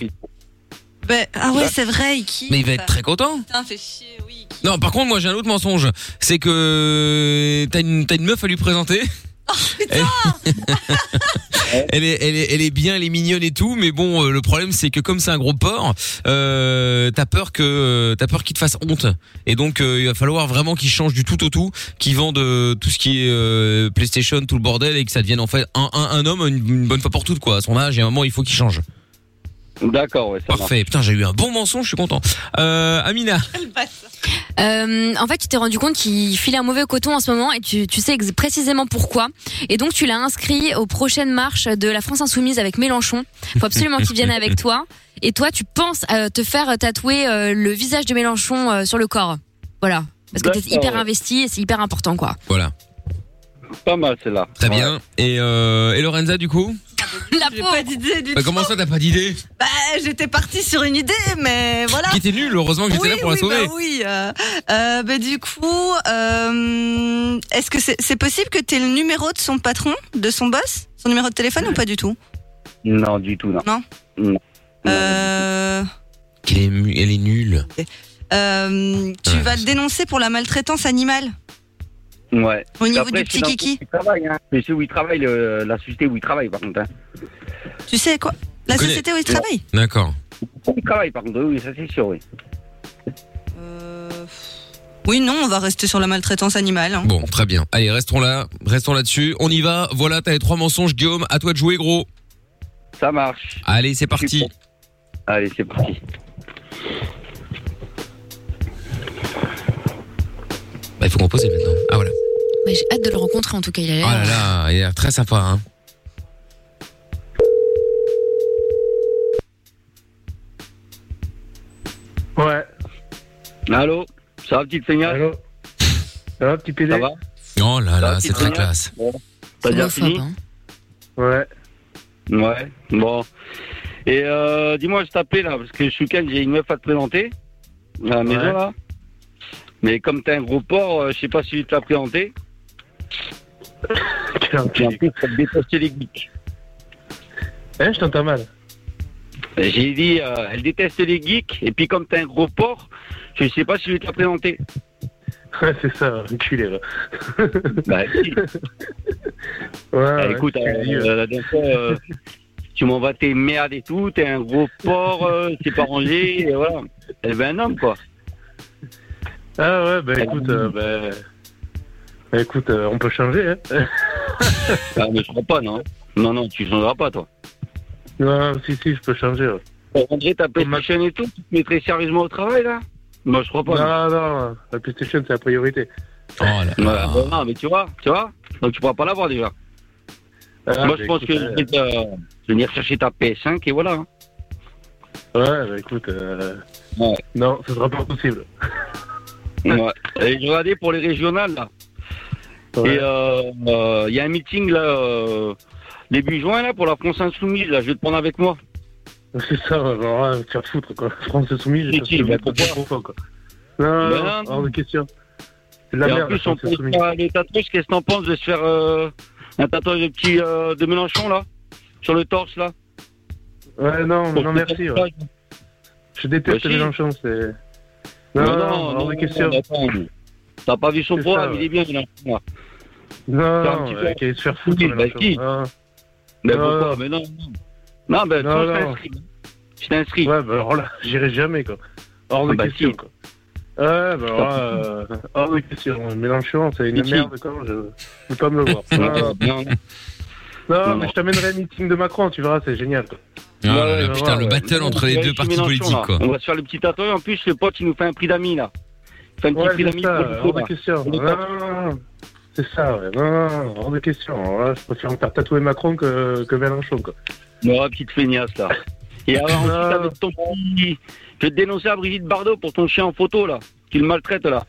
Speaker 8: Bah, ah ouais,
Speaker 2: Bah.
Speaker 8: c'est vrai, il kiffe.
Speaker 2: Mais il va être très content.
Speaker 8: Putain, fait chier.
Speaker 2: Non, par contre, moi j'ai un autre mensonge. C'est que t'as une, t'as une meuf à lui présenter. elle, elle est, elle, est, elle est bien, elle est mignonne et tout, mais bon, euh, le problème c'est que comme c'est un gros porc, euh, t'as peur que t'as peur qu'il te fasse honte. Et donc euh, il va falloir vraiment qu'il change du tout au tout, qu'il vende euh, tout ce qui est euh, PlayStation, tout le bordel, et que ça devienne en fait un, un, un homme une, une bonne fois pour toutes quoi. À son âge, il y a un moment, il faut qu'il change.
Speaker 13: D'accord, ouais, ça
Speaker 2: Parfait. Putain, j'ai eu un bon mensonge, je suis content. Euh, Amina.
Speaker 4: Euh, en fait, tu t'es rendu compte qu'il file un mauvais coton en ce moment et tu, tu sais ex- précisément pourquoi. Et donc, tu l'as inscrit aux prochaines marches de la France Insoumise avec Mélenchon. Faut absolument qu'il vienne avec toi. Et toi, tu penses euh, te faire tatouer euh, le visage de Mélenchon euh, sur le corps. Voilà. Parce que t'es
Speaker 13: D'accord,
Speaker 4: hyper
Speaker 13: ouais.
Speaker 4: investi et c'est hyper important, quoi.
Speaker 2: Voilà.
Speaker 13: Pas mal celle-là.
Speaker 2: Très bien. Et, euh, et Lorenza, du coup
Speaker 8: La J'ai pas d'idée du
Speaker 2: Bah, Comment ça, t'as pas d'idée
Speaker 8: Bah, j'étais partie sur une idée, mais voilà.
Speaker 2: Qui était nulle, heureusement que j'étais
Speaker 8: oui,
Speaker 2: là pour
Speaker 8: oui,
Speaker 2: la sauver.
Speaker 8: Bah oui, euh, euh, bah, du coup, euh, est-ce que c'est c'est possible que tu aies le numéro de son patron, de son boss, son numéro de téléphone ou pas du tout
Speaker 13: Non, du tout, non.
Speaker 8: Non.
Speaker 13: Non.
Speaker 8: Euh,
Speaker 2: Elle est, mu- elle est nulle.
Speaker 8: euh, tu vas le dénoncer pour la maltraitance animale
Speaker 13: Ouais.
Speaker 8: Au niveau
Speaker 13: Après,
Speaker 8: du
Speaker 13: c'est
Speaker 8: petit
Speaker 13: dans-
Speaker 8: kiki.
Speaker 13: hein. Mais c'est où il travaille, le- la société où il travaille, par contre. hein.
Speaker 8: Tu sais quoi La
Speaker 13: Je connais.
Speaker 8: société où il travaille
Speaker 2: D'accord.
Speaker 13: Où il travaille, par contre, oui, ça c'est sûr, oui.
Speaker 8: Euh, Oui, non, on va rester sur la maltraitance animale. hein.
Speaker 2: Bon, très bien. Allez, restons là, restons là-dessus. On y va. Voilà, t'as les trois mensonges, Guillaume. À toi de jouer, gros.
Speaker 13: Ça marche.
Speaker 2: Allez, c'est parti.
Speaker 13: Allez, c'est parti.
Speaker 2: Bah, il faut composer maintenant. Ah voilà.
Speaker 4: Mais j'ai hâte de le rencontrer, en tout cas. Il a
Speaker 2: Oh
Speaker 4: l'air-
Speaker 2: là là, il a l'air très sympa. Hein.
Speaker 10: Ouais.
Speaker 13: Allô Ça va, petite feignasse
Speaker 10: Allô Ça va, petit PD
Speaker 13: Ça va
Speaker 2: Oh là là, c'est
Speaker 13: petite
Speaker 2: très
Speaker 13: feignasse
Speaker 2: classe.
Speaker 13: Bon. T'as déjà
Speaker 10: Homophobe,
Speaker 13: fini
Speaker 10: hein. Ouais.
Speaker 13: Ouais, bon. Et euh, dis-moi, je t'appelais là, parce que ce week-end, j'ai une meuf à te présenter, à la maison
Speaker 10: Ouais.
Speaker 13: là. Mais comme t'es un gros porc, euh, je sais pas si tu te l'as présenté. Et en plus, ça te déteste les geeks.
Speaker 10: Eh, je t'entends mal.
Speaker 13: J'ai dit, euh, elle déteste les geeks, et puis comme t'es un gros porc, je sais pas si je vais te la présenter.
Speaker 10: Ouais, c'est ça, enculé, là.
Speaker 13: Bah, si. Bah,
Speaker 10: ouais,
Speaker 13: écoute,
Speaker 10: tu
Speaker 13: euh,
Speaker 10: dis, euh.
Speaker 13: euh, la dernière fois, euh, tu m'envoies tes merdes et tout, t'es un gros porc, euh, t'es pas rangé, et voilà. Elle veut un homme, quoi.
Speaker 10: Ah ouais, bah écoute, euh, bah... bah, écoute, euh, on peut changer, hein.
Speaker 13: Ah, mais je crois pas, non Non, non, tu changeras pas, toi.
Speaker 10: non, si, si, je peux changer, ouais.
Speaker 13: André, t'as PlayStation et tout, tu te mettrais sérieusement au travail, là Moi, je crois pas. non.
Speaker 10: Non, non, la PlayStation, c'est la priorité.
Speaker 2: Oh là
Speaker 13: Voilà. Euh, Non, mais tu vois, tu vois Donc, tu pourras pas l'avoir, déjà.
Speaker 10: Ah,
Speaker 13: Moi, je
Speaker 10: bah,
Speaker 13: pense
Speaker 10: écoute,
Speaker 13: que
Speaker 10: euh,
Speaker 13: je vais, te- je vais venir chercher ta PS5 et voilà. hein.
Speaker 10: Ouais, bah écoute, euh... non, ce sera pas possible.
Speaker 13: Ouais. Et je regardais pour les régionales là. Et euh, euh, il y a un meeting là euh, début juin là pour la France insoumise là. Je vais te prendre avec moi.
Speaker 10: euh, C'est ça, ouais, genre, ouais, te faire foutre, quoi. France Soumise,
Speaker 13: Mais
Speaker 10: je
Speaker 13: qui,
Speaker 10: te
Speaker 13: bah,
Speaker 10: mets
Speaker 13: pourquoi
Speaker 10: trop fort, quoi. Non, non,
Speaker 13: Bah,
Speaker 10: non,
Speaker 13: non.
Speaker 10: hors de question. C'est de la
Speaker 13: et
Speaker 10: merde,
Speaker 13: en plus
Speaker 10: la
Speaker 13: on
Speaker 10: France
Speaker 13: peut
Speaker 10: Insoumise.
Speaker 13: faire le tatouage. Qu'est-ce que t'en penses de se faire euh, un tatouage de petit euh, de Mélenchon là sur le torse là
Speaker 10: Ouais, non,
Speaker 13: Pour
Speaker 10: non,
Speaker 13: le
Speaker 10: merci, ouais.
Speaker 13: tatouage.
Speaker 10: Je déteste
Speaker 13: Bah, si.
Speaker 10: Mélenchon, c'est... Non, non, hors de question.
Speaker 13: attends. T'as pas vu son
Speaker 10: C'est
Speaker 13: programme,
Speaker 10: ça,
Speaker 13: il est bien, il est en moi.
Speaker 10: Non,
Speaker 13: T'as un petit
Speaker 10: non,
Speaker 13: peu-
Speaker 10: euh, qu'elle se faire foutre,
Speaker 13: Oui,
Speaker 10: la
Speaker 13: bah,
Speaker 10: chose.
Speaker 13: qui
Speaker 10: Non.
Speaker 13: Mais
Speaker 10: Non,
Speaker 13: pourquoi
Speaker 10: non.
Speaker 13: Mais non, non. Non, ben,
Speaker 10: Non,
Speaker 13: toi, je
Speaker 10: non.
Speaker 13: t'inscris. Je t'inscris.
Speaker 10: Ouais, bah alors là, j'irai jamais, quoi. Hors de
Speaker 13: Ah, bah,
Speaker 10: question,
Speaker 13: si.
Speaker 10: quoi. Ouais, bah alors là, euh, hors de question. Mélenchon, c'est une
Speaker 13: Mickey.
Speaker 10: merde, quoi. Je je peux pas me le voir. Ah.
Speaker 13: Non,
Speaker 10: Non,
Speaker 13: non, non.
Speaker 10: non,
Speaker 13: Non,
Speaker 10: mais
Speaker 13: non.
Speaker 10: je t'amènerai un meeting de Macron, tu verras, c'est génial, quoi.
Speaker 2: Ah là là,
Speaker 10: ouais,
Speaker 2: putain,
Speaker 10: ouais,
Speaker 2: le
Speaker 10: ouais.
Speaker 2: battle entre les
Speaker 13: Ouais,
Speaker 2: deux
Speaker 13: je suis
Speaker 2: partis
Speaker 13: Mélenchon,
Speaker 2: politiques,
Speaker 13: là.
Speaker 2: quoi.
Speaker 13: On va se faire le petit tatouage. En plus, le pote, il nous fait un prix d'amis, là. Il fait un petit
Speaker 10: Ouais,
Speaker 13: prix
Speaker 10: c'est
Speaker 13: d'amis
Speaker 10: ça,
Speaker 13: pour le
Speaker 10: hors
Speaker 13: coup,
Speaker 10: de
Speaker 13: là.
Speaker 10: question.
Speaker 13: Pour le
Speaker 10: Non,
Speaker 13: pote.
Speaker 10: non, non, non. C'est ça, ouais. Non, non, non, hors de question. Alors là, je préfère me faire tatouer Macron que, que Mélenchon, quoi.
Speaker 13: Non, petite feignasse, là. Et alors, ensuite, avec ton petit... Je vais te dénoncer à Brigitte Bardot pour ton chien en photo, là. Qu'il maltraite, là.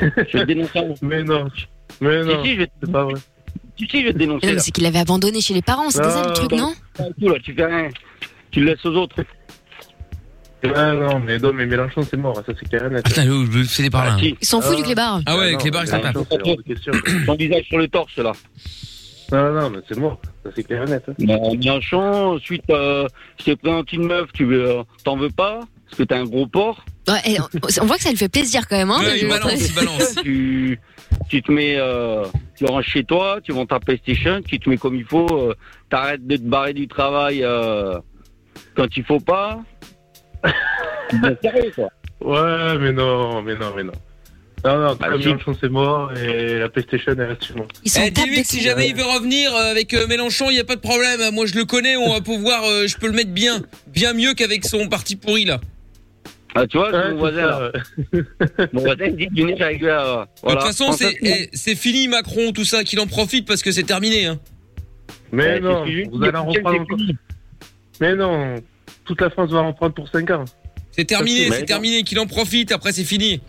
Speaker 13: Je vais te dénoncer à...
Speaker 10: Mais non. Mais
Speaker 13: non. Si, si, je vais
Speaker 10: C'est pas vrai.
Speaker 13: Si, si, je vais te dénoncer,
Speaker 4: Non, mais
Speaker 13: là.
Speaker 4: c'est qu'il l'avait abandonné chez les parents, c'était ça le
Speaker 13: Ah,
Speaker 4: truc,
Speaker 13: bah,
Speaker 4: non
Speaker 13: pas du tout, là, tu fais rien. Tu le laisses aux autres.
Speaker 10: Ouais, Ah non, mais non, mais Mélenchon, c'est mort, ça, c'est carré net. Putain,
Speaker 2: le c'est
Speaker 13: Ah,
Speaker 2: par là.
Speaker 4: Il s'en fout du clébard.
Speaker 2: Ah ouais, Clébar, il s'en tape.
Speaker 13: Son visage sur le torse, là.
Speaker 10: Non, non, mais c'est mort, ça, c'est clair et net. hein.
Speaker 13: Bah, Mélenchon, ensuite, euh, je t'ai présenté une meuf, tu veux, euh, t'en veux pas Parce que t'as un gros porc.
Speaker 4: Ouais, et on- on voit que ça lui fait plaisir quand même, hein. de-
Speaker 13: tu, tu te mets, euh, tu rentres chez toi, tu vends ta PlayStation, tu te mets comme il faut, euh, t'arrêtes de te barrer du travail euh, quand il faut pas. Ben, sérieux, quoi.
Speaker 10: Ouais, mais non, mais non, mais non. Non, non,
Speaker 13: Bah,
Speaker 10: comme
Speaker 13: si.
Speaker 10: Mélenchon, c'est mort, et la PlayStation, elle reste sur moi.
Speaker 2: Eh, dis-lui que si jamais il veut revenir euh, avec euh, Mélenchon, il n'y a pas de problème. Moi, je le connais, on va pouvoir, euh, je peux le mettre bien, bien mieux qu'avec son parti pourri là.
Speaker 13: Ah, tu vois, c'est
Speaker 2: Ouais,
Speaker 13: mon
Speaker 2: c'est
Speaker 13: voisin.
Speaker 2: ça,
Speaker 13: là.
Speaker 2: bah,
Speaker 13: mon voisin, il dit du nez avec la. voilà.
Speaker 2: De toute façon,
Speaker 13: En fait,
Speaker 2: c'est eh, c'est fini Macron, tout ça, qu'il en profite parce que c'est terminé. Hein.
Speaker 10: Mais
Speaker 2: Ouais,
Speaker 10: non,
Speaker 2: c'est fini.
Speaker 10: vous allez en reprendre encore. Mais non, toute la France va en prendre pour 5 ans.
Speaker 2: C'est terminé,
Speaker 10: Mais
Speaker 2: c'est
Speaker 10: non.
Speaker 2: terminé, qu'il en profite, après c'est fini.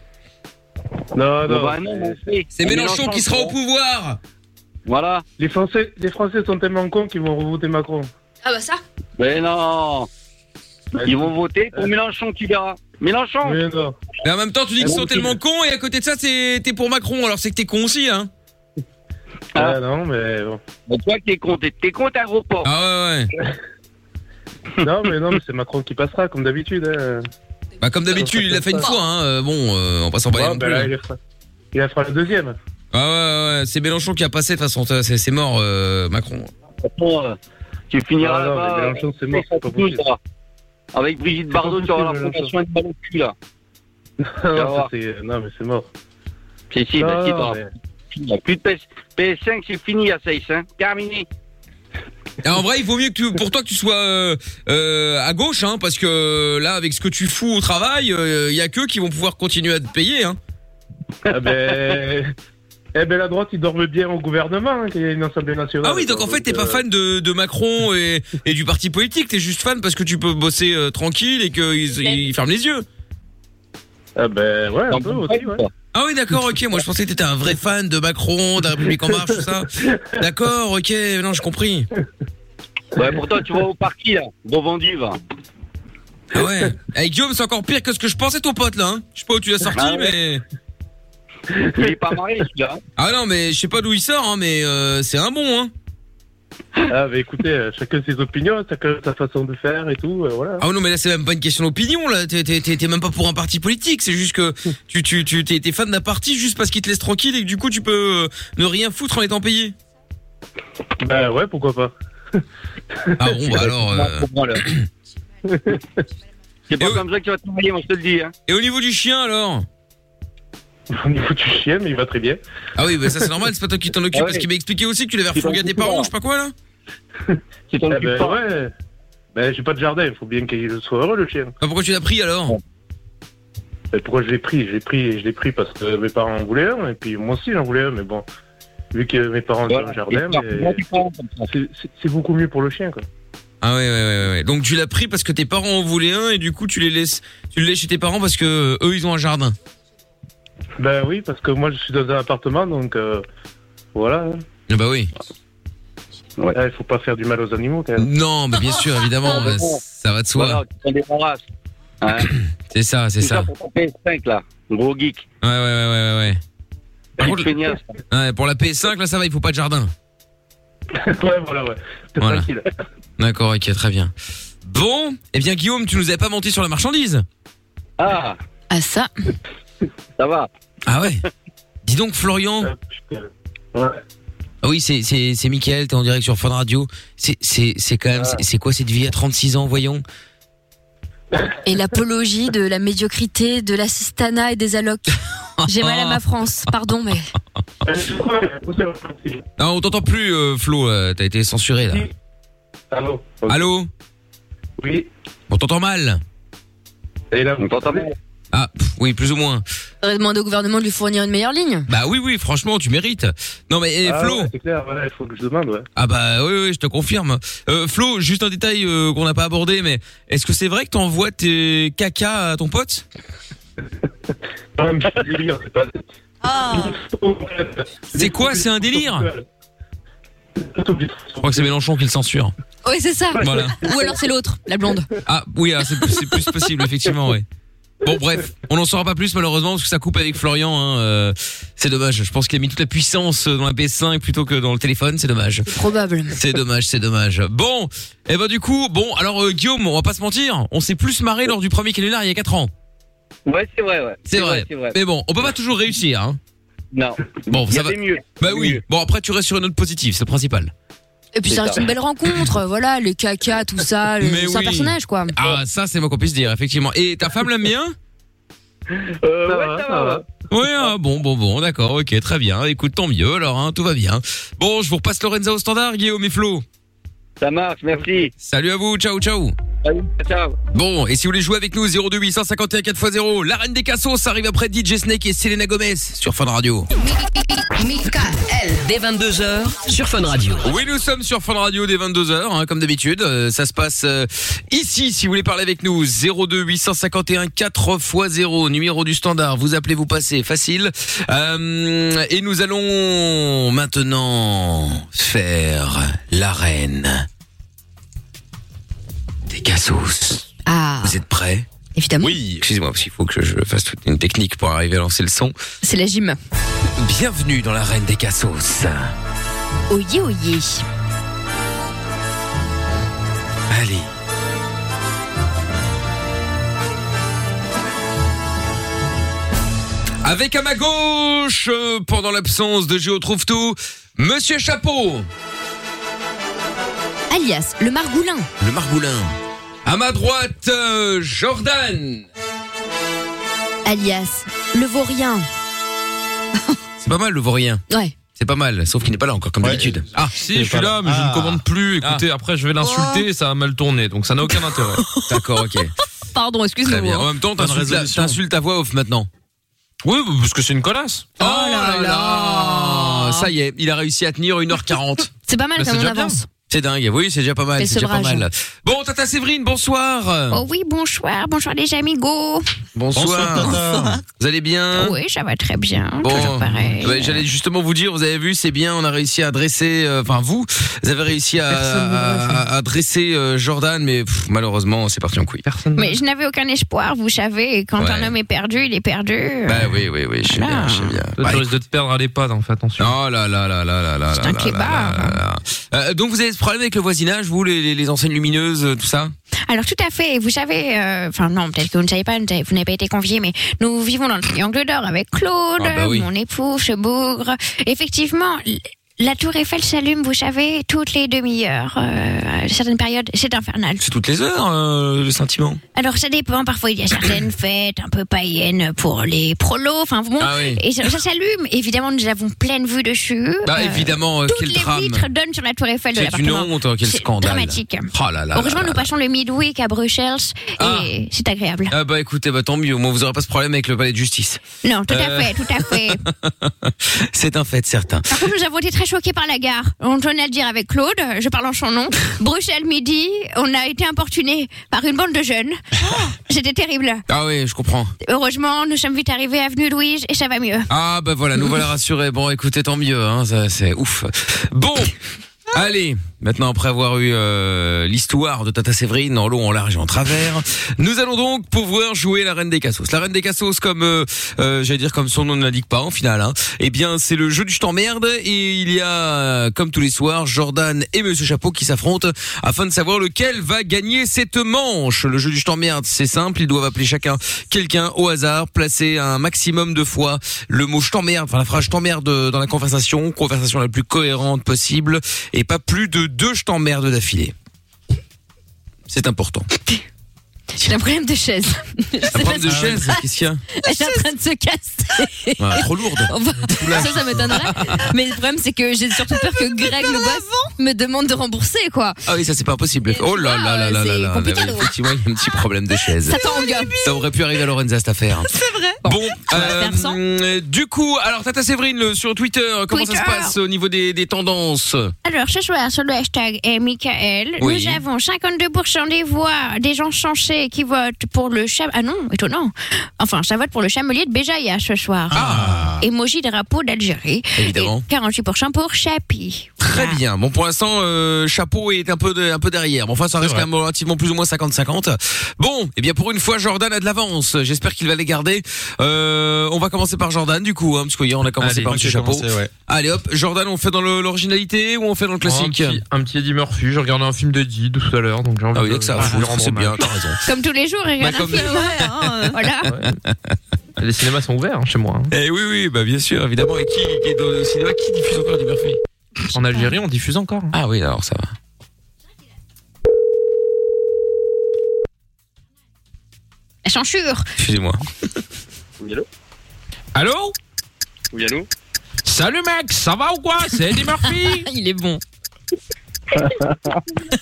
Speaker 10: Non, Ah non.
Speaker 2: Bah, non,
Speaker 10: mais-
Speaker 2: C'est Mélenchon qui sera au pouvoir.
Speaker 13: Voilà.
Speaker 10: Les Français, les Français sont tellement cons qu'ils vont revoter Macron.
Speaker 4: Ah bah ça
Speaker 13: Mais non Ils vont voter pour Mélenchon, tu verras. Mélenchon
Speaker 10: Mais non.
Speaker 2: Mais en même temps, tu dis qu'ils sont tellement cons et à côté de ça, c'est- t'es pour Macron, alors c'est que t'es con aussi, hein.
Speaker 10: Ah, non, mais bon.
Speaker 13: Bah, toi qui es con, t'es t'es con, t'es un gros porc.
Speaker 2: Ah ouais,
Speaker 10: non, mais non, mais c'est Macron qui passera, comme d'habitude. hein.
Speaker 2: Bah, comme d'habitude, il l'a fait une fois, hein. euh, Bon, euh, on passe en
Speaker 10: Ouais,
Speaker 2: bail.
Speaker 10: bah là, il, la fera, il la fera le deuxième.
Speaker 2: Ah ouais, ouais, c'est Mélenchon qui a passé, de toute façon, c'est c'est mort, euh, Macron.
Speaker 13: Bon, euh, tu finiras
Speaker 10: Ah non,
Speaker 13: là-bas.
Speaker 10: mais Mélenchon, c'est
Speaker 13: euh,
Speaker 10: mort, c'est pas
Speaker 13: tout,
Speaker 10: possible.
Speaker 13: là. Avec Brigitte Bardot, tu auras la
Speaker 10: possible,
Speaker 13: fondation de ballon de cul, là.
Speaker 10: Non,
Speaker 13: Ça
Speaker 10: ça,
Speaker 13: va.
Speaker 10: c'est- non, mais c'est mort.
Speaker 13: Si, si, bah,
Speaker 10: Non,
Speaker 13: si,
Speaker 10: non,
Speaker 13: t'auras-
Speaker 10: mais-
Speaker 13: Il y a Plus de PS... PS5, c'est fini à 6, hein. Terminé.
Speaker 2: Et Ah, en vrai, il vaut mieux que tu, pour toi que tu sois euh, euh, à gauche, hein, parce que là, avec ce que tu fous au travail, euh, il y a qu'eux qui vont pouvoir continuer à te payer. Hein.
Speaker 10: Ah ben... Eh ben la droite, ils dorment bien au gouvernement, hein, qu'il y a une assemblée nationale.
Speaker 2: Ah oui, donc en fait, t'es
Speaker 10: euh,
Speaker 2: pas fan de, de Macron et, et du parti politique, t'es juste fan parce que tu peux bosser euh, tranquille et qu'ils ils ferment les yeux.
Speaker 10: Ah ben ouais, un peu aussi, ouais.
Speaker 2: Ah oui, d'accord, ok. Moi, je pensais que t'étais un vrai fan de Macron, de la République en marche, tout ça. D'accord, ok. Non, j'ai compris.
Speaker 13: Ouais, pour toi, tu vas au parquet, là. Vendu, va.
Speaker 2: Ah ouais. Hey, Guillaume, c'est encore pire que ce que je pensais, ton pote, là. hein. Je sais pas où tu l'as sorti,
Speaker 13: Ah ouais.
Speaker 2: mais.
Speaker 13: Il est pas marié, celui-là. hein.
Speaker 2: Ah non, mais je sais pas d'où il sort, hein, mais euh, c'est un bon, hein.
Speaker 10: Ah bah écoutez, euh, chacun ses opinions, chacun sa façon de faire et tout, euh, voilà.
Speaker 2: Ah non, mais là, c'est même pas une question d'opinion, là. T'es- T'es t'es- t'es même pas pour un parti politique. C'est juste que tu tu tu t'es t'es fan d'un parti juste parce qu'il te laisse tranquille et que du coup, tu peux euh, ne rien foutre en étant payé.
Speaker 10: Bah ouais, pourquoi pas.
Speaker 2: Ah bon, bah alors. euh,
Speaker 13: C'est pas comme ça que tu vas te marier, moi, je te le dis, hein.
Speaker 2: Et au niveau du chien, alors
Speaker 10: Au niveau du chien, mais il va très bien.
Speaker 2: Ah oui, bah ça, c'est normal. C'est pas toi qui t'en occupe
Speaker 10: Ah ouais.
Speaker 2: parce qu'il m'a expliqué aussi que tu l'avais
Speaker 10: Tu t'en
Speaker 2: refourgué à tes
Speaker 10: occupes
Speaker 2: parents,
Speaker 10: pas.
Speaker 2: je sais pas quoi, là.
Speaker 13: Tu t'en
Speaker 10: Ah
Speaker 13: occupes
Speaker 10: ben
Speaker 13: pas.
Speaker 10: ouais. Ben j'ai pas de jardin, il faut bien qu'il soit heureux le chien.
Speaker 2: Ah, pourquoi tu l'as pris alors
Speaker 10: Ben, pourquoi je l'ai pris Je l'ai pris, je l'ai pris parce que mes parents en voulaient un et puis moi aussi j'en voulais un, mais bon, vu que mes parents
Speaker 13: Voilà,
Speaker 10: ont un jardin,
Speaker 13: et ça,
Speaker 10: mais-
Speaker 13: moi, tu prends
Speaker 10: c'est- c'est- c'est beaucoup mieux pour le chien quoi.
Speaker 2: Ah ouais, ouais, ouais, ouais, ouais. Donc tu l'as pris parce que tes parents en voulaient un et du coup tu les laisses, tu le laisses chez tes parents parce que euh, eux ils ont un jardin.
Speaker 10: Ben oui, parce que moi je suis dans un appartement donc euh, voilà. hein. Ah,
Speaker 2: Ah bah oui.
Speaker 10: Il faut pas faire du mal aux animaux quand même.
Speaker 2: Non, mais bien sûr,
Speaker 13: Ah,
Speaker 2: évidemment, euh, ça va de
Speaker 13: Voilà,
Speaker 2: soi.
Speaker 13: tu t'en débarrasses. Hein.
Speaker 2: C'est ça, c'est
Speaker 13: Tout
Speaker 2: ça.
Speaker 13: pour ton PS5, là. Gros geek.
Speaker 2: Ouais, ouais, ouais, ouais, ouais. Par
Speaker 13: Petite
Speaker 2: contre,
Speaker 13: feignasse.
Speaker 2: ouais, pour la PS5 là ça va, il faut pas de jardin.
Speaker 10: ouais, voilà, ouais. C'est
Speaker 2: Voilà.
Speaker 10: tranquille.
Speaker 2: D'accord, ok, très bien. Bon, eh bien Guillaume, tu nous avais pas menti sur la marchandise.
Speaker 13: Ah,
Speaker 4: Ah ça.
Speaker 13: Ça va.
Speaker 2: Ah ouais Dis donc, Florian.
Speaker 10: Euh,
Speaker 2: Ah oui, c'est- c'est c'est Mickaël, t'es en direct sur Fun Radio. C'est- C'est c'est quand même. c'est- C'est quoi cette vie à 36 ans, voyons
Speaker 4: Et l'apologie de la médiocrité, de l'assistanat et des allocs. J'ai mal à ma France, pardon, mais.
Speaker 2: Non, on t'entend plus, euh, Flo, euh, t'as été censuré là.
Speaker 10: Allô
Speaker 2: Allô
Speaker 10: Oui.
Speaker 2: On t'entend mal
Speaker 10: Et là,
Speaker 13: on t'entend mal
Speaker 2: Ah, pff, oui, plus ou moins.
Speaker 4: Faudrait demander au gouvernement de lui fournir une meilleure ligne.
Speaker 2: Bah oui, oui, franchement, tu mérites. Non, mais eh,
Speaker 10: Ah
Speaker 2: Flo
Speaker 10: ouais, C'est clair, voilà, il faut que je demande, ouais.
Speaker 2: Ah bah oui, oui, je te confirme. Euh, Flo, juste un détail euh, qu'on n'a pas abordé, mais est-ce que c'est vrai que t'envoies tes caca à ton pote
Speaker 10: Non, mais c'est un délire, c'est pas-
Speaker 2: C'est quoi C'est un délire Je crois que c'est Mélenchon qui le censure.
Speaker 4: Oui, c'est ça.
Speaker 2: Voilà.
Speaker 4: Ou alors c'est l'autre, la blonde.
Speaker 2: Ah oui, ah, c'est c'est plus possible, effectivement, ouais. Bon, bref, on n'en saura pas plus malheureusement parce que ça coupe avec Florian. hein, euh, c'est dommage. Je pense qu'il a mis toute la puissance dans la PS5 plutôt que dans le téléphone. C'est dommage.
Speaker 4: Probable.
Speaker 2: C'est dommage, c'est dommage. Bon, et eh ben du coup, bon, alors euh, Guillaume, on va pas se mentir, on s'est plus marré lors du premier canular il y a 4 ans.
Speaker 13: Ouais, c'est vrai, ouais.
Speaker 2: C'est vrai.
Speaker 13: c'est vrai.
Speaker 2: Mais bon, on peut pas toujours réussir. Hein.
Speaker 13: Non.
Speaker 2: Bon,
Speaker 13: Il y
Speaker 2: ça
Speaker 13: avait
Speaker 2: va.
Speaker 13: mieux.
Speaker 2: Bah oui. Bon, après tu restes sur une note positive, c'est le principal.
Speaker 4: Et puis ça reste une belle rencontre, voilà, les caca, tout ça. le-
Speaker 2: Mais
Speaker 4: C'est un
Speaker 2: oui.
Speaker 4: personnage, quoi.
Speaker 2: Ah, ça c'est moi qu'on puisse dire, effectivement. Et ta femme l'aime bien
Speaker 13: Euh, ouais, ça va, ouais.
Speaker 2: Ouais, ah, bon, bon, bon, d'accord, ok, très bien. Écoute, tant mieux, alors, hein, tout va bien. Bon, je vous repasse Lorenza au standard, Guillaume et Flo.
Speaker 13: Ça marche, merci.
Speaker 2: Salut à vous, ciao, ciao.
Speaker 13: Ciao.
Speaker 2: Bon, et si vous voulez jouer avec nous, 02851 4x0, la reine des cassos arrive après DJ Snake et Selena Gomez sur Fun Radio.
Speaker 1: Mickaël, dès 22h sur Fun Radio.
Speaker 2: Oui, nous sommes sur Fun Radio dès 22h, hein, comme d'habitude. Euh, ça se passe euh, ici, si vous voulez parler avec nous, 02 851 4x0, numéro du standard. Vous appelez, vous passez, facile. Euh, et nous allons maintenant faire la reine des cassos.
Speaker 4: Ah,
Speaker 2: Vous êtes prêts
Speaker 4: Évidemment.
Speaker 2: Oui, excusez-moi, parce qu'il faut que je fasse toute une technique pour arriver à lancer le son.
Speaker 4: c'est la gym.
Speaker 2: Bienvenue dans la reine des cassos.
Speaker 4: Oyez, oyez.
Speaker 2: Allez. Avec à ma gauche, euh, pendant l'absence de Géo Trouve Tout, Monsieur Chapeau,
Speaker 4: Alias, le margoulin.
Speaker 2: le Margoulin. À ma droite, euh, Jordan.
Speaker 4: Alias, le vaurien.
Speaker 2: C'est pas mal le Vaurien.
Speaker 4: Ouais.
Speaker 2: C'est pas mal, sauf qu'il n'est pas là encore comme d'habitude. Ah,
Speaker 6: Si, je suis là, mais je ne commande plus. Écoutez, après, je vais l'insulter, ça a mal tourné, donc ça n'a aucun intérêt.
Speaker 2: D'accord, ok.
Speaker 4: Pardon,
Speaker 2: Très bien.
Speaker 4: excuse-moi.
Speaker 2: En même temps, t'insultes la- t'insultes ta voix off maintenant.
Speaker 6: Oui, parce que c'est une connasse.
Speaker 2: Oh, là là Ça y est, il a réussi à tenir 1h40.
Speaker 4: C'est pas mal
Speaker 2: Bah,
Speaker 4: quand
Speaker 2: c'est
Speaker 4: même, on
Speaker 2: déjà bien.
Speaker 4: avance.
Speaker 2: C'est dingue, oui, c'est déjà pas mal,
Speaker 4: Fais
Speaker 2: c'est déjà pas
Speaker 4: sevrage.
Speaker 2: mal. Bon, Tata Séverine,
Speaker 6: Ah.
Speaker 2: bonsoir.
Speaker 4: Oh oui, bonsoir, bonsoir les amigos.
Speaker 2: Bonsoir. Vous allez bien
Speaker 4: Oui, ça va très bien.
Speaker 2: Bon,
Speaker 4: Oh Toujours pareil.
Speaker 2: ouais, j'allais justement vous dire, vous avez vu, c'est bien, on a réussi à dresser, euh, enfin vous, vous avez réussi à, à- à dresser euh, Jordan, mais pff, malheureusement, c'est parti en couille. Personne.
Speaker 4: Mais je n'avais aucun espoir, vous savez. Quand
Speaker 2: Ouais.
Speaker 4: un homme est perdu, il est perdu.
Speaker 2: Bah oui, oui, oui, je sais bien, je sais
Speaker 4: Ah.
Speaker 2: bien. Bah,
Speaker 6: tu risques de te perdre à l'EHPAD, en fait, attention.
Speaker 2: Oh là là là là là là là
Speaker 6: un
Speaker 2: là
Speaker 6: clébard.
Speaker 2: là
Speaker 4: hein.
Speaker 2: là là. Euh, donc vous avez ce problème avec le voisinage, vous, les, les- les enseignes lumineuses, euh, tout ça
Speaker 4: Alors tout à fait, vous savez, euh, enfin non, peut-être que vous ne savez pas, vous n'avez- vous n'avez pas été convié, mais nous vivons dans le triangle d'or avec Claude,
Speaker 2: Ah bah oui.
Speaker 4: mon époux, ce bougre. Effectivement, l- la tour Eiffel s'allume, vous savez, toutes les demi-heures. Euh, à certaines périodes, c'est infernal.
Speaker 2: C'est toutes les heures, euh, le sentiment
Speaker 4: Alors ça dépend, parfois il y a certaines fêtes un peu païennes pour les prolos, enfin bon,
Speaker 2: Ah oui.
Speaker 4: et ça, ça s'allume. Évidemment, nous avons pleine vue dessus.
Speaker 2: Bah
Speaker 4: Euh,
Speaker 2: évidemment, euh,
Speaker 4: toutes
Speaker 2: quel
Speaker 4: les
Speaker 2: drame
Speaker 4: vitres donnent sur la tour Eiffel de
Speaker 2: C'est une
Speaker 4: l'appartement.
Speaker 2: honte, hein, quel
Speaker 4: C'est
Speaker 2: scandale.
Speaker 4: Dramatique.
Speaker 2: Oh là là.
Speaker 4: Heureusement,
Speaker 2: là là.
Speaker 4: nous passons le midweek à Bruxelles et c'est agréable.
Speaker 2: Ah bah écoutez, bah tant mieux, au moins vous aurez pas ce problème avec le palais de justice.
Speaker 4: Non, tout
Speaker 2: Euh,
Speaker 4: à fait, tout à fait.
Speaker 2: C'est un fait certain.
Speaker 4: Par contre, nous avons été très choqués par la gare. On tenait à le dire avec Claude, je parle en son nom. Bruxelles midi, on a été importunés par une bande de jeunes.
Speaker 2: Oh.
Speaker 4: C'était terrible.
Speaker 2: Ah oui, je comprends.
Speaker 4: Heureusement, nous sommes vite arrivés à Avenue Louise et ça va mieux.
Speaker 2: Ah bah voilà, nous voilà rassurés. Bon écoutez, tant mieux, hein, ça, c'est ouf. Bon, allez, Maintenant, après avoir eu euh, l'histoire de Tata Séverine en long, en large et en travers, nous allons donc pouvoir jouer la Reine des Cassos. La Reine des Cassos, comme euh, euh, j'allais dire comme son nom ne l'indique pas, en final, hein, eh bien c'est le jeu du je t'emmerde et il y a euh, comme tous les soirs Jordan et Monsieur Chapeau qui s'affrontent afin de savoir lequel va gagner cette manche. Le jeu du je t'emmerde, c'est simple, ils doivent appeler chacun quelqu'un au hasard, placer un maximum de fois le mot je t'emmerde, enfin la phrase je t'emmerde euh, dans la conversation, conversation la plus cohérente possible et pas plus de deux je t'emmerde d'affilée. C'est important.
Speaker 4: J'ai un problème de chaise.
Speaker 2: Un problème de chaise, qu'est-ce qu'il y a
Speaker 4: Elle est en train de se casser.
Speaker 2: Ouais, trop lourde.
Speaker 4: On va-
Speaker 2: Soulage.
Speaker 4: Ça, ça m'étonnerait. Mais le problème, c'est que j'ai surtout peur que Greg, le boss, me demande de rembourser, quoi.
Speaker 2: Ah oui, ça c'est pas impossible. Oh là là là là là là.
Speaker 4: compliqué,
Speaker 2: là, Effectivement, il y a un petit problème de chaise.
Speaker 4: Ça tangue.
Speaker 2: Ça aurait pu arriver à Lorenza cette affaire.
Speaker 4: C'est vrai.
Speaker 2: Bon, euh, du coup, alors Tata Séverine le- sur Twitter, comment ça se
Speaker 14: Twitter.
Speaker 2: passe au niveau des, des tendances
Speaker 14: Alors, ce soir, sur le hashtag eh, Michael,
Speaker 2: Oui.
Speaker 14: nous avons 52% des voix des gens chanchés qui votent pour le cham... Ah non, étonnant. Enfin, ça vote pour le chamelier de Béjaïa ce soir.
Speaker 2: Ah.
Speaker 14: Emoji drapeau d'Algérie.
Speaker 2: Évidemment.
Speaker 14: 48% pour Chapi.
Speaker 2: Très bien. Bon, pour l'instant, euh, chapeau est un peu de- un peu derrière. Bon, enfin, ça reste quand même relativement plus ou moins 50-50. Bon, et bien pour une fois, Jordan a de l'avance. J'espère qu'il va les garder. Euh, on va commencer par Jordan du coup, hein, parce que hier on a commencé
Speaker 6: Allez,
Speaker 2: par
Speaker 6: moi,
Speaker 2: Monsieur
Speaker 6: j'ai
Speaker 2: Chapeau.
Speaker 6: commencé, ouais.
Speaker 2: Allez hop, Jordan, on fait dans le- l'originalité ou on fait dans le classique
Speaker 6: un, petit, un petit Eddie Murphy, j'ai regardé un film d'Eddie tout à l'heure, donc j'ai envie
Speaker 2: Ah oui,
Speaker 6: de-
Speaker 2: donc ça va
Speaker 6: de lui
Speaker 2: foutre,
Speaker 6: rendre
Speaker 2: c'est bien,
Speaker 6: hommage.
Speaker 2: t'as raison.
Speaker 14: Comme tous les jours, il regarde
Speaker 6: Bah,
Speaker 14: un
Speaker 6: comme-
Speaker 14: film. ouais, hein, voilà.
Speaker 6: Les cinémas sont ouverts hein, chez moi.
Speaker 2: Eh oui, oui, bah bien sûr, évidemment. Et qui, qui est dans le cinéma qui diffuse encore Eddie Murphy
Speaker 6: En Algérie, on diffuse encore. hein.
Speaker 2: Ah oui, alors ça va.
Speaker 14: La censure.
Speaker 2: Excusez-moi.
Speaker 10: Oui, allô
Speaker 6: Allô
Speaker 10: Oui, allô
Speaker 6: Salut mec, ça va ou quoi C'est Eddie Murphy
Speaker 4: Il est bon.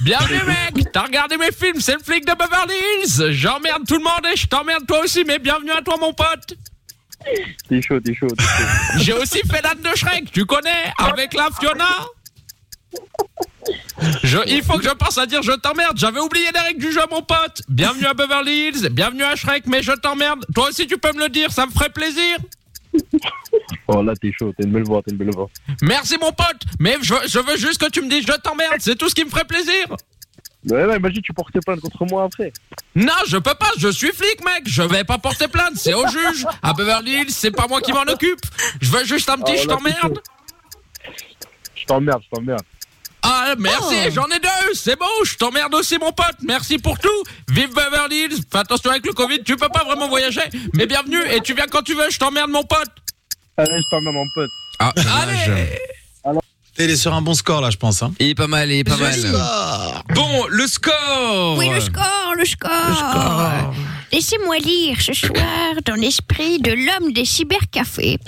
Speaker 6: Bienvenue mec, t'as regardé mes films, c'est le flic de Beverly Hills J'emmerde tout le monde et je t'emmerde toi aussi, mais bienvenue à toi mon pote
Speaker 13: T'es chaud, t'es chaud.
Speaker 6: J'ai aussi fait l'âne de Shrek, tu connais Avec la Fiona Je- il faut que je pense à dire je t'emmerde, j'avais oublié les règles du jeu mon pote Bienvenue à Beverly Hills, bienvenue à Shrek, mais je t'emmerde Toi aussi tu peux me le dire, ça me ferait plaisir
Speaker 13: Oh là, t'es chaud, t'es une belle voix, t'es une belle voix.
Speaker 6: Merci mon pote, mais je, je veux juste que tu me dises je t'emmerde, c'est tout ce qui me ferait plaisir
Speaker 13: Ouais, ouais, imagine, tu portes plainte contre moi après.
Speaker 6: Non, je peux pas, je suis flic, mec. Je vais pas porter plainte, c'est au juge. À Beverly Hills, c'est pas moi qui m'en occupe. Je veux juste un petit
Speaker 13: Oh,
Speaker 6: je
Speaker 13: là,
Speaker 6: t'emmerde.
Speaker 13: Je t'emmerde, je t'emmerde.
Speaker 6: Ah, merci,
Speaker 13: Oh.
Speaker 6: j'en ai deux, c'est bon, je t'emmerde aussi, mon pote. Merci pour tout. Vive Beverly Hills. Fais attention avec le Covid, tu peux pas vraiment voyager. Mais bienvenue, et tu viens quand tu veux, je t'emmerde, mon pote.
Speaker 13: Allez, je t'emmerde, mon pote.
Speaker 2: Ah,
Speaker 5: Il est sur un bon score là, je pense. Hein.
Speaker 2: Il est pas mal, il est pas mal. Bon, le score
Speaker 14: Oui, le score, le score. Laissez-moi lire ce soir dans l'esprit de l'homme des cybercafés.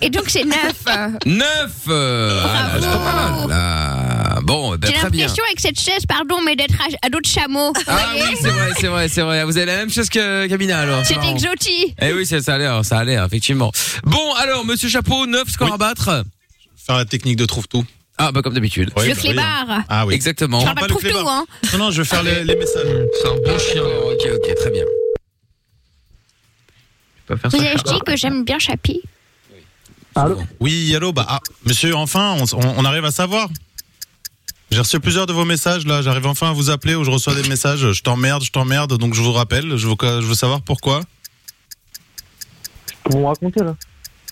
Speaker 14: Et donc c'est neuf.
Speaker 2: Bah, Neuf euh, ah là là là là là. Bon, eh ben,
Speaker 14: J'ai
Speaker 2: très bien.
Speaker 14: l'impression avec cette chaise, pardon, mais d'être à, à dos de chameau.
Speaker 2: Ah oui, c'est vrai, c'est vrai, c'est vrai. Vous avez la même chose que Camina alors.
Speaker 14: C'est
Speaker 2: marrant.
Speaker 14: exotique.
Speaker 2: Eh oui, ça ça a l'air, ça a l'air, effectivement. Bon, alors, Monsieur Chapeau, 9 scores à battre.
Speaker 5: Faire la technique de trouve-tout.
Speaker 2: Ah, bah comme d'habitude.
Speaker 5: Oui,
Speaker 14: Le
Speaker 5: bah,
Speaker 14: clébard.
Speaker 5: oui, hein. Ah oui.
Speaker 2: Exactement.
Speaker 14: Je parle pas de trouve tout, hein.
Speaker 5: Non, non, je vais faire les, les messages.
Speaker 6: C'est un bon chien.
Speaker 2: Ok, ok, très bien.
Speaker 14: Vous avez dit que j'aime bien Chapi.
Speaker 5: Allô Oui, allô, bah, ah, monsieur, enfin, on, s- on- on arrive à savoir. J'ai reçu plusieurs de vos messages là, j'arrive enfin à vous appeler où je reçois des messages, je t'emmerde, je t'emmerde, donc je vous rappelle, je veux, je veux savoir pourquoi.
Speaker 12: Comment vous raconter là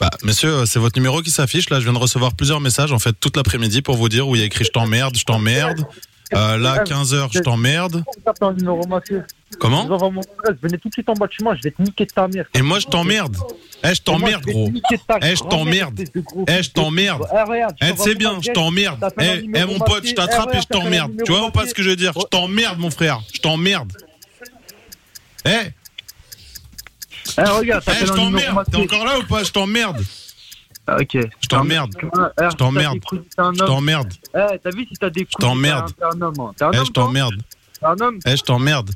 Speaker 5: Bah, monsieur, c'est votre numéro qui s'affiche là, je viens de recevoir plusieurs messages en fait toute l'après-midi pour vous dire où il y a écrit je t'emmerde, je t'emmerde. Euh, là, 15h, je t'emmerde.
Speaker 12: Pourquoi vous tapez un numéro mafieux
Speaker 5: Comment
Speaker 12: Je vous envoie mon adresse, venez tout de suite en bas de chez moi, je vais te niquer ta mère.
Speaker 5: Et moi, je t'emmerde. Eh, je t'emmerde,
Speaker 12: Et moi,
Speaker 5: gros.
Speaker 12: je vais te niquer ta
Speaker 5: Eh, je
Speaker 12: grand-mère,
Speaker 5: t'emmerde.
Speaker 12: espèce de gros
Speaker 5: Eh, je t'emmerde.
Speaker 12: Eh, regarde,
Speaker 5: Eh,
Speaker 12: je
Speaker 5: tu
Speaker 12: t'envoie
Speaker 5: sais
Speaker 12: mon
Speaker 5: bien,
Speaker 12: adresse,
Speaker 5: je t'emmerde.
Speaker 12: t'appelles un
Speaker 5: Eh, eh,
Speaker 12: numéro
Speaker 5: mon pote, je
Speaker 12: masqué,
Speaker 5: t'attrape
Speaker 12: eh,
Speaker 5: et je t'emmerde.
Speaker 12: regarde,
Speaker 5: Tu vois
Speaker 12: t'appelles
Speaker 5: ou pas ce que je veux dire
Speaker 12: Oh.
Speaker 5: Je t'emmerde, mon frère. Je t'emmerde. Eh
Speaker 12: Eh, regarde,
Speaker 5: Eh,
Speaker 12: t'appelles
Speaker 5: je
Speaker 12: un numéro
Speaker 5: t'emmerde. T'es
Speaker 12: masqué.
Speaker 5: encore là ou pas Je t'emmerde.
Speaker 12: Ah, ok.
Speaker 5: Je t'emmerde.
Speaker 12: Eh,
Speaker 5: Je t'emmerde.
Speaker 12: t'as des couilles, t'es un homme.
Speaker 5: Je t'emmerde.
Speaker 12: Eh, t'as vu si t'as des couilles
Speaker 5: t'emmerde.
Speaker 12: T'es un t'es un homme. hein. T'es un
Speaker 5: Eh,
Speaker 12: homme,
Speaker 5: je
Speaker 12: toi
Speaker 5: t'emmerde.
Speaker 12: T'es un homme.
Speaker 5: Eh, je t'emmerde.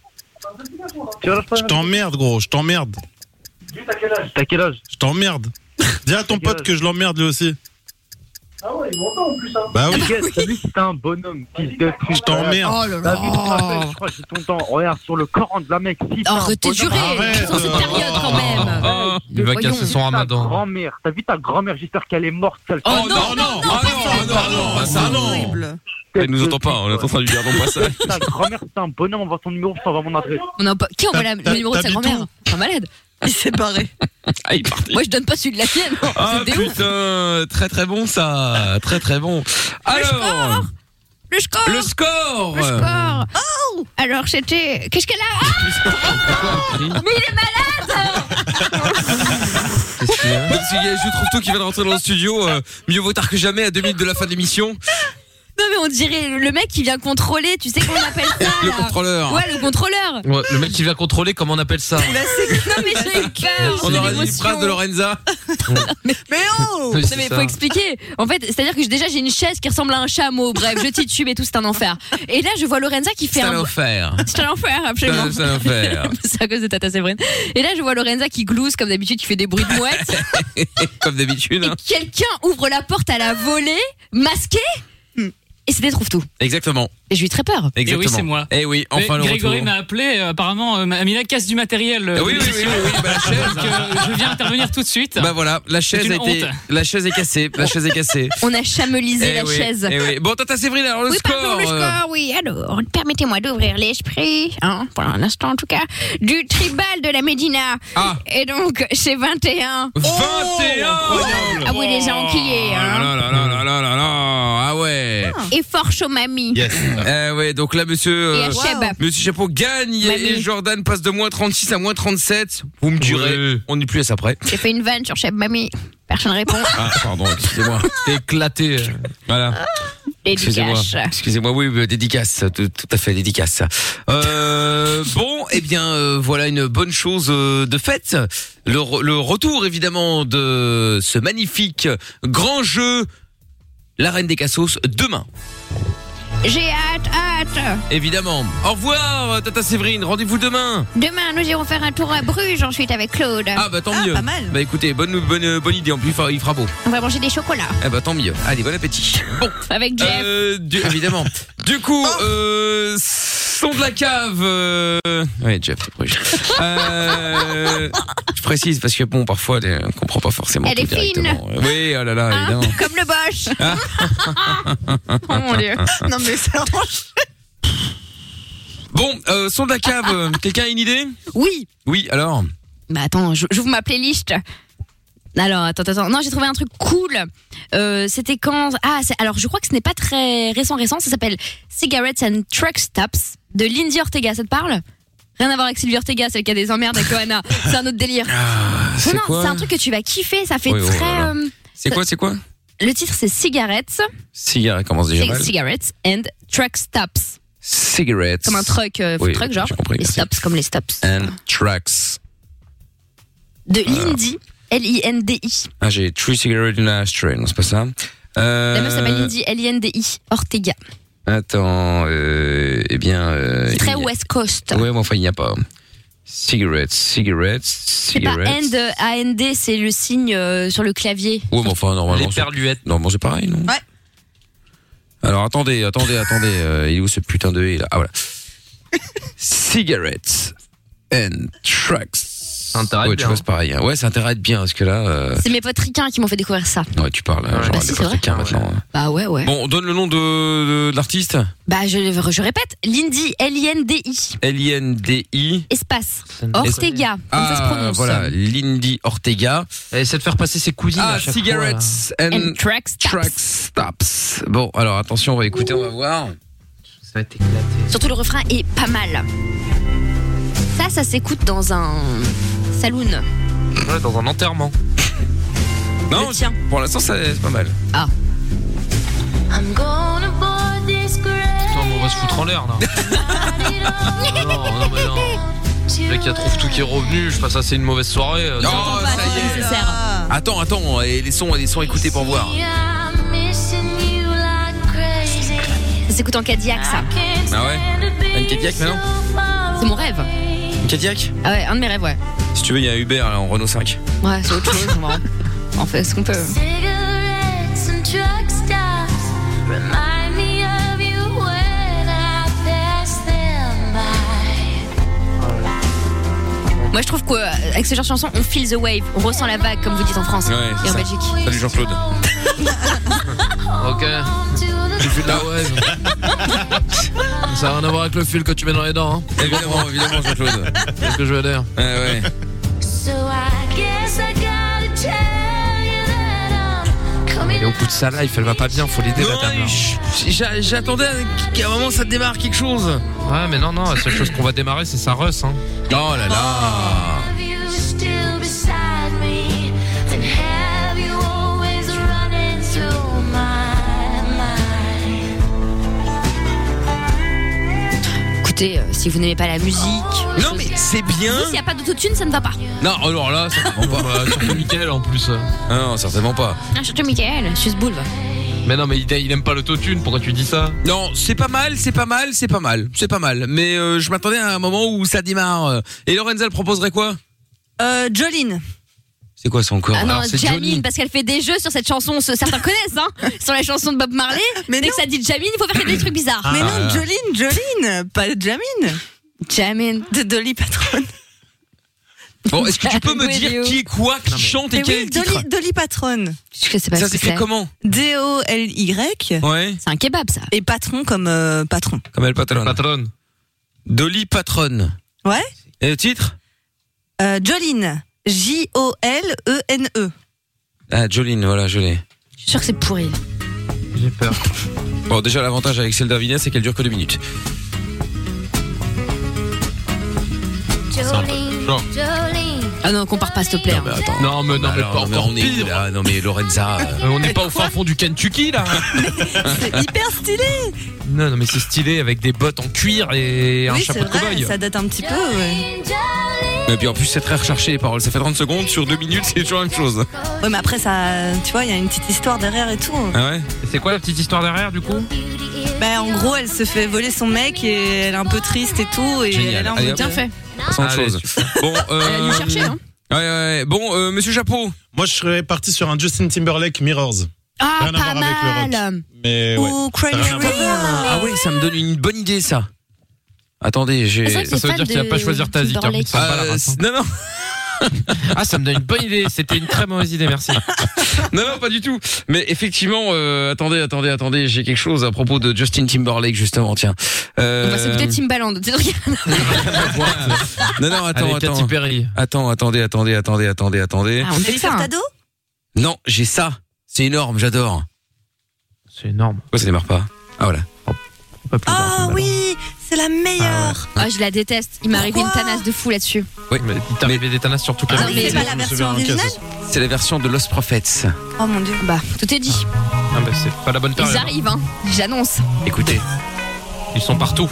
Speaker 5: Je t'emmerde, gros. Je t'emmerde.
Speaker 12: T'as quel âge
Speaker 5: Je t'emmerde. Dis à ton pote que je l'emmerde lui aussi.
Speaker 12: Ah ouais
Speaker 10: il m'entend en plus. Hein.
Speaker 5: Bah oui.
Speaker 10: Mickaël, t'as vu, c'est un bonhomme, fils de pute. Je
Speaker 5: t'emmerde.
Speaker 10: Oh là là. T'as vu, je t'appelle, je crois que j'ai ton temps. Regarde, sur le Coran de la Mecque. Si t'es un
Speaker 4: Oh, Arrêtez de
Speaker 10: bonhomme-
Speaker 4: jurer, Arrête. sur cette période, quand même.
Speaker 10: Ah,
Speaker 15: Il va
Speaker 10: voyons.
Speaker 15: casser son ramadan.
Speaker 10: Ta grand-mère, t'as vu ta grand-mère, j'espère qu'elle est morte. Oh
Speaker 2: non, non, ah non, non, non, ça non. Elle nous entend pas, on est en train de lui dire non pas ça.
Speaker 10: Ta grand-mère, c'est un bonhomme, envoie son numéro, je t'envoie mon adresse.
Speaker 4: On a pas- Qui envoie la- le numéro de sa
Speaker 10: t'habites
Speaker 4: grand-mère C'est un malade. Il s'est barré.
Speaker 2: Ah, il est parti.
Speaker 4: Moi, je donne pas celui de la tienne.
Speaker 2: Ah
Speaker 4: C'est des ouf.
Speaker 2: putain, très très bon ça, très très bon. Alors,
Speaker 14: Le score
Speaker 2: le score.
Speaker 14: Le score Oh Alors c'était. Qu'est-ce qu'elle a Ah Mais il est malade
Speaker 2: Parce qu'il y a Jou Trouve-Tout qui vient de rentrer dans le studio. euh, mieux vaut tard que jamais à 2 minutes de la fin de l'émission.
Speaker 4: Non, mais on dirait le mec qui vient contrôler, tu sais qu'on appelle ça.
Speaker 2: Le
Speaker 4: là.
Speaker 2: contrôleur.
Speaker 4: Ouais, le contrôleur.
Speaker 15: Ouais, le mec qui vient contrôler, comment on appelle ça
Speaker 4: Non, mais j'ai eu cœur.
Speaker 15: On
Speaker 4: j'ai
Speaker 15: aurait dit une
Speaker 4: l'émotion.
Speaker 2: phrase de Lorenza.
Speaker 4: Mais, mais oh
Speaker 15: Oui,
Speaker 4: Non,
Speaker 15: c'est
Speaker 4: mais
Speaker 15: ça.
Speaker 4: faut expliquer. En fait, c'est-à-dire que déjà j'ai une chaise qui ressemble à un chameau. Bref, je titube et tout, c'est un enfer. Et là, je vois Lorenza qui fait
Speaker 2: C'est un
Speaker 4: un.
Speaker 2: enfer.
Speaker 4: C'est un enfer, absolument.
Speaker 2: C'est un enfer.
Speaker 4: C'est à cause de Tata Séverine. Et là, je vois Lorenza qui glousse comme d'habitude, qui fait des bruits de mouette.
Speaker 2: Comme d'habitude. hein.
Speaker 4: Quelqu'un ouvre la porte à la volée, masqué, et c'était trouve tout.
Speaker 2: Exactement.
Speaker 4: Et j'ai eu très peur.
Speaker 2: Exactement.
Speaker 16: Eh oui, c'est moi.
Speaker 2: Eh oui,
Speaker 16: Mais
Speaker 2: enfin le
Speaker 16: Grégory
Speaker 2: retour.
Speaker 16: m'a appelé, euh, apparemment, euh, Amina casse du matériel. euh,
Speaker 2: Eh oui,
Speaker 16: de
Speaker 2: oui,
Speaker 16: l'émission.
Speaker 2: oui, oui, oui, bah, la chaise.
Speaker 16: Donc, euh, je viens intervenir tout de suite.
Speaker 2: Bah voilà, la
Speaker 16: C'est
Speaker 2: chaise
Speaker 16: une
Speaker 2: a été,
Speaker 16: honte.
Speaker 2: la chaise est cassée, la chaise est cassée.
Speaker 4: On a chamelisé
Speaker 2: Eh
Speaker 4: la
Speaker 2: oui,
Speaker 4: chaise.
Speaker 2: eh oui. Bon, Tata Séverine, alors le
Speaker 14: oui,
Speaker 2: score.
Speaker 14: pardon, le
Speaker 2: euh,
Speaker 14: score, oui. Alors, permettez-moi d'ouvrir l'esprit, hein, pour l'instant en tout cas, du tribal de la Médina.
Speaker 2: Ah.
Speaker 14: Et donc, c'est 21.
Speaker 2: 21
Speaker 14: Ah oui, les enquillés,
Speaker 2: Ah
Speaker 14: hein.
Speaker 2: là là là là là là là. Ah ouais.
Speaker 14: Et force aux mamies.
Speaker 2: Eh ouais, donc là, monsieur, euh,
Speaker 14: Et à Cheb.
Speaker 2: monsieur Chapeau gagne
Speaker 14: Mamie.
Speaker 2: et Jordan passe de moins 36 à moins 37. Vous me direz, on n'est plus à ça près.
Speaker 14: J'ai fait une vanne sur Cheb Mamie. Personne répond.
Speaker 2: Ah, pardon, excusez-moi. C'était éclaté. euh. Voilà.
Speaker 4: Ah.
Speaker 2: Excusez-moi.
Speaker 14: Dédicace.
Speaker 2: Excusez-moi, oui, euh, dédicace, tout, tout à fait, dédicace. Euh, bon, eh bien, euh, voilà une bonne chose euh, de fait. Le, re- le retour, évidemment, de ce magnifique grand jeu, la Reine des Cassos, demain.
Speaker 14: J'ai hâte, hâte.
Speaker 2: Évidemment. Au revoir, Tata Séverine. Rendez-vous demain.
Speaker 14: Demain, nous irons faire un tour à Bruges ensuite avec Claude.
Speaker 2: Ah bah tant mieux. Bah écoutez, bonne, bonne, bonne idée. En plus, il fera- il fera beau.
Speaker 14: On va manger des chocolats.
Speaker 2: Eh bah tant mieux. Allez, bon appétit. Bon.
Speaker 14: Avec Jeff.
Speaker 2: Euh, du- évidemment. Du coup, euh, son de la cave. euh, Ouais, Jeff, c'est pour lui. Euh, Je précise parce que bon, parfois, les- on comprend pas forcément.
Speaker 14: Elle
Speaker 2: tout
Speaker 14: est fine.
Speaker 2: directement. Oui, oh là
Speaker 4: Ah.
Speaker 2: là,
Speaker 14: Hein,
Speaker 2: évidemment.
Speaker 14: Comme le Bosch.
Speaker 2: Ah.
Speaker 14: Oh mon dieu. Non mais ça
Speaker 2: Bon, euh, son de la cave. euh, Quelqu'un a une idée
Speaker 4: Oui.
Speaker 2: Oui, alors.
Speaker 4: Bah attends, je- j'ouvre ma playlist. Alors, attends, attends. Non, j'ai trouvé un truc cool. Euh, C'était quand Ah, c'est- alors je crois que ce n'est pas très récent, récent. Ça s'appelle Cigarettes and Truck Stops de Lindy Ortega. Ça te parle Rien à voir avec Sylvie Ortega, celle qui a des emmerdes avec Johanna. C'est un autre délire.
Speaker 2: Ah, c'est
Speaker 4: non,
Speaker 2: quoi
Speaker 4: non, c'est un truc que tu vas kiffer. Ça fait
Speaker 2: Oui, oh là
Speaker 4: très.
Speaker 2: là.
Speaker 4: euh,
Speaker 2: C'est quoi, c'est quoi
Speaker 4: Le titre, c'est Cigarettes.
Speaker 2: Cigarette, commence déjà mal.
Speaker 4: Cigarettes and Truck Stops.
Speaker 2: Cigarettes.
Speaker 4: Comme un truck, euh, food
Speaker 2: Oui,
Speaker 4: truck, genre. les stops, comme les stops.
Speaker 2: And tracks.
Speaker 4: De Lindy, L-I-N-D-I.
Speaker 2: Ah, j'ai True Cigarette in an Ashtray, non, c'est pas ça. Euh,
Speaker 4: La meuf s'appelle Lindy, L-I-N-D-I, Ortega.
Speaker 2: Attends, euh, eh bien. euh,
Speaker 4: C'est très
Speaker 2: il y a-
Speaker 4: West Coast.
Speaker 2: Ouais, mais enfin, il n'y a pas. Cigarettes, cigarettes,
Speaker 4: C'est pas
Speaker 2: cigarettes.
Speaker 4: AND, euh, AND, c'est le signe euh, sur le clavier.
Speaker 2: Ouais, mais enfin, normalement. Les perluettes. Non, bon, c'est pareil, non
Speaker 4: Ouais.
Speaker 2: Alors, attendez, attendez, attendez. euh, il est où ce putain de E, là Ah, voilà. cigarettes and tracks.
Speaker 15: intérêt
Speaker 2: ouais,
Speaker 15: bien,
Speaker 2: tu vois, c'est
Speaker 15: hein.
Speaker 2: pareil. hein. Ouais, ça intéresse bien, parce que là. euh,
Speaker 4: C'est mes potes ricains qui m'ont fait découvrir ça.
Speaker 2: Ouais, tu parles. hein, genre,
Speaker 4: Bah, si,
Speaker 2: des
Speaker 4: c'est vrai.
Speaker 2: Africains, maintenant. hein.
Speaker 4: Bah ouais, ouais.
Speaker 2: Bon, on donne le nom de, de- de l'artiste
Speaker 4: Bah je, je répète, Lindy, L-I-N-D-I,
Speaker 2: L-I-N-D-I.
Speaker 4: espace, Ortega, comme ça se
Speaker 2: Ah,
Speaker 4: prononce.
Speaker 2: voilà, Lindy Ortega. Elle essaie de faire passer ses cousines. Ah,
Speaker 15: à chaque
Speaker 2: cigarettes
Speaker 15: fois, là.
Speaker 2: and,
Speaker 15: And track
Speaker 2: tracks stops. Bon, alors attention, on va écouter, on va voir. Ça va être éclaté.
Speaker 4: Surtout le refrain est pas mal. Ça, ça s'écoute dans un saloon.
Speaker 15: Ouais, dans un enterrement.
Speaker 2: Non, pour l'instant, ça- c'est pas mal.
Speaker 4: Ah.
Speaker 17: I'm gonna board this grave.
Speaker 15: Attends, mais on va se foutre en l'air là. non, non, mais non. Le mec, il y a trouve tout qui est revenu. Je passe assez une mauvaise soirée. euh,
Speaker 2: Non,
Speaker 15: non.
Speaker 2: ça y est. Attends, attends, et les sons, les sons écoutés pour voir.
Speaker 17: I'm missing you like crazy.
Speaker 4: Ça s'écoute en Cadillac, ça.
Speaker 2: Ah ouais Une Cadillac maintenant
Speaker 4: C'est mon rêve.
Speaker 2: Une Cadillac
Speaker 4: Ah ouais, un de mes rêves, ouais.
Speaker 2: Si tu veux, il y a Uber là, en Renault 5.
Speaker 4: Ouais, c'est autre chose, on va- on fait ce qu'on peut.
Speaker 17: Cigarettes and truck stops. Remind me of you when I pass them by.
Speaker 4: Moi, je trouve qu'avec ce genre de chanson, on feel the wave, on ressent la vague, comme vous dites en France et en Belgique.
Speaker 2: Salut Jean-Claude.
Speaker 15: Ok. Tu fais de la wave. Ça n'a rien à voir avec le fil que tu mets dans les dents. Hein.
Speaker 2: Évidemment, Eh, évidemment, Jean-Claude.
Speaker 15: C'est ce que je veux dire.
Speaker 2: Ouais, ouais.
Speaker 17: So I guess I gotta tell you that I'm coming
Speaker 15: Et au bout de sa life, elle va pas bien, faut l'aider la dame.
Speaker 2: J'a- J'attendais un- qu'à un moment ça démarre quelque chose.
Speaker 15: Ouais, mais non, non, la seule chose qu'on va démarrer, c'est sa Russ. Hein.
Speaker 2: Oh là là.
Speaker 17: Have you still beside me? Then have you always running through my mind?
Speaker 4: Écoutez, euh, si vous n'aimez pas la musique.
Speaker 2: Non, mais c'est bien.
Speaker 4: S'il n'y a pas d'autotune, ça ne va pas.
Speaker 2: Non, alors là, certainement
Speaker 15: Bah,
Speaker 2: pas. Surtout Mickaël en plus. Ah non, certainement pas.
Speaker 4: Ah, surtout Michael, je suis boule.
Speaker 15: Mais non, mais il, il aime pas l'autotune, pourquoi tu dis ça
Speaker 2: Non, c'est pas mal, c'est pas mal, c'est pas mal, c'est pas mal. Mais euh, je m'attendais à un moment où ça démarre. Et Lorenza, elle proposerait quoi
Speaker 8: Euh, Jolene.
Speaker 2: C'est quoi ça encore
Speaker 4: Ah non,
Speaker 2: Alors, c'est
Speaker 4: Jamine,
Speaker 2: Johnny.
Speaker 4: parce qu'elle fait des jeux sur cette chanson, ce- certains connaissent, hein, sur la chanson de Bob Marley. Mais dès que ça dit Jamine, il faut faire des trucs bizarres.
Speaker 8: Ah, Mais
Speaker 2: Ah.
Speaker 8: non, Jolene, Jolene, pas Jamine.
Speaker 4: Jamine.
Speaker 8: De Dolly Patron.
Speaker 2: Bon, est-ce que tu peux me
Speaker 8: Oui,
Speaker 2: dire
Speaker 8: Léo.
Speaker 2: qui est quoi, qui chante et
Speaker 8: Mais
Speaker 2: quel
Speaker 8: oui,
Speaker 2: titre
Speaker 8: Dolly, Dolly Patron.
Speaker 4: Je sais
Speaker 2: pas Ça ce que s'écrit c'est. comment
Speaker 8: D-O-L-Y.
Speaker 2: Ouais.
Speaker 4: C'est un kebab, ça.
Speaker 8: Et patron comme euh, patron.
Speaker 2: Comme elle patronne.
Speaker 15: Patronne.
Speaker 2: Dolly Patronne.
Speaker 8: Ouais.
Speaker 2: Et le titre
Speaker 8: Euh, Jolene. J-O-L-E-N-E.
Speaker 2: Ah, Jolene, voilà, je l'ai.
Speaker 4: Je suis sûr que c'est pourri.
Speaker 15: J'ai peur.
Speaker 2: Bon, déjà, l'avantage avec celle d'Avina, c'est qu'elle dure que deux minutes.
Speaker 17: Jolene,
Speaker 2: genre.
Speaker 17: Jolene.
Speaker 4: Ah non, compare pas, s'il te plaît. hein.
Speaker 15: Non, mais non, mais
Speaker 2: Alors,
Speaker 15: pas
Speaker 2: mais
Speaker 15: encore
Speaker 2: on est où,
Speaker 15: pire.
Speaker 2: là non, mais Lorenza.
Speaker 15: Euh, On n'est pas au fin fond du Kentucky là.
Speaker 8: C'est hyper stylé.
Speaker 15: non, non, mais c'est stylé avec des bottes en cuir et un
Speaker 8: oui, c'est
Speaker 15: chapeau de
Speaker 8: vrai,
Speaker 15: cowboy.
Speaker 8: ça date un petit peu. Ouais.
Speaker 2: Et puis en plus, c'est très recherché les paroles. Ça fait 30 secondes, sur deux minutes, c'est toujours la même chose.
Speaker 8: Ouais, mais après, ça, tu vois, il y a une petite histoire derrière et tout.
Speaker 2: Ah ouais
Speaker 15: C'est quoi la petite histoire derrière du coup
Speaker 8: Bah, en gros, elle se fait voler son mec et elle est un peu triste et tout. Et
Speaker 2: Génial.
Speaker 8: elle est en
Speaker 2: Allez,
Speaker 8: mode-
Speaker 2: hop. Passons à autre
Speaker 15: Allez,
Speaker 2: chose. Bon, euh...
Speaker 4: dû chercher, hein.
Speaker 2: Ouais, ouais, ouais. Bon, euh, monsieur Chapeau.
Speaker 5: Moi, je serais parti sur un Justin Timberlake Mirrors.
Speaker 4: Ah,
Speaker 5: Rien à
Speaker 4: pas
Speaker 5: voir avec le
Speaker 4: mal.
Speaker 5: Mais ouais.
Speaker 8: Ou
Speaker 5: ça a rien à voir.
Speaker 2: Ah oui, ça me donne une bonne idée, ça. Attendez,
Speaker 15: C'est
Speaker 2: j'ai.
Speaker 15: vrai que Ça, ça veut fan dire qu'il va de pas choisir ta zik, hein, Timberlake. ça me bat la
Speaker 2: Euh,
Speaker 15: race, hein.
Speaker 2: Non, non.
Speaker 15: Ah, ça me donne une bonne idée. C'était une très mauvaise idée, merci.
Speaker 2: Non, non, pas du tout. Mais effectivement, euh, attendez, attendez, attendez, j'ai quelque chose à propos de Justin Timberlake, justement, tiens. Euh,
Speaker 4: On va s'écouter Timbaland. Bah, C'est drôle.
Speaker 2: Non, non, attends,
Speaker 15: Avec Katy
Speaker 2: attends. Attends, attendez, attendez, attendez, attendez, attendez.
Speaker 4: Ah, on fait ça. hein.
Speaker 2: Non, j'ai ça. C'est énorme, j'adore.
Speaker 15: C'est énorme.
Speaker 2: Pourquoi ça démarre pas Ah voilà.
Speaker 8: Ah oui, c'est la meilleure.
Speaker 4: Ah, je la déteste. Il m'est arrivé une tanasse de fou là-dessus.
Speaker 2: Oui, Ah
Speaker 15: mais il t'arrivait des tanas sur toute la
Speaker 4: Non, mais
Speaker 15: vie.
Speaker 4: c'est pas la version originale
Speaker 2: C'est la version de Lost Prophets.
Speaker 8: Oh mon dieu.
Speaker 4: Bah, tout est dit.
Speaker 15: Ah, bah, Ah, c'est pas la bonne
Speaker 4: Ils
Speaker 15: période.
Speaker 4: arrivent, hein. J'annonce.
Speaker 2: Écoutez,
Speaker 15: Ils sont partout.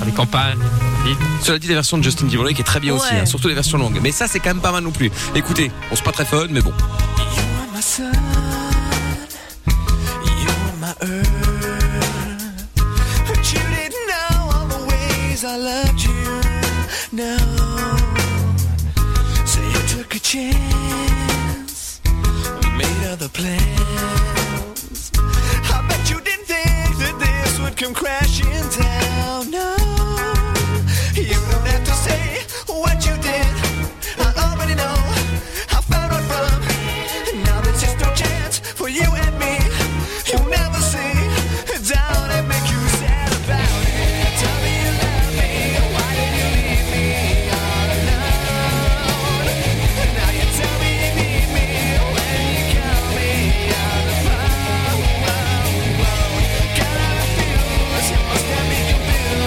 Speaker 15: Dans les campagnes, villes.
Speaker 2: cela dit, la version de Justin Timberlake est très bien aussi,
Speaker 15: Ouais.
Speaker 2: hein, surtout les versions longues. Mais ça, c'est quand même pas mal non plus. Écoutez, on se pas très fun, mais bon.
Speaker 17: My son, you're my earth. But you didn't know all the ways I loved you. No. So you took a chance. We made other plans. I bet you didn't think that this would come crashing down. No. You don't have to say what you did. I already know. I found out from. Now there's just no chance for you and me. You'll never see. Down and make you sad about it. Tell me you love me. Why did you leave me all alone? Now you tell me you need me when you call me on the phone. Gotta refuse. You must have me confused.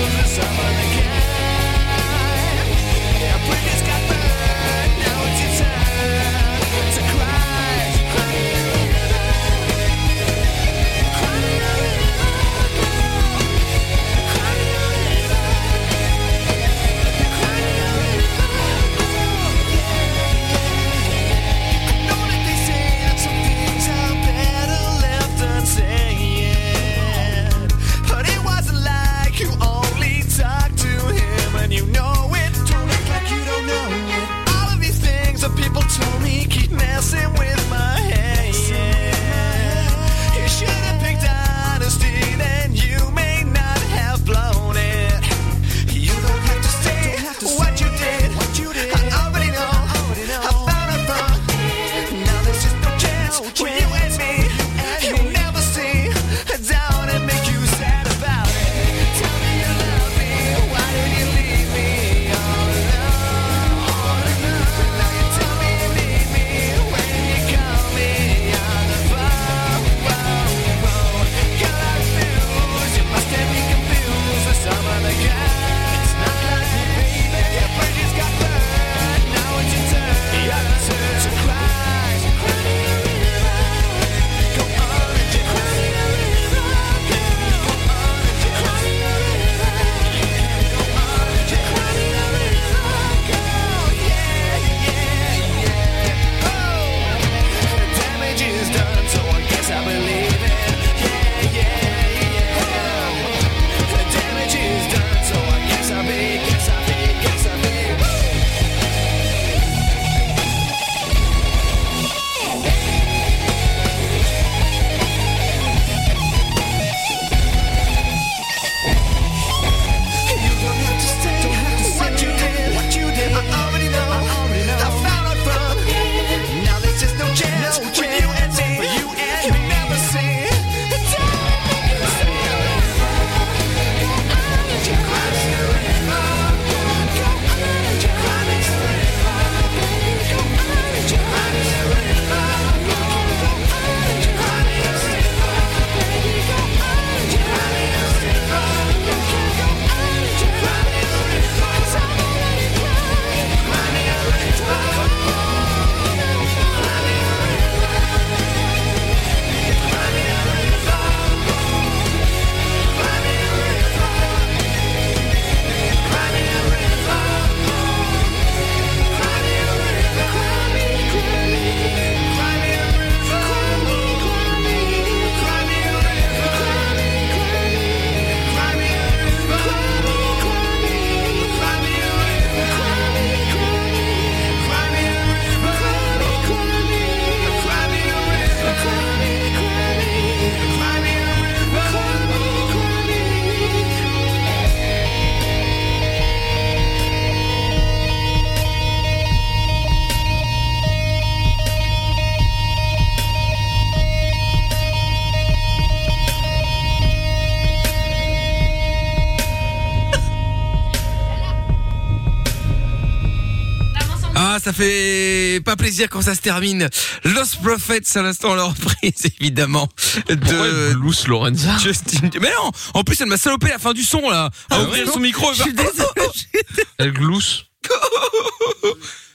Speaker 2: Ah, ça fait pas plaisir quand ça se termine. Los Prophets, à l'instant, la reprise, évidemment, de... Loose Lorenza Justin... Mais non En plus, elle m'a salopé la fin du son, là À ouvrir son micro bah. et faire- Elle glousse.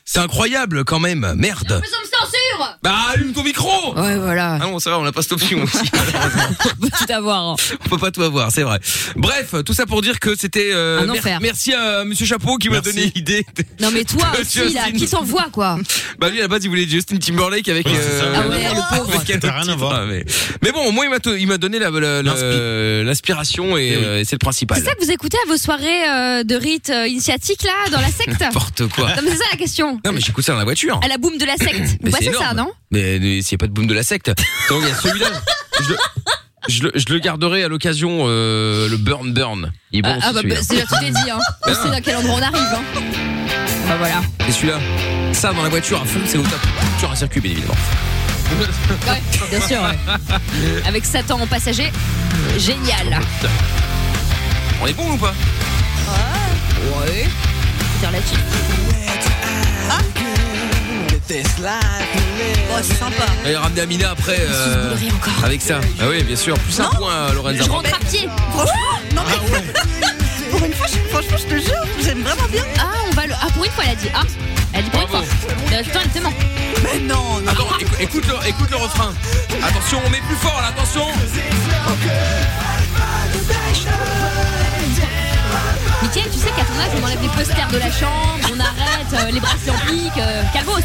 Speaker 2: C'est incroyable, quand même. Merde.
Speaker 4: Nous sommes censure
Speaker 2: Bah, allume ton micro
Speaker 4: Ouais, voilà.
Speaker 2: Ah non, ça va, on n'a pas cette option aussi.
Speaker 4: On peut tout avoir. hein.
Speaker 2: On peut pas tout avoir, c'est vrai. Bref, tout ça pour dire que c'était. euh,
Speaker 4: Un
Speaker 2: mer-
Speaker 4: enfer.
Speaker 2: Merci à euh, Monsieur Chapeau qui m'a
Speaker 4: Merci.
Speaker 2: donné l'idée.
Speaker 4: Non, mais toi
Speaker 2: de
Speaker 4: aussi, là,
Speaker 2: Justin.
Speaker 4: qui t'envoie, quoi
Speaker 2: Bah lui à la base il voulait Justin Timberlake avec. euh,
Speaker 4: Ah ouais, le pauvre.
Speaker 2: avec quelqu'un d'autre. Ah, mais, mais bon, au moins il m'a to- il m'a donné la- la- la- l'inspiration et, euh, et c'est le principal.
Speaker 4: C'est ça que vous écoutez à vos soirées euh, de rites euh, initiatiques, là, dans la secte
Speaker 2: N'importe quoi.
Speaker 4: Non, mais c'est ça la question.
Speaker 2: Non mais j'écoute ça dans la voiture.
Speaker 4: À la boum de la secte. Vous
Speaker 2: Mais
Speaker 4: passez
Speaker 2: énorme.
Speaker 4: ça, non
Speaker 2: Mais, mais s'il n'y a pas de boom de la secte. Donc il y a celui-là. je, le, je le- je le garderai à l'occasion, euh, le Burn Burn. Il est bon
Speaker 4: Ah,
Speaker 2: aussi,
Speaker 4: ah, bah, bah,
Speaker 2: celui-là.
Speaker 4: c'est déjà tout est dit, hein. On sait dans quel endroit on arrive, hein. Bah voilà.
Speaker 2: Et celui-là, ça dans la voiture à fond, c'est au top. Sur un circuit, bien évidemment.
Speaker 4: Ouais, bien sûr, ouais. Avec Satan en passager, génial.
Speaker 2: On est bon ou pas
Speaker 4: Ouais. C'est relatif.
Speaker 17: Oh,
Speaker 8: c'est sympa.
Speaker 2: Et ramener Amina après. euh, avec ça. Ah oui, bien sûr. Plus un point, euh, Lorenza.
Speaker 8: Je rentre à
Speaker 4: pied.
Speaker 8: Franchement, non mais.
Speaker 4: Ah
Speaker 8: Pour une fois, je- franchement, je te jure, j'aime vraiment bien.
Speaker 4: Ah, on va le. Ah, pour une fois, elle a dit. Ah, elle a dit pour une fois. Euh, Putain, elle te ment.
Speaker 8: Mais non,
Speaker 2: Attends, écou- écoute, le, écoute le refrain. Attention, on met plus fort là, attention.
Speaker 4: Mickaël, tu sais qu'à ton âge, on enlève les posters de la chambre, on arrête, euh, les bracelets en pique, euh, calvos.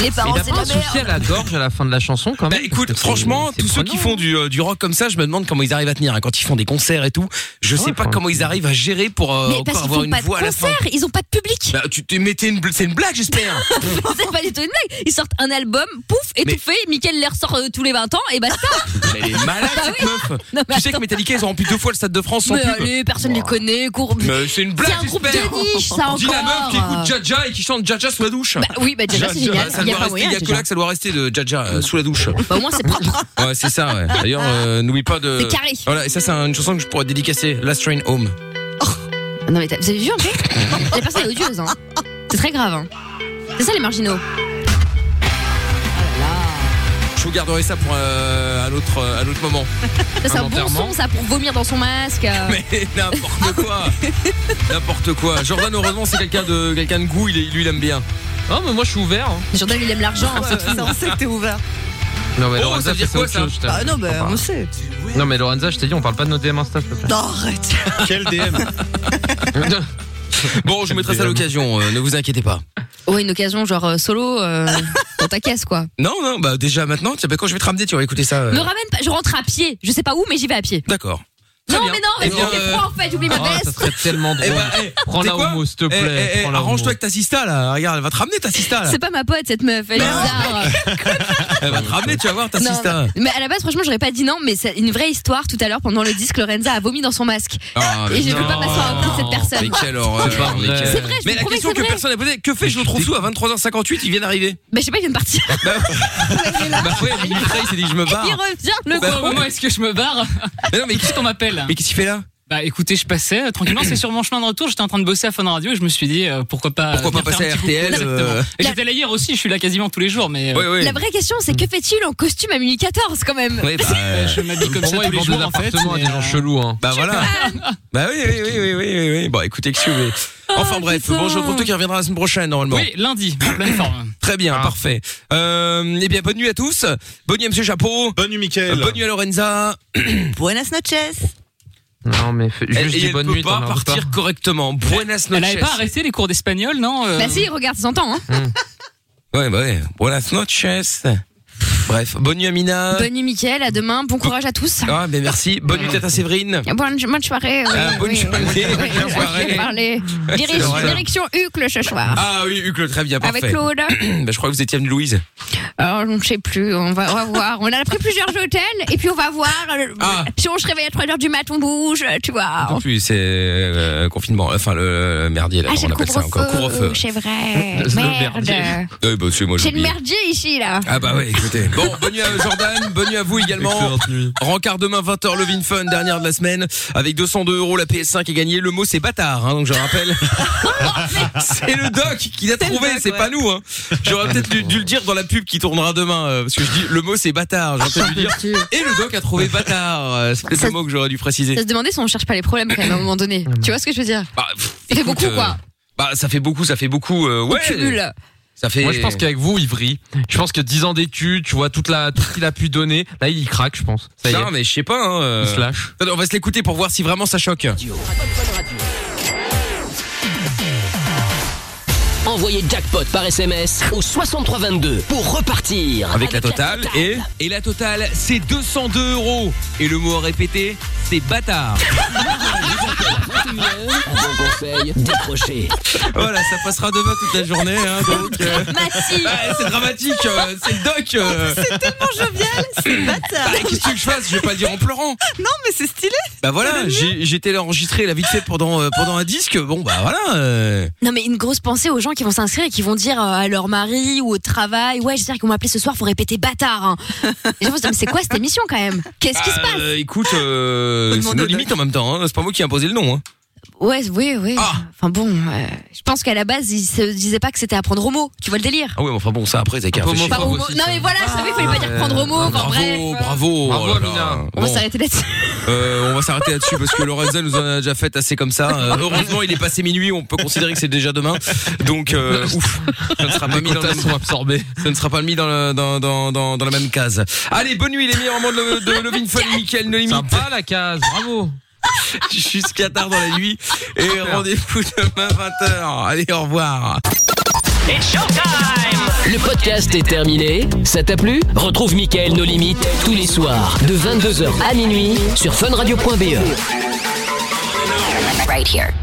Speaker 4: Les parents,
Speaker 15: Mais
Speaker 4: c'est
Speaker 15: t'as pas un
Speaker 4: de la
Speaker 15: souci à
Speaker 4: merde.
Speaker 15: la gorge à la fin de la chanson quand même
Speaker 2: Bah, Écoute, franchement, tous ceux qui font du, euh, du rock comme ça, je me demande comment ils arrivent à tenir. hein. Quand ils font des concerts et tout, je sais pas comment ils arrivent à gérer pour euh,
Speaker 4: Mais parce qu'ils
Speaker 2: encore avoir
Speaker 4: font
Speaker 2: une
Speaker 4: pas de
Speaker 2: voix à la fin.
Speaker 4: concert, ils ont pas de public.
Speaker 2: Bah, tu t'es mettais une, bl- c'est une blague, j'espère.
Speaker 4: c'est pas du tout une blague. Ils sortent un album, pouf, étouffé, Mickaël les ressort euh, tous les 20 ans et basta.
Speaker 2: Mais elle est malade
Speaker 4: Bah
Speaker 2: cette
Speaker 4: oui.
Speaker 2: meuf.
Speaker 4: Non, mais
Speaker 2: tu sais que Metallica, ils ont rempli deux fois le stade de France sans
Speaker 4: Mais
Speaker 2: pub.
Speaker 4: allez, personne ne les connaît, court.
Speaker 2: Mais c'est une blague,
Speaker 4: C'est un groupe
Speaker 2: j'espère.
Speaker 4: de niche, ça
Speaker 2: Dis la meuf qui
Speaker 4: encore.
Speaker 2: écoute Jaja et qui chante Jaja sous la douche.
Speaker 4: Bah oui, bah Jaja, c'est génial.
Speaker 2: Ça
Speaker 4: Y a
Speaker 2: doit
Speaker 4: pas
Speaker 2: rester,
Speaker 4: moyen,
Speaker 2: il y a que
Speaker 4: Jaja.
Speaker 2: là que ça doit rester de Jaja euh, sous la douche.
Speaker 4: Bah, au moins, c'est propre.
Speaker 2: Ouais, c'est ça, ouais. D'ailleurs, euh, n'oublie pas de.
Speaker 4: C'est carré.
Speaker 2: Voilà, et ça, c'est une chanson que je pourrais dédicacer. Last Train Home.
Speaker 4: Non mais t'as- vous avez vu en fait La personne est odieuse hein. C'est très grave hein. C'est ça les marginaux.
Speaker 2: Je vous garderai ça pour euh, un, autre, euh, un autre moment.
Speaker 4: Ça, C'est
Speaker 2: Un
Speaker 4: un bon
Speaker 2: enterrement.
Speaker 4: son ça pour vomir dans son masque. euh.
Speaker 2: Mais n'importe quoi N'importe quoi Jordan, heureusement, c'est quelqu'un de, quelqu'un de goût, il, est- lui, il aime bien. Oh, mais moi, je suis ouvert.
Speaker 4: Jordan il aime l'argent. hein,
Speaker 8: Ouais,
Speaker 4: c'est
Speaker 8: ouais,
Speaker 4: tout.
Speaker 8: Ah, ça, on sait que t'es ouvert.
Speaker 15: Non mais
Speaker 2: Oh,
Speaker 15: Lorenza,
Speaker 2: ça veut dire
Speaker 15: c'est
Speaker 2: quoi,
Speaker 15: autre
Speaker 2: ça
Speaker 15: chose, je t'ai-
Speaker 8: Ah non, bah
Speaker 15: Enfin,
Speaker 8: on sait.
Speaker 15: Non mais Lorenza, je t'ai dit, on parle pas de nos DM Insta, s'il te plaît.
Speaker 8: Non, arrête.
Speaker 5: Quel DM
Speaker 2: Bon, je vous mettrai ça à l'occasion, euh, ne vous inquiétez pas.
Speaker 4: Ouais une occasion genre euh, solo euh, dans ta caisse quoi.
Speaker 2: Non, non, bah déjà maintenant, tiens, bah, quand je vais te ramener, tu vas écouter ça. euh,
Speaker 4: Me ramène pas, je rentre à pied. Je sais pas où mais j'y vais à pied.
Speaker 2: D'accord.
Speaker 4: Non mais non, mais
Speaker 2: Eh bien,
Speaker 4: j'ai
Speaker 2: euh,
Speaker 4: froid en fait, j'oublie ma veste.
Speaker 2: serait tellement drôle.
Speaker 15: Prends la homo, s'il te plaît, prends la
Speaker 2: Eh, Arrange-toi avec ta sista là. Regarde, elle va te ramener ta sista là.
Speaker 4: C'est pas ma pote cette meuf, elle est bizarre.
Speaker 2: Elle va te ramener, tu vas voir ta
Speaker 4: Non,
Speaker 2: sista.
Speaker 4: non. Mais à la base, franchement, j'aurais pas dit non, mais c'est une vraie histoire. Tout à l'heure, pendant le disque, Lorenza a vomi dans son masque.
Speaker 2: Ah, mais
Speaker 4: Et je peux
Speaker 2: non.
Speaker 4: pas m'asseoir auprès de cette personne.
Speaker 2: Mais quelle horreur.
Speaker 15: C'est pas vrai.
Speaker 2: mais quelle-
Speaker 15: C'est vrai,
Speaker 4: je
Speaker 2: Mais
Speaker 4: vous
Speaker 2: la
Speaker 4: promets
Speaker 2: question
Speaker 4: que c'est
Speaker 2: que
Speaker 4: vrai.
Speaker 2: personne n'a posée, que fait je le trouve sous à 23h58 Il vient d'arriver.
Speaker 4: Bah, je sais pas, il vient de partir.
Speaker 2: Bah ouais, mais Mitra, il s'est dit je me barre.
Speaker 4: Il revient, le
Speaker 16: Pourquoi
Speaker 4: con.
Speaker 16: au moment Bah, est-ce que je me barre
Speaker 2: Mais non, mais
Speaker 16: qu'est-ce qu'on m'appelle
Speaker 2: Mais qu'est-ce qu'il fait là
Speaker 16: Bah écoutez, je passais euh, tranquillement, c'est sur mon chemin de retour, j'étais en train de bosser à Fun Radio et je me suis dit euh, pourquoi pas
Speaker 2: Pourquoi pas
Speaker 16: venir faire
Speaker 2: passer
Speaker 16: un
Speaker 2: à
Speaker 16: petit coucou,
Speaker 2: RTL,
Speaker 16: exactement.
Speaker 2: euh,
Speaker 16: Et J'étais là hier aussi, je suis là quasiment tous les jours mais euh,
Speaker 4: La vraie question, c'est que fait-il en costume à minuit 14 quand même
Speaker 2: Oui, bah, euh,
Speaker 16: je m'habille comme
Speaker 15: Pour
Speaker 16: ça
Speaker 15: moi,
Speaker 16: tous
Speaker 15: ils vendent des
Speaker 16: les jours en fait. euh,
Speaker 15: appartements à des gens chelous, hein.
Speaker 2: Bah voilà. Bah oui, oui, oui, oui, oui, oui, oui. Bon, écoutez, que vous voulez. Enfin bref, bon, je retrouve tout qui reviendra la semaine prochaine normalement.
Speaker 16: Ah, Oui, lundi, en pleine forme.
Speaker 2: Très
Speaker 15: Ah.
Speaker 2: bien, parfait. Euh, eh bien, bonne nuit à tous. Bonne nuit à Monsieur Chapeau.
Speaker 5: Bonne nuit, Mickaël.
Speaker 2: bonne nuit à Lorenza.
Speaker 8: Buenas noches.
Speaker 15: Non mais fais-
Speaker 2: Elle-
Speaker 15: juste
Speaker 2: et
Speaker 15: dis
Speaker 2: elle
Speaker 15: bonne
Speaker 2: peut
Speaker 15: nuit,
Speaker 2: pas
Speaker 15: t'en as un peu
Speaker 2: partir correctement. Buenas
Speaker 16: Elle avait
Speaker 2: noches.
Speaker 16: pas arrêté les cours d'espagnol, non euh,
Speaker 4: Bah si, regarde, ça s'entend. Hein.
Speaker 15: Hmm.
Speaker 2: Ouais, bah ouais. Buenas noches. Bref, bonne nuit Amina.
Speaker 4: Bonne nuit, Mickaël, à demain, bon courage à tous.
Speaker 2: Euh, Ah, mais merci. Bonne nuit Tata Séverine.
Speaker 4: Bonne, bonne soirée.
Speaker 2: Ah, bonne soirée. Bonne soirée.
Speaker 4: parler. Dirige-
Speaker 2: vrai.
Speaker 4: direction Hucle ce soir.
Speaker 2: Ah oui, Hugues, très bien, parfait.
Speaker 4: Avec Claude.
Speaker 2: bah, je crois que vous étiez avenue Louise.
Speaker 4: Alors, Euh, on ne sait plus, on va, on va voir. On a pris plusieurs hôtels et puis on va voir.
Speaker 2: Ah.
Speaker 4: Puis on se réveille à 3h du mat, on bouge, tu vois.
Speaker 2: Non plus, c'est euh, confinement. Enfin, le merdier, là,
Speaker 4: Ah,
Speaker 2: comment
Speaker 4: c'est
Speaker 2: on
Speaker 4: le
Speaker 2: appelle ça encore. Couvre-feu.
Speaker 4: couvre-feu, c'est vrai.
Speaker 2: Le
Speaker 4: Merde.
Speaker 2: merdier. Eh, bah, c'est moi, j'ai
Speaker 4: C'est le
Speaker 2: oublié.
Speaker 4: merdier ici, là.
Speaker 2: Ah bah ouais, écoutez. Bon, bonne nuit à Jordan, bonne nuit à vous également.
Speaker 5: Excellente
Speaker 2: Rencard demain 20h, Levin Fun, dernière de la semaine. Avec 202 euros, la PS5 est gagnée. Le mot c'est bâtard, hein, donc je rappelle. c'est le doc qui l'a trouvé, c'est pas nous. Hein. J'aurais peut-être dû, dû le dire dans la pub qui tournera demain, euh, parce que je dis le mot c'est bâtard. J'aurais peut-être dû dire. Et le doc a trouvé bâtard. Euh, C'est peut-être le mot que j'aurais dû préciser.
Speaker 4: Ça se demandait si on cherche pas les problèmes quand même à un moment donné. tu vois ce que je veux dire
Speaker 2: Bah, pff,
Speaker 4: Il fait
Speaker 2: écoute,
Speaker 4: beaucoup,
Speaker 2: euh,
Speaker 4: quoi.
Speaker 2: Bah, ça fait beaucoup, ça fait beaucoup. euh, ouais.
Speaker 4: cumule.
Speaker 2: Ça fait.
Speaker 15: Moi, je pense qu'avec vous, il vrille. Je pense que 10 ans d'études, tu vois, toute la, tout ce qu'il a pu donner, là, il craque, je pense. Ça y est.
Speaker 2: Non, mais je sais pas. Hein, euh,
Speaker 15: Il se lâche.
Speaker 2: Attends, On va se l'écouter pour voir si vraiment ça choque.
Speaker 1: Envoyez jackpot par SMS au 6322 pour repartir
Speaker 2: Avec la totale et et la totale c'est 202 euros et le mot à répéter c'est bâtard.
Speaker 1: Un bon conseil, décrochez.
Speaker 2: voilà ça passera demain toute la journée hein, donc. euh, ouais, c'est dramatique euh, c'est le doc. euh.
Speaker 8: C'est bâtard.
Speaker 2: Bah, Qu'est-ce que tu veux que je fasse je vais pas le dire en pleurant.
Speaker 8: Non, mais c'est stylé.
Speaker 2: Bah voilà j'ai- j'étais là enregistré la vite fait pendant euh, pendant un disque bon bah voilà. euh.
Speaker 4: Non mais une grosse pensée aux gens qui vont s'inscrire et qui vont dire euh, à leur mari ou au travail ouais j'espère qu'ils vont m'appeler ce soir faut répéter bâtard. Hein. Et je me dis mais c'est quoi cette émission quand même Qu'est-ce qui se passe
Speaker 2: Euh, écoute euh, c'est nos limites en même temps hein. c'est pas moi qui ai imposé le nom. Hein.
Speaker 4: Ouais oui oui.
Speaker 2: Ah.
Speaker 4: Enfin bon euh, je pense qu'à la base ils se disaient pas que c'était à prendre au mot. Tu vois le délire
Speaker 2: Ah oui mais enfin bon ça après c'est qu'à réfléchir.
Speaker 4: Pas au mot. Non mais voilà je savais qu'il fallait pas dire prendre au mot. Enfin
Speaker 2: Ah. bravo,
Speaker 4: bref
Speaker 2: bravo,
Speaker 15: Bravo,
Speaker 2: oh là là.
Speaker 15: Amina.
Speaker 4: on va
Speaker 2: Bon.
Speaker 4: s'arrêter là-dessus.
Speaker 2: Euh, on va s'arrêter là-dessus parce que Lorenzo nous en a déjà fait assez comme ça. Euh, heureusement, il est passé minuit, on peut considérer que c'est déjà demain. Donc, euh, ouf, ça ne sera pas mis dans la même... Ça ne sera pas mis dans, la- dans, dans, dans, dans la même case. Allez, bonne nuit les meilleurs moments de, de Lovin Fun et Mickaël No Limite.
Speaker 15: Sympa, la case, bravo.
Speaker 2: Jusqu'à tard dans la nuit et rendez-vous demain 20h. Allez, au revoir.
Speaker 1: Le podcast est terminé, ça t'a plu Retrouve Mickaël nos limites tous les soirs E. de 22h à minuit sur funradio.be.
Speaker 14: Right here.